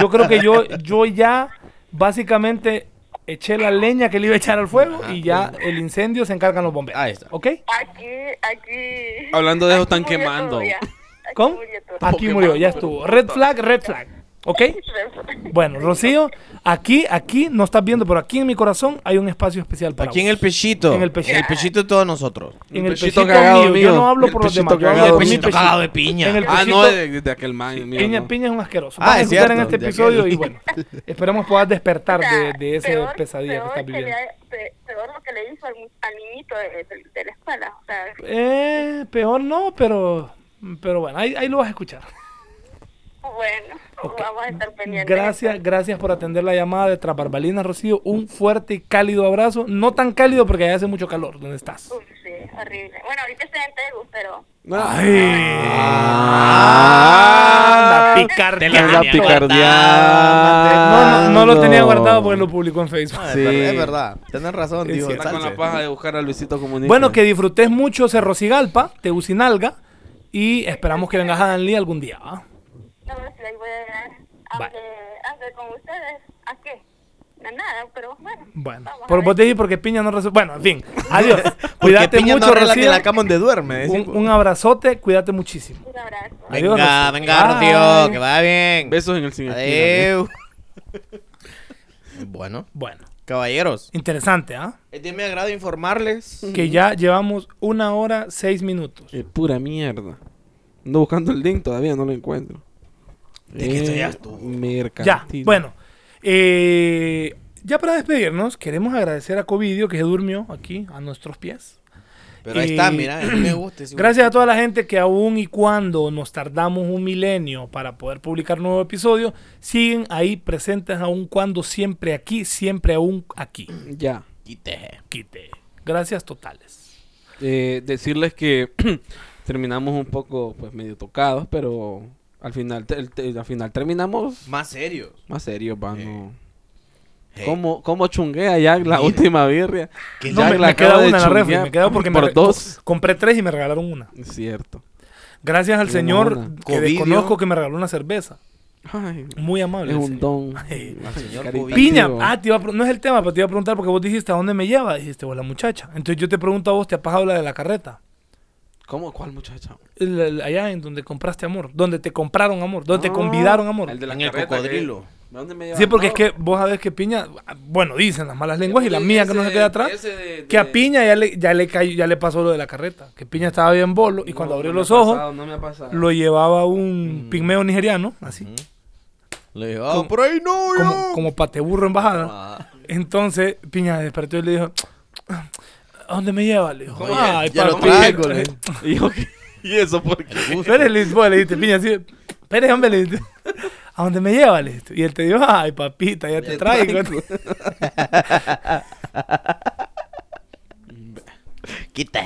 Speaker 1: yo creo que yo, yo ya básicamente eché la leña que le iba a echar al fuego y ya el incendio se encargan los bomberos.
Speaker 3: Ahí está.
Speaker 1: ¿Ok?
Speaker 9: Aquí, aquí.
Speaker 2: Hablando de eso, están
Speaker 9: Aquí murió
Speaker 2: quemando.
Speaker 9: todo ya. Aquí
Speaker 1: ¿Cómo?
Speaker 9: murió todo.
Speaker 1: Aquí murió, ya estuvo. Red flag, red flag. ¿Ok? Bueno, Rocío, aquí, aquí no estás viendo, pero aquí en mi corazón hay un espacio especial para
Speaker 3: Aquí en
Speaker 1: vos.
Speaker 3: el pechito.
Speaker 1: En el pechito.
Speaker 3: de todos nosotros.
Speaker 1: En el
Speaker 2: pechito
Speaker 1: pechito,
Speaker 2: cagado
Speaker 1: mío.
Speaker 2: mío.
Speaker 1: Yo no hablo
Speaker 2: El
Speaker 1: por los
Speaker 2: pechito
Speaker 1: demás. yo hablo
Speaker 2: cagado
Speaker 1: por
Speaker 3: El
Speaker 1: mi
Speaker 2: mío.
Speaker 3: pechito
Speaker 1: pechito.
Speaker 3: cagado de piña.
Speaker 1: En el
Speaker 2: Ah,
Speaker 1: pechito-
Speaker 2: no, de, de aquel man. mío,
Speaker 1: Piña,
Speaker 2: no.
Speaker 1: Piña es un asqueroso.
Speaker 3: Ah,
Speaker 1: Vas a
Speaker 3: es
Speaker 1: escuchar en
Speaker 3: cierto,
Speaker 1: este
Speaker 3: de
Speaker 1: episodio
Speaker 3: aquel.
Speaker 1: y bueno, esperemos puedas
Speaker 9: O
Speaker 1: despertar
Speaker 9: sea,
Speaker 1: de, de esa
Speaker 9: peor-
Speaker 1: pesadilla que
Speaker 9: peor
Speaker 1: estás viviendo.
Speaker 9: le- pe- peor lo que le hizo al, mu- al niñito de, de- de la escuela. O sea,
Speaker 1: Eh, peor no, pero, pero bueno, ahí, ahí lo vas a escuchar.
Speaker 9: bueno,
Speaker 1: Ok.
Speaker 9: vamos a estar pendientes.
Speaker 1: Gracias, gracias por atender la llamada de Tras Barbalinas, Rocío. Un fuerte y cálido abrazo. No tan cálido porque allá hace mucho calor donde estás.
Speaker 9: Uf, sí, horrible. Bueno, ahorita estoy en Tegu, pero.
Speaker 2: Ah, anda,
Speaker 6: Te
Speaker 2: pica- anda
Speaker 1: No,
Speaker 2: picardeando.
Speaker 1: no, no lo tenía guardado porque lo publicó en Facebook.
Speaker 3: Ah,
Speaker 2: Sí.
Speaker 3: Es verdad. Tenés razón,
Speaker 1: Es
Speaker 3: dijo.
Speaker 1: cierto.
Speaker 2: Está con la
Speaker 3: Salce.
Speaker 2: paja de buscar a Luisito Comunica.
Speaker 1: Bueno, que disfrutes mucho Cerrocigalpa, Teucinalga y esperamos que vengas a Danlí algún día. ¿ah? ¿va?
Speaker 9: No, si ahí voy a llegar. Aunque, aunque con ustedes, ¿a qué? A nada, pero bueno.
Speaker 1: Bueno,
Speaker 9: vamos a
Speaker 1: por
Speaker 9: ver.
Speaker 1: vos te dije porque Piña no resuelve. Bueno, en fin, adiós. cuídate
Speaker 3: Porque piña
Speaker 1: mucho,
Speaker 3: no arregla ni
Speaker 1: Rocío.
Speaker 3: la cama donde duerme. decimos.
Speaker 1: Un, un abrazote, cuídate muchísimo.
Speaker 9: Un abrazo.
Speaker 1: Adiós, Rocío. Bye.
Speaker 3: Venga, venga, Rocío, que va bien.
Speaker 2: Besos en el cine.
Speaker 3: Adiós. Bueno,
Speaker 1: Bueno,
Speaker 3: caballeros.
Speaker 1: interesante, ¿ah?
Speaker 3: Es de mi agrado informarles.
Speaker 1: Que ya llevamos una hora, seis minutos.
Speaker 2: Eh, pura mierda. Ando buscando el link todavía, no lo encuentro. Eh,
Speaker 3: ¿De qué estudias tú?
Speaker 1: Ya,
Speaker 2: Mercantil.
Speaker 1: bueno. eh, ya para despedirnos, queremos agradecer a Covidio que se durmió aquí a nuestros pies.
Speaker 3: Pero ahí está,
Speaker 1: Y-
Speaker 3: mira, a mí me gusta. ese-
Speaker 1: Gracias a toda la gente que aún y cuando nos tardamos un milenio para poder publicar nuevo episodio, siguen ahí presentes aún cuando siempre aquí, siempre aún aquí.
Speaker 2: Ya.
Speaker 3: Quite.
Speaker 1: Quite. Gracias totales.
Speaker 2: Eh, decirles que terminamos un poco, pues medio tocados, pero al final, te- el- te- al final terminamos
Speaker 3: Más serios.
Speaker 2: más serios, va,
Speaker 3: Eh,
Speaker 2: no.
Speaker 3: Hey.
Speaker 2: ¿Cómo, cómo chunguea Jack la última birria?
Speaker 3: Que
Speaker 1: No,
Speaker 2: Jack
Speaker 1: me,
Speaker 2: la
Speaker 1: me queda
Speaker 2: acaba de
Speaker 1: una en la refri,
Speaker 2: chunguear
Speaker 1: me queda porque me
Speaker 2: por
Speaker 1: re-
Speaker 2: dos.
Speaker 1: compré tres y me regalaron una.
Speaker 2: Es cierto.
Speaker 1: Gracias al
Speaker 2: Una
Speaker 1: señor
Speaker 2: buena.
Speaker 1: que
Speaker 3: Covidio.
Speaker 1: desconozco que me regaló una cerveza.
Speaker 2: Ay,
Speaker 1: Muy amable.
Speaker 10: Es
Speaker 1: el
Speaker 10: un
Speaker 1: señor.
Speaker 10: don.
Speaker 1: Ay.
Speaker 10: caritativo.
Speaker 1: Piña, ah, te iba a pre- no es el tema, pero te iba a preguntar porque vos dijiste a dónde me lleva, dijiste vos la muchacha. Entonces yo te pregunto a vos, ¿te ha pasado la de la carreta?
Speaker 2: ¿Cómo? ¿Cuál muchacha?
Speaker 1: El- el- allá en donde compraste amor, donde te compraron amor, donde
Speaker 2: Ah,
Speaker 1: te convidaron amor.
Speaker 2: El de la
Speaker 5: En el
Speaker 2: carreta que-
Speaker 5: cocodrilo.
Speaker 2: ¿De dónde me
Speaker 1: Sí,
Speaker 2: llevaron?
Speaker 1: porque
Speaker 2: No,
Speaker 1: es que vos sabés que Piña, ah, bueno, dicen las malas lenguas y la
Speaker 2: Ese-
Speaker 1: mía que no se queda atrás,
Speaker 2: ese de-
Speaker 1: que a
Speaker 2: de-
Speaker 1: Piña ya le, ya, le cayó- ya le pasó lo de la carreta, que Piña estaba bien bolo y
Speaker 2: no,
Speaker 1: cuando
Speaker 2: no
Speaker 1: abrió
Speaker 2: me ha
Speaker 1: los ojos
Speaker 2: pasado, no me ha pasado.
Speaker 1: lo llevaba un pigmeo nigeriano, así,
Speaker 5: Le dije,
Speaker 1: Como-
Speaker 5: por ahí no,
Speaker 1: como, como pateburro en bajada.
Speaker 5: Ah.
Speaker 1: Entonces Piña despertó y le dijo, ¿a dónde me lleva? Le dijo, "Ah,
Speaker 2: Oye,
Speaker 1: ay,
Speaker 5: ya lo
Speaker 1: papi".
Speaker 5: traigo, le dije.
Speaker 6: ¿Y, yo qué? ¿Y eso por qué?
Speaker 1: Pérez le dice, vos le dijiste, Piña, así, Pérez, hombre, le dijiste, ¿a dónde me lleva? Le dijiste. Y él te dijo, ay, papita, ya te traigo.
Speaker 3: Quita.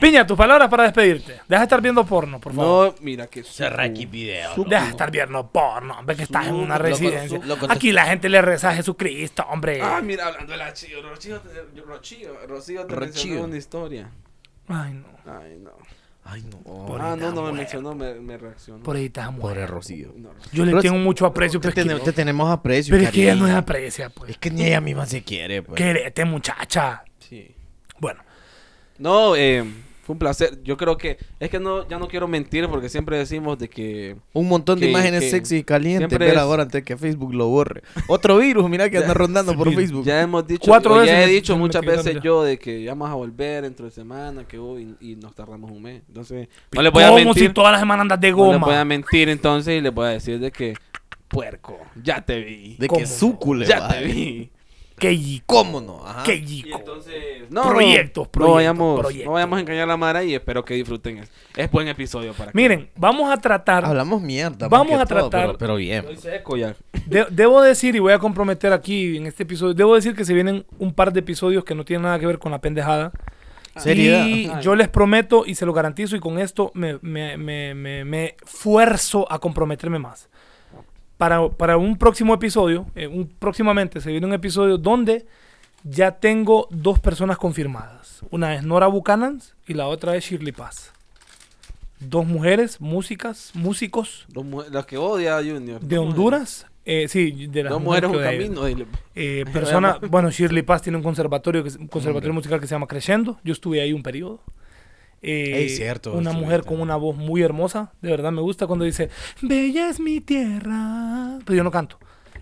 Speaker 1: Piña, tus palabras para despedirte. Deja de estar viendo porno, por favor.
Speaker 2: No, mira que
Speaker 5: Cerra aquí video.
Speaker 1: Deja de estar viendo porno, hombre, que estás en una
Speaker 5: loco,
Speaker 1: residencia.
Speaker 5: su- loco,
Speaker 1: Aquí la gente le reza a Jesucristo, hombre.
Speaker 2: Ah, mira, hablando de la Chio, Rocío, te- Rocío, Rocío te mencionó una historia.
Speaker 1: Ay, no.
Speaker 2: Ay, no.
Speaker 5: Ay, no.
Speaker 2: ah, no, no me
Speaker 1: mujer.
Speaker 2: mencionó, me, me reaccionó.
Speaker 1: Por ahí estás muerto.
Speaker 3: Rocío.
Speaker 2: No, Rocío.
Speaker 1: Yo le
Speaker 3: Pero
Speaker 1: tengo mucho aprecio,
Speaker 3: Te,
Speaker 1: pero, es que,
Speaker 3: ten- te tenemos aprecio.
Speaker 1: pero es que ella
Speaker 3: cariño.
Speaker 1: no es aprecia, pues.
Speaker 3: Es que ni ella misma se quiere, pues.
Speaker 1: Querete, muchacha.
Speaker 2: Sí.
Speaker 1: Bueno,
Speaker 2: No, eh, fue un placer. Yo creo que es que no ya no quiero mentir porque siempre decimos de que
Speaker 3: Un montón de
Speaker 2: Que-
Speaker 3: imágenes
Speaker 2: que
Speaker 3: sexy y calientes.
Speaker 2: siempre
Speaker 3: Pero
Speaker 2: es-
Speaker 3: ahora antes que Facebook lo borre. Otro virus, mira que anda rondando por Facebook.
Speaker 2: ya hemos dicho
Speaker 1: Cuatro
Speaker 2: o
Speaker 1: veces
Speaker 2: ya he
Speaker 1: me-
Speaker 2: dicho
Speaker 1: me
Speaker 2: muchas
Speaker 1: escribieron
Speaker 2: veces
Speaker 1: ya.
Speaker 2: yo de que ya vamos a volver dentro de semana, que hoy y, y nos tardamos un mes. Entonces, no le voy a
Speaker 1: como si
Speaker 2: mentir.
Speaker 1: todas las semanas andas de
Speaker 2: no le voy
Speaker 1: goma.
Speaker 2: a mentir entonces y le voy a decir de que puerco, ya te vi.
Speaker 3: De
Speaker 1: ¿Cómo?
Speaker 3: que sucule,
Speaker 2: ya
Speaker 3: va.
Speaker 2: te vi.
Speaker 1: Qué yico,
Speaker 3: ¿Cómo no? Ajá.
Speaker 1: qué yico.
Speaker 2: entonces, no,
Speaker 1: Proyectos,
Speaker 2: no
Speaker 1: proyectos,
Speaker 2: vayamos,
Speaker 1: proyectos.
Speaker 2: no vayamos a engañar a la Mara y espero que disfruten. Es, es buen episodio para que-
Speaker 1: Miren, vamos a tratar
Speaker 3: Hablamos mierda. más
Speaker 1: Vamos
Speaker 3: que
Speaker 1: a
Speaker 3: todo,
Speaker 1: tratar-
Speaker 3: pero, pero bien.
Speaker 2: Estoy seco ya.
Speaker 1: De- debo decir, y voy a comprometer aquí en este episodio, debo decir que se vienen un par de episodios que no tienen nada que ver con la pendejada.
Speaker 3: Seriedad.
Speaker 1: Y yo les prometo y se lo garantizo y con esto me, me, me, me- me esfuerzo a comprometerme más. Para, para un próximo episodio, eh, un, próximamente se viene un episodio donde ya tengo dos personas confirmadas. Una es Nora Buchanan y la otra es Shirley Paz. Dos mujeres, músicas, músicos
Speaker 2: Los, mu- los que odia a Junior.
Speaker 1: de Honduras. Eh, sí, de las
Speaker 2: No muera un
Speaker 1: mujeres que odia.
Speaker 2: camino. dile.
Speaker 1: Eh, persona, bueno, Shirley Paz tiene un conservatorio, que, es- un conservatorio musical que se llama Crescendo. Yo estuve ahí un periodo. Eh,
Speaker 3: Es cierto,
Speaker 1: Una
Speaker 3: estuviste.
Speaker 1: mujer con una voz muy hermosa. De verdad me gusta cuando dice, Bella es mi tierra. Pero yo no canto.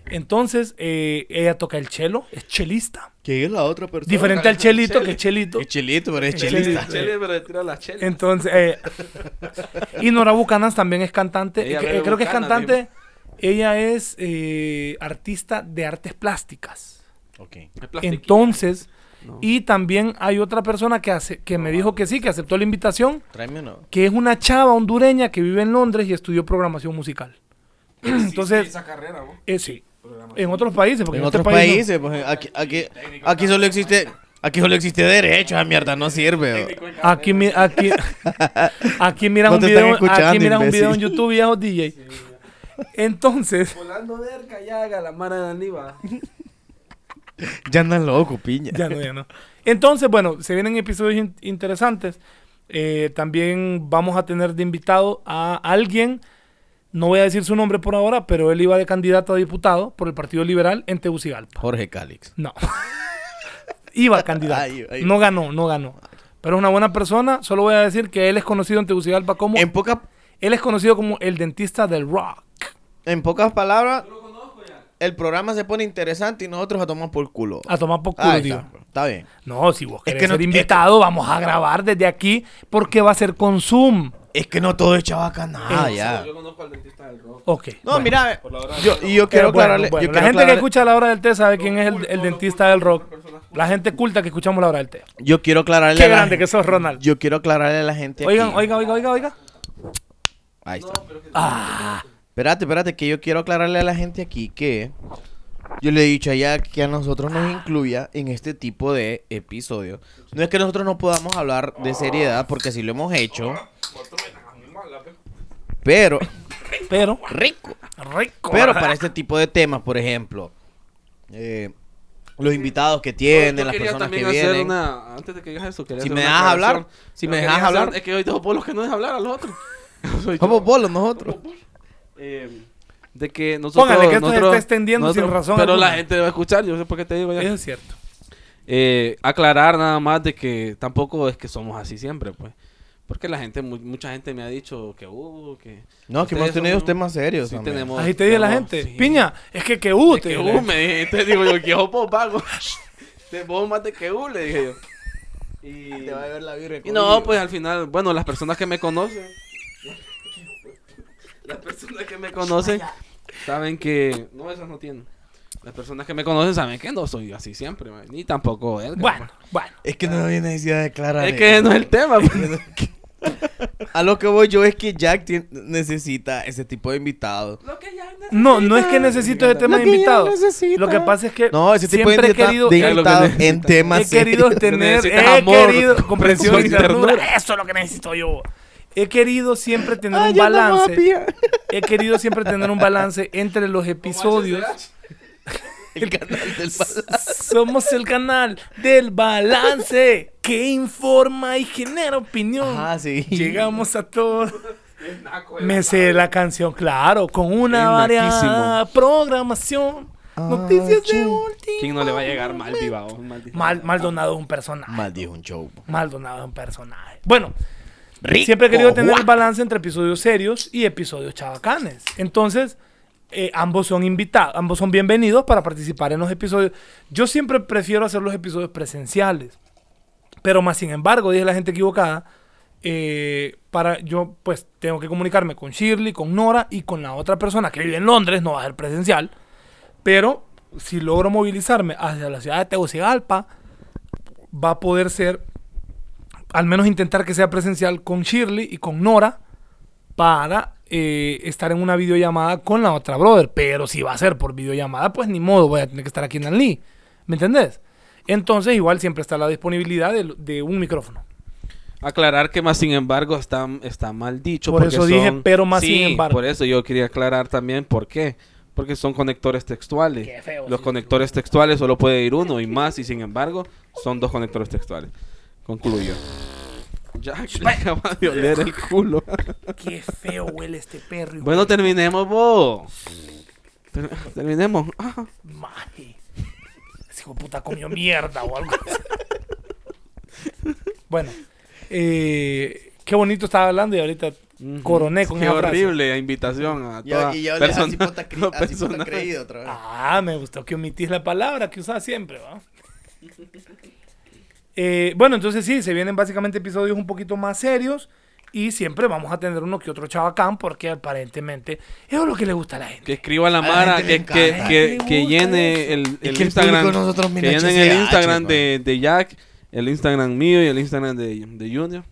Speaker 1: Entonces, eh, ella toca el chelo, es chelista.
Speaker 3: ¿Quién es la otra
Speaker 2: Pues
Speaker 3: persona?
Speaker 1: Diferente al chelito, que es chelito.
Speaker 3: Es chelito, pero es
Speaker 1: Es
Speaker 3: chelito.
Speaker 1: chelito.
Speaker 2: La chele, pero le tira la chele.
Speaker 1: Entonces, eh, y Nora Bucanas también es cantante.
Speaker 2: Ella
Speaker 1: eh,
Speaker 2: bebe
Speaker 1: creo que es
Speaker 2: Buchanan,
Speaker 1: cantante. Ella es eh, artista de artes plásticas.
Speaker 3: Ok.
Speaker 2: Es plastiquito.
Speaker 1: Entonces,
Speaker 2: No.
Speaker 1: y también hay otra persona que, hace, que me dijo que sí, que aceptó la invitación,
Speaker 3: Tráeme uno.
Speaker 1: que es una chava hondureña que vive en Londres y estudió programación musical. Entonces,
Speaker 2: esa carrera, vos.
Speaker 1: eh, sí, en otros países, porque
Speaker 3: En
Speaker 1: en, este
Speaker 3: otros
Speaker 1: país no.
Speaker 3: países, pues aquí, aquí, aquí solo existe. Aquí solo existe derecho, esa mierda no sirve. bro.
Speaker 1: Aquí, mi- aquí, aquí miras
Speaker 3: No
Speaker 1: un
Speaker 3: te están
Speaker 1: video, aquí
Speaker 3: escuchando,
Speaker 1: miras un video en
Speaker 3: imbécil.
Speaker 1: YouTube viejo DJ. Entonces,
Speaker 2: Volando de arca ya haga la mara de Aníbal.
Speaker 3: Ya andan loco, piña.
Speaker 1: ya no, ya no. Entonces, bueno, se vienen episodios in- interesantes. Eh, también vamos a tener de invitado a alguien, no voy a decir su nombre por ahora, pero él iba de candidato a diputado por el Partido Liberal en Tegucigalpa.
Speaker 3: Jorge Calix.
Speaker 1: No. Iba candidato.
Speaker 3: Ay, ay.
Speaker 1: No ganó, no ganó. Pero es una buena persona. Solo voy a decir que él es conocido en Tegucigalpa como...
Speaker 3: En, poca-
Speaker 1: Él es conocido como el dentista del rock.
Speaker 3: en pocas palabras, el programa se pone interesante y nosotros a tomar por culo.
Speaker 1: A tomar por culo,
Speaker 3: Ah,
Speaker 1: tío.
Speaker 3: está, está bien.
Speaker 1: No, si vos querés
Speaker 3: que no-
Speaker 1: ser
Speaker 3: es que-
Speaker 1: invitado, vamos a grabar desde aquí porque va a ser con Zoom.
Speaker 3: Es que no todo es chabacanada,
Speaker 1: Eh,
Speaker 3: ya.
Speaker 2: Yo conozco al dentista del rock.
Speaker 1: Ok.
Speaker 3: No,
Speaker 1: bueno.
Speaker 3: mira,
Speaker 2: Por la hora
Speaker 3: yo, y yo quiero
Speaker 1: Eh, bueno,
Speaker 3: aclararle.
Speaker 1: bueno, la
Speaker 3: yo quiero
Speaker 1: gente que
Speaker 3: aclararle-
Speaker 1: escucha la hora del té sabe quién es el, el dentista del rock. La gente culta que escuchamos la hora del té.
Speaker 3: Yo quiero aclararle.
Speaker 1: Qué
Speaker 3: a la
Speaker 1: grande
Speaker 3: gen-
Speaker 1: que sos, Ronald.
Speaker 3: Yo quiero aclararle a la gente.
Speaker 1: Oigan,
Speaker 3: aquí.
Speaker 1: oiga, oiga, oiga, oiga.
Speaker 3: Ahí está.
Speaker 1: Ah,
Speaker 3: Espérate, espérate, que yo quiero aclararle a la gente aquí que yo le he dicho allá que a nosotros nos incluya en este tipo de episodios. No es que nosotros no podamos hablar de seriedad, porque si lo hemos hecho. Pero,
Speaker 1: pero,
Speaker 3: rico.
Speaker 1: rico.
Speaker 3: Pero para este tipo de temas, por ejemplo, eh, los invitados que tienen,
Speaker 2: Yo
Speaker 3: las
Speaker 2: quería
Speaker 3: personas que
Speaker 2: también hacer
Speaker 3: vienen.
Speaker 2: una. Antes de que digas eso, quería
Speaker 3: Si
Speaker 2: hacer
Speaker 3: me
Speaker 2: una
Speaker 3: dejas hablar,
Speaker 2: aclaración.
Speaker 3: si
Speaker 2: Lo
Speaker 3: me
Speaker 2: que
Speaker 3: dejas
Speaker 2: quería hacer
Speaker 3: hablar.
Speaker 2: Es que hoy tengo bolos que no dejan hablar a los otros. Soy yo.
Speaker 3: Somos bolos nosotros.
Speaker 2: Eh, de que nosotros...
Speaker 1: Póngale que esto se
Speaker 2: nosotros,
Speaker 1: está extendiendo sin razón
Speaker 2: Pero
Speaker 1: alguna.
Speaker 2: la gente va a escuchar, yo sé por qué te digo ya.
Speaker 1: Eso es cierto.
Speaker 2: Eh, aclarar nada más de que tampoco es que somos así siempre, pues. Porque la gente, mu- mucha gente me ha dicho que uh, que...
Speaker 3: No, que
Speaker 2: ustedes
Speaker 3: hemos tenido
Speaker 1: este
Speaker 2: son-
Speaker 3: temas serios.
Speaker 2: Sí,
Speaker 3: también.
Speaker 2: tenemos...
Speaker 1: Ahí te dice la
Speaker 2: tenemos-
Speaker 1: gente.
Speaker 2: sí.
Speaker 1: Piña, es que que U,
Speaker 2: De
Speaker 1: te
Speaker 2: que
Speaker 1: digo.
Speaker 2: uh, me dijiste, digo yo, que vos pago. Te vos más de que uh, le dije yo. Y,
Speaker 3: Te va a ver la birra
Speaker 2: y
Speaker 3: con
Speaker 2: no,
Speaker 3: vidrio.
Speaker 2: pues al final, bueno, las personas que me conocen, las personas que me conocen, saben que, no, esas no tienen. Las personas que me conocen saben que no soy así siempre, man, ni tampoco Edgar.
Speaker 1: Bueno, bueno.
Speaker 3: Es que no había necesidad de aclarar.
Speaker 2: man. es
Speaker 3: eh.
Speaker 2: que no es el tema. pues.
Speaker 3: A lo que voy yo es que Jack tien- necesita ese tipo de invitados.
Speaker 2: Lo que ya es-
Speaker 1: No, no es que necesito de temas
Speaker 3: Lo que ya
Speaker 1: invitados.
Speaker 3: necesita.
Speaker 1: Lo que pasa es que
Speaker 3: No, ese tipo de,
Speaker 1: siempre he
Speaker 3: invita-
Speaker 1: querido
Speaker 3: de
Speaker 2: Ya lo que
Speaker 3: invitados en
Speaker 2: necesita.
Speaker 3: temas
Speaker 1: He querido
Speaker 3: serios.
Speaker 1: tener,
Speaker 2: Necesitas
Speaker 1: he
Speaker 2: amor,
Speaker 1: querido comprensión y
Speaker 2: comprensión y ternura.
Speaker 1: ternura. Eso es lo que necesito yo. He querido siempre tener
Speaker 3: Ay,
Speaker 1: un
Speaker 3: ya andamos a
Speaker 1: balance.
Speaker 3: pía.
Speaker 1: He querido siempre tener un balance entre los episodios.
Speaker 3: El canal del balance.
Speaker 1: Somos el canal del balance que informa y genera opinión.
Speaker 3: Ah, sí.
Speaker 1: Llegamos a todos. Me sé la canción, claro, con una variada programación. Noticias de
Speaker 3: ching.
Speaker 1: último.
Speaker 2: ¿Quién no le va a llegar mal, viva? oh, mal-
Speaker 1: Mal- Maldonado es un personaje.
Speaker 3: Más dijo un show. pues.
Speaker 1: Maldonado es un personaje. Bueno, siempre he querido tener el balance entre episodios serios y episodios chabacanes. Entonces, eh, ambos son invitados, ambos son bienvenidos para participar en los episodios. Yo siempre prefiero hacer los episodios presenciales. Pero más sin embargo, dije la gente equivocada. eh, para yo, pues tengo que comunicarme con Shirley, con Nora y con la otra persona que vive en Londres, no va a ser presencial. Pero si logro movilizarme hacia la ciudad de Tegucigalpa, va a poder ser, al menos intentar que sea presencial con Shirley y con Nora para eh, estar en una videollamada con la otra brother. Pero si va a ser por videollamada, pues ni modo, voy a tener que estar aquí en Anli. ¿Me entendés? Entonces, igual siempre está la disponibilidad de, de un micrófono.
Speaker 2: Aclarar que más sin embargo está, está mal dicho.
Speaker 1: Por
Speaker 2: porque
Speaker 1: eso dije,
Speaker 2: son-
Speaker 1: pero más sin
Speaker 2: Sí,
Speaker 1: embargo.
Speaker 2: Por eso yo quería aclarar también por qué. Porque son conectores textuales.
Speaker 1: Qué feo,
Speaker 2: Los
Speaker 1: sí.
Speaker 2: conectores textuales solo puede ir uno y más, y sin embargo, son dos conectores textuales. Concluyo. Jack le
Speaker 3: pues.
Speaker 2: acaba de oler el culo.
Speaker 1: Qué feo huele este perro. hijo
Speaker 2: bueno, terminemos, bo. Ter- terminemos. Ah.
Speaker 1: de maje. Ese hijo de puta comió mierda o algo así. bueno, eh, qué bonito estaba hablando y ahorita coroné con
Speaker 2: Qué
Speaker 1: esa frase.
Speaker 2: horrible invitación a
Speaker 3: Y yo,
Speaker 2: toda
Speaker 3: y yo le
Speaker 2: persona-
Speaker 3: así puta cre-
Speaker 2: toda
Speaker 3: así puta
Speaker 2: persona-
Speaker 3: creído otra vez.
Speaker 1: Ah, me gustó que omitís la palabra que usás siempre, ¿va? Eh, bueno, entonces sí, se vienen básicamente episodios un poquito más serios y siempre vamos a tener uno que otro chabacán porque aparentemente eso es lo que le gusta a la gente.
Speaker 2: Que escriba la
Speaker 3: la
Speaker 2: Mara,
Speaker 3: gente
Speaker 2: que,
Speaker 3: le
Speaker 2: que,
Speaker 3: encanta.
Speaker 2: que,
Speaker 1: Le
Speaker 2: que
Speaker 1: gusta
Speaker 2: llene
Speaker 1: eso.
Speaker 2: el,
Speaker 3: que
Speaker 2: el
Speaker 3: el
Speaker 2: Instagram.
Speaker 3: público nosotros,
Speaker 2: que
Speaker 3: mira,
Speaker 2: llenen el
Speaker 3: HCH,
Speaker 2: Instagram
Speaker 3: güey.
Speaker 2: de, de Jack, el Instagram mío y el Instagram de, de Junior.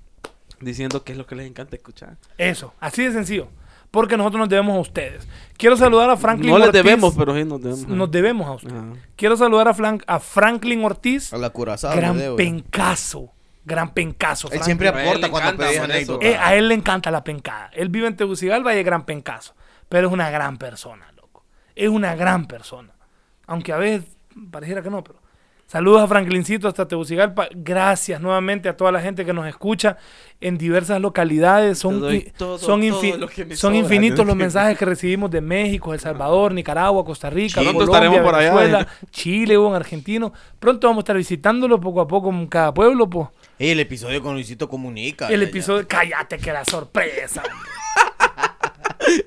Speaker 2: Diciendo que es lo que les encanta escuchar.
Speaker 1: Eso, así de sencillo. Porque nosotros nos debemos a ustedes. Quiero saludar a Franklin
Speaker 2: no les
Speaker 1: Ortiz.
Speaker 2: debemos, pero sí nos debemos.
Speaker 1: Nos debemos a ustedes.
Speaker 2: Ajá.
Speaker 1: Quiero saludar a, Flan- a Franklin Ortiz.
Speaker 3: A la curazao.
Speaker 1: Gran
Speaker 3: le debo.
Speaker 1: pencazo. Gran pencazo.
Speaker 3: Él
Speaker 1: Franklin.
Speaker 3: siempre
Speaker 2: A él le
Speaker 3: aporta cuando
Speaker 2: encanta
Speaker 3: pedís
Speaker 2: hacer eso.
Speaker 3: anécdotas.
Speaker 1: Eh, a él le encanta la pencada. Él vive en Tegucigalpa y es gran pencazo. Pero es una gran persona, loco. Es una gran persona. Aunque a veces pareciera que no, pero. Saludos a Franklincito hasta Tegucigalpa. Gracias nuevamente a toda la gente que nos escucha en diversas localidades. Son,
Speaker 2: doy
Speaker 1: i-
Speaker 2: todo,
Speaker 1: son,
Speaker 2: todo
Speaker 1: infi-
Speaker 2: lo que me
Speaker 1: son
Speaker 2: sobra.
Speaker 1: infinitos los mensajes que recibimos de México, El Salvador, Nicaragua, Costa Rica,
Speaker 2: Pronto
Speaker 1: Colombia,
Speaker 2: estaremos por allá, eh.
Speaker 1: Venezuela, Chile, un argentino. Pronto vamos a estar visitándolo poco a poco en cada pueblo, pues.
Speaker 3: Ey, el episodio con Luisito Comunica.
Speaker 1: El
Speaker 3: ya, ya.
Speaker 1: episodio, cállate que era sorpresa.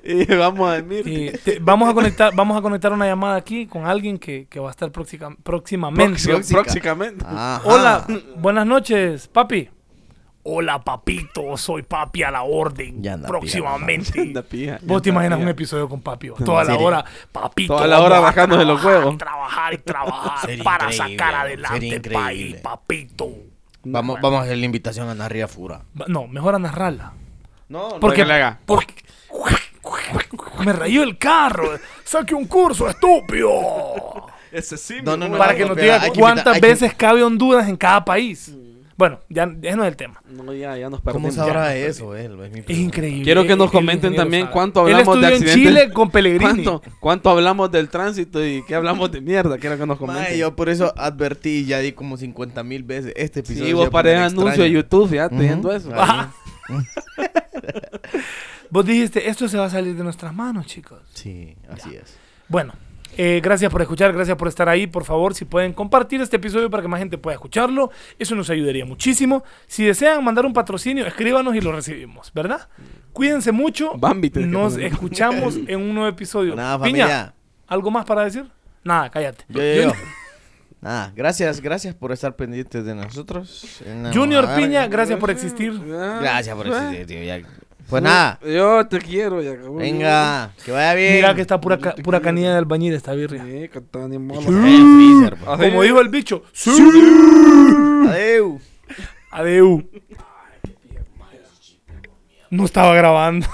Speaker 2: Y vamos a dormir.
Speaker 1: Eh, te- vamos a conectar, vamos a conectar una llamada aquí con alguien que, que va a estar próxica- próximamente.
Speaker 3: Próxica.
Speaker 2: Próximamente.
Speaker 3: Ajá.
Speaker 1: Hola, buenas noches, papi. Hola, papito, soy papi a la orden.
Speaker 3: Ya anda,
Speaker 1: próximamente.
Speaker 2: Anda, pija.
Speaker 1: Vos te imaginas
Speaker 2: Anda,
Speaker 1: un
Speaker 2: pija.
Speaker 1: episodio con papi, vos? toda la
Speaker 3: serio.
Speaker 1: hora, papito.
Speaker 2: Toda la
Speaker 1: vamos
Speaker 2: hora
Speaker 1: a
Speaker 2: bajándose los
Speaker 1: trabajar y
Speaker 2: huevos.
Speaker 1: Trabajar y trabajar
Speaker 3: Sería
Speaker 1: para
Speaker 3: increíble,
Speaker 1: sacar
Speaker 3: ¿no?
Speaker 1: adelante
Speaker 3: Sería
Speaker 1: el país,
Speaker 3: increíble.
Speaker 1: papito.
Speaker 3: Vamos, vamos a hacer la invitación a Narria Fura.
Speaker 1: Va- No, mejor a narrarla.
Speaker 3: No,
Speaker 1: Porque,
Speaker 2: que le haga.
Speaker 1: porque- me rayó el carro. Saque un curso, estúpido.
Speaker 2: Ese sí,
Speaker 3: No,
Speaker 2: mi
Speaker 3: no,
Speaker 2: amor.
Speaker 3: no.
Speaker 1: Para que nos
Speaker 3: pero
Speaker 1: diga
Speaker 3: hay que
Speaker 1: cuántas
Speaker 3: invitar- hay que-
Speaker 1: veces cabe Honduras en cada país. Bueno, ya, ya ese no es el tema.
Speaker 2: No, ya, ya nos
Speaker 3: ¿Cómo
Speaker 2: perdimos.
Speaker 3: sabrá
Speaker 2: Ya.
Speaker 3: eso él? Es mi
Speaker 1: Es
Speaker 3: pregunta.
Speaker 1: increíble.
Speaker 2: Quiero que nos
Speaker 1: El
Speaker 2: comenten
Speaker 1: ingeniero
Speaker 2: también
Speaker 1: sabe.
Speaker 2: cuánto hablamos
Speaker 1: Él
Speaker 2: de
Speaker 1: estudió
Speaker 2: accidentes.
Speaker 1: en Chile con Pellegrini.
Speaker 2: ¿Cuánto, ¿Cuánto hablamos del tránsito y qué hablamos de mierda? Quiero que nos
Speaker 3: Ma,
Speaker 2: comenten.
Speaker 3: yo por eso advertí y ya di como 50 mil veces este episodio.
Speaker 2: Sí,
Speaker 3: se
Speaker 2: vos
Speaker 3: va a poner
Speaker 2: paré anuncio
Speaker 3: extraño.
Speaker 2: de YouTube, ya te
Speaker 3: Ujú.
Speaker 2: viendo eso.
Speaker 3: Ah.
Speaker 1: Vos dijiste, esto se va a salir de nuestras manos, chicos.
Speaker 3: Sí, así es.
Speaker 1: Bueno, eh, gracias por escuchar, gracias por estar ahí. Por favor, si pueden compartir este episodio para que más gente pueda escucharlo, eso nos ayudaría muchísimo. Si desean mandar un patrocinio, escríbanos y lo recibimos, ¿verdad? Cuídense mucho.
Speaker 2: Bambi, tenés que
Speaker 1: nos
Speaker 2: poner.
Speaker 1: escuchamos en un nuevo episodio.
Speaker 3: Nada,
Speaker 1: Piña,
Speaker 3: familia.
Speaker 1: ¿algo más para decir? Nada, cállate.
Speaker 3: Yo, yo, yo. Nada, gracias, gracias por estar pendientes de nosotros. En la
Speaker 1: Junior
Speaker 3: mojarga.
Speaker 1: Piña, ¿eh? gracias por existir.
Speaker 3: Gracias por existir, tío. ya. Pues nada,
Speaker 2: Ah, Yo te quiero, ya cabrón.
Speaker 3: venga, que vaya bien.
Speaker 1: Mira que está pura, ca- pura canilla de albañil esta birria.
Speaker 2: Sí, que está ni
Speaker 3: Que
Speaker 2: malo.
Speaker 3: está en el freezer, pues.
Speaker 1: Como dijo el bicho,
Speaker 3: Adeu.
Speaker 1: adeu. No estaba grabando.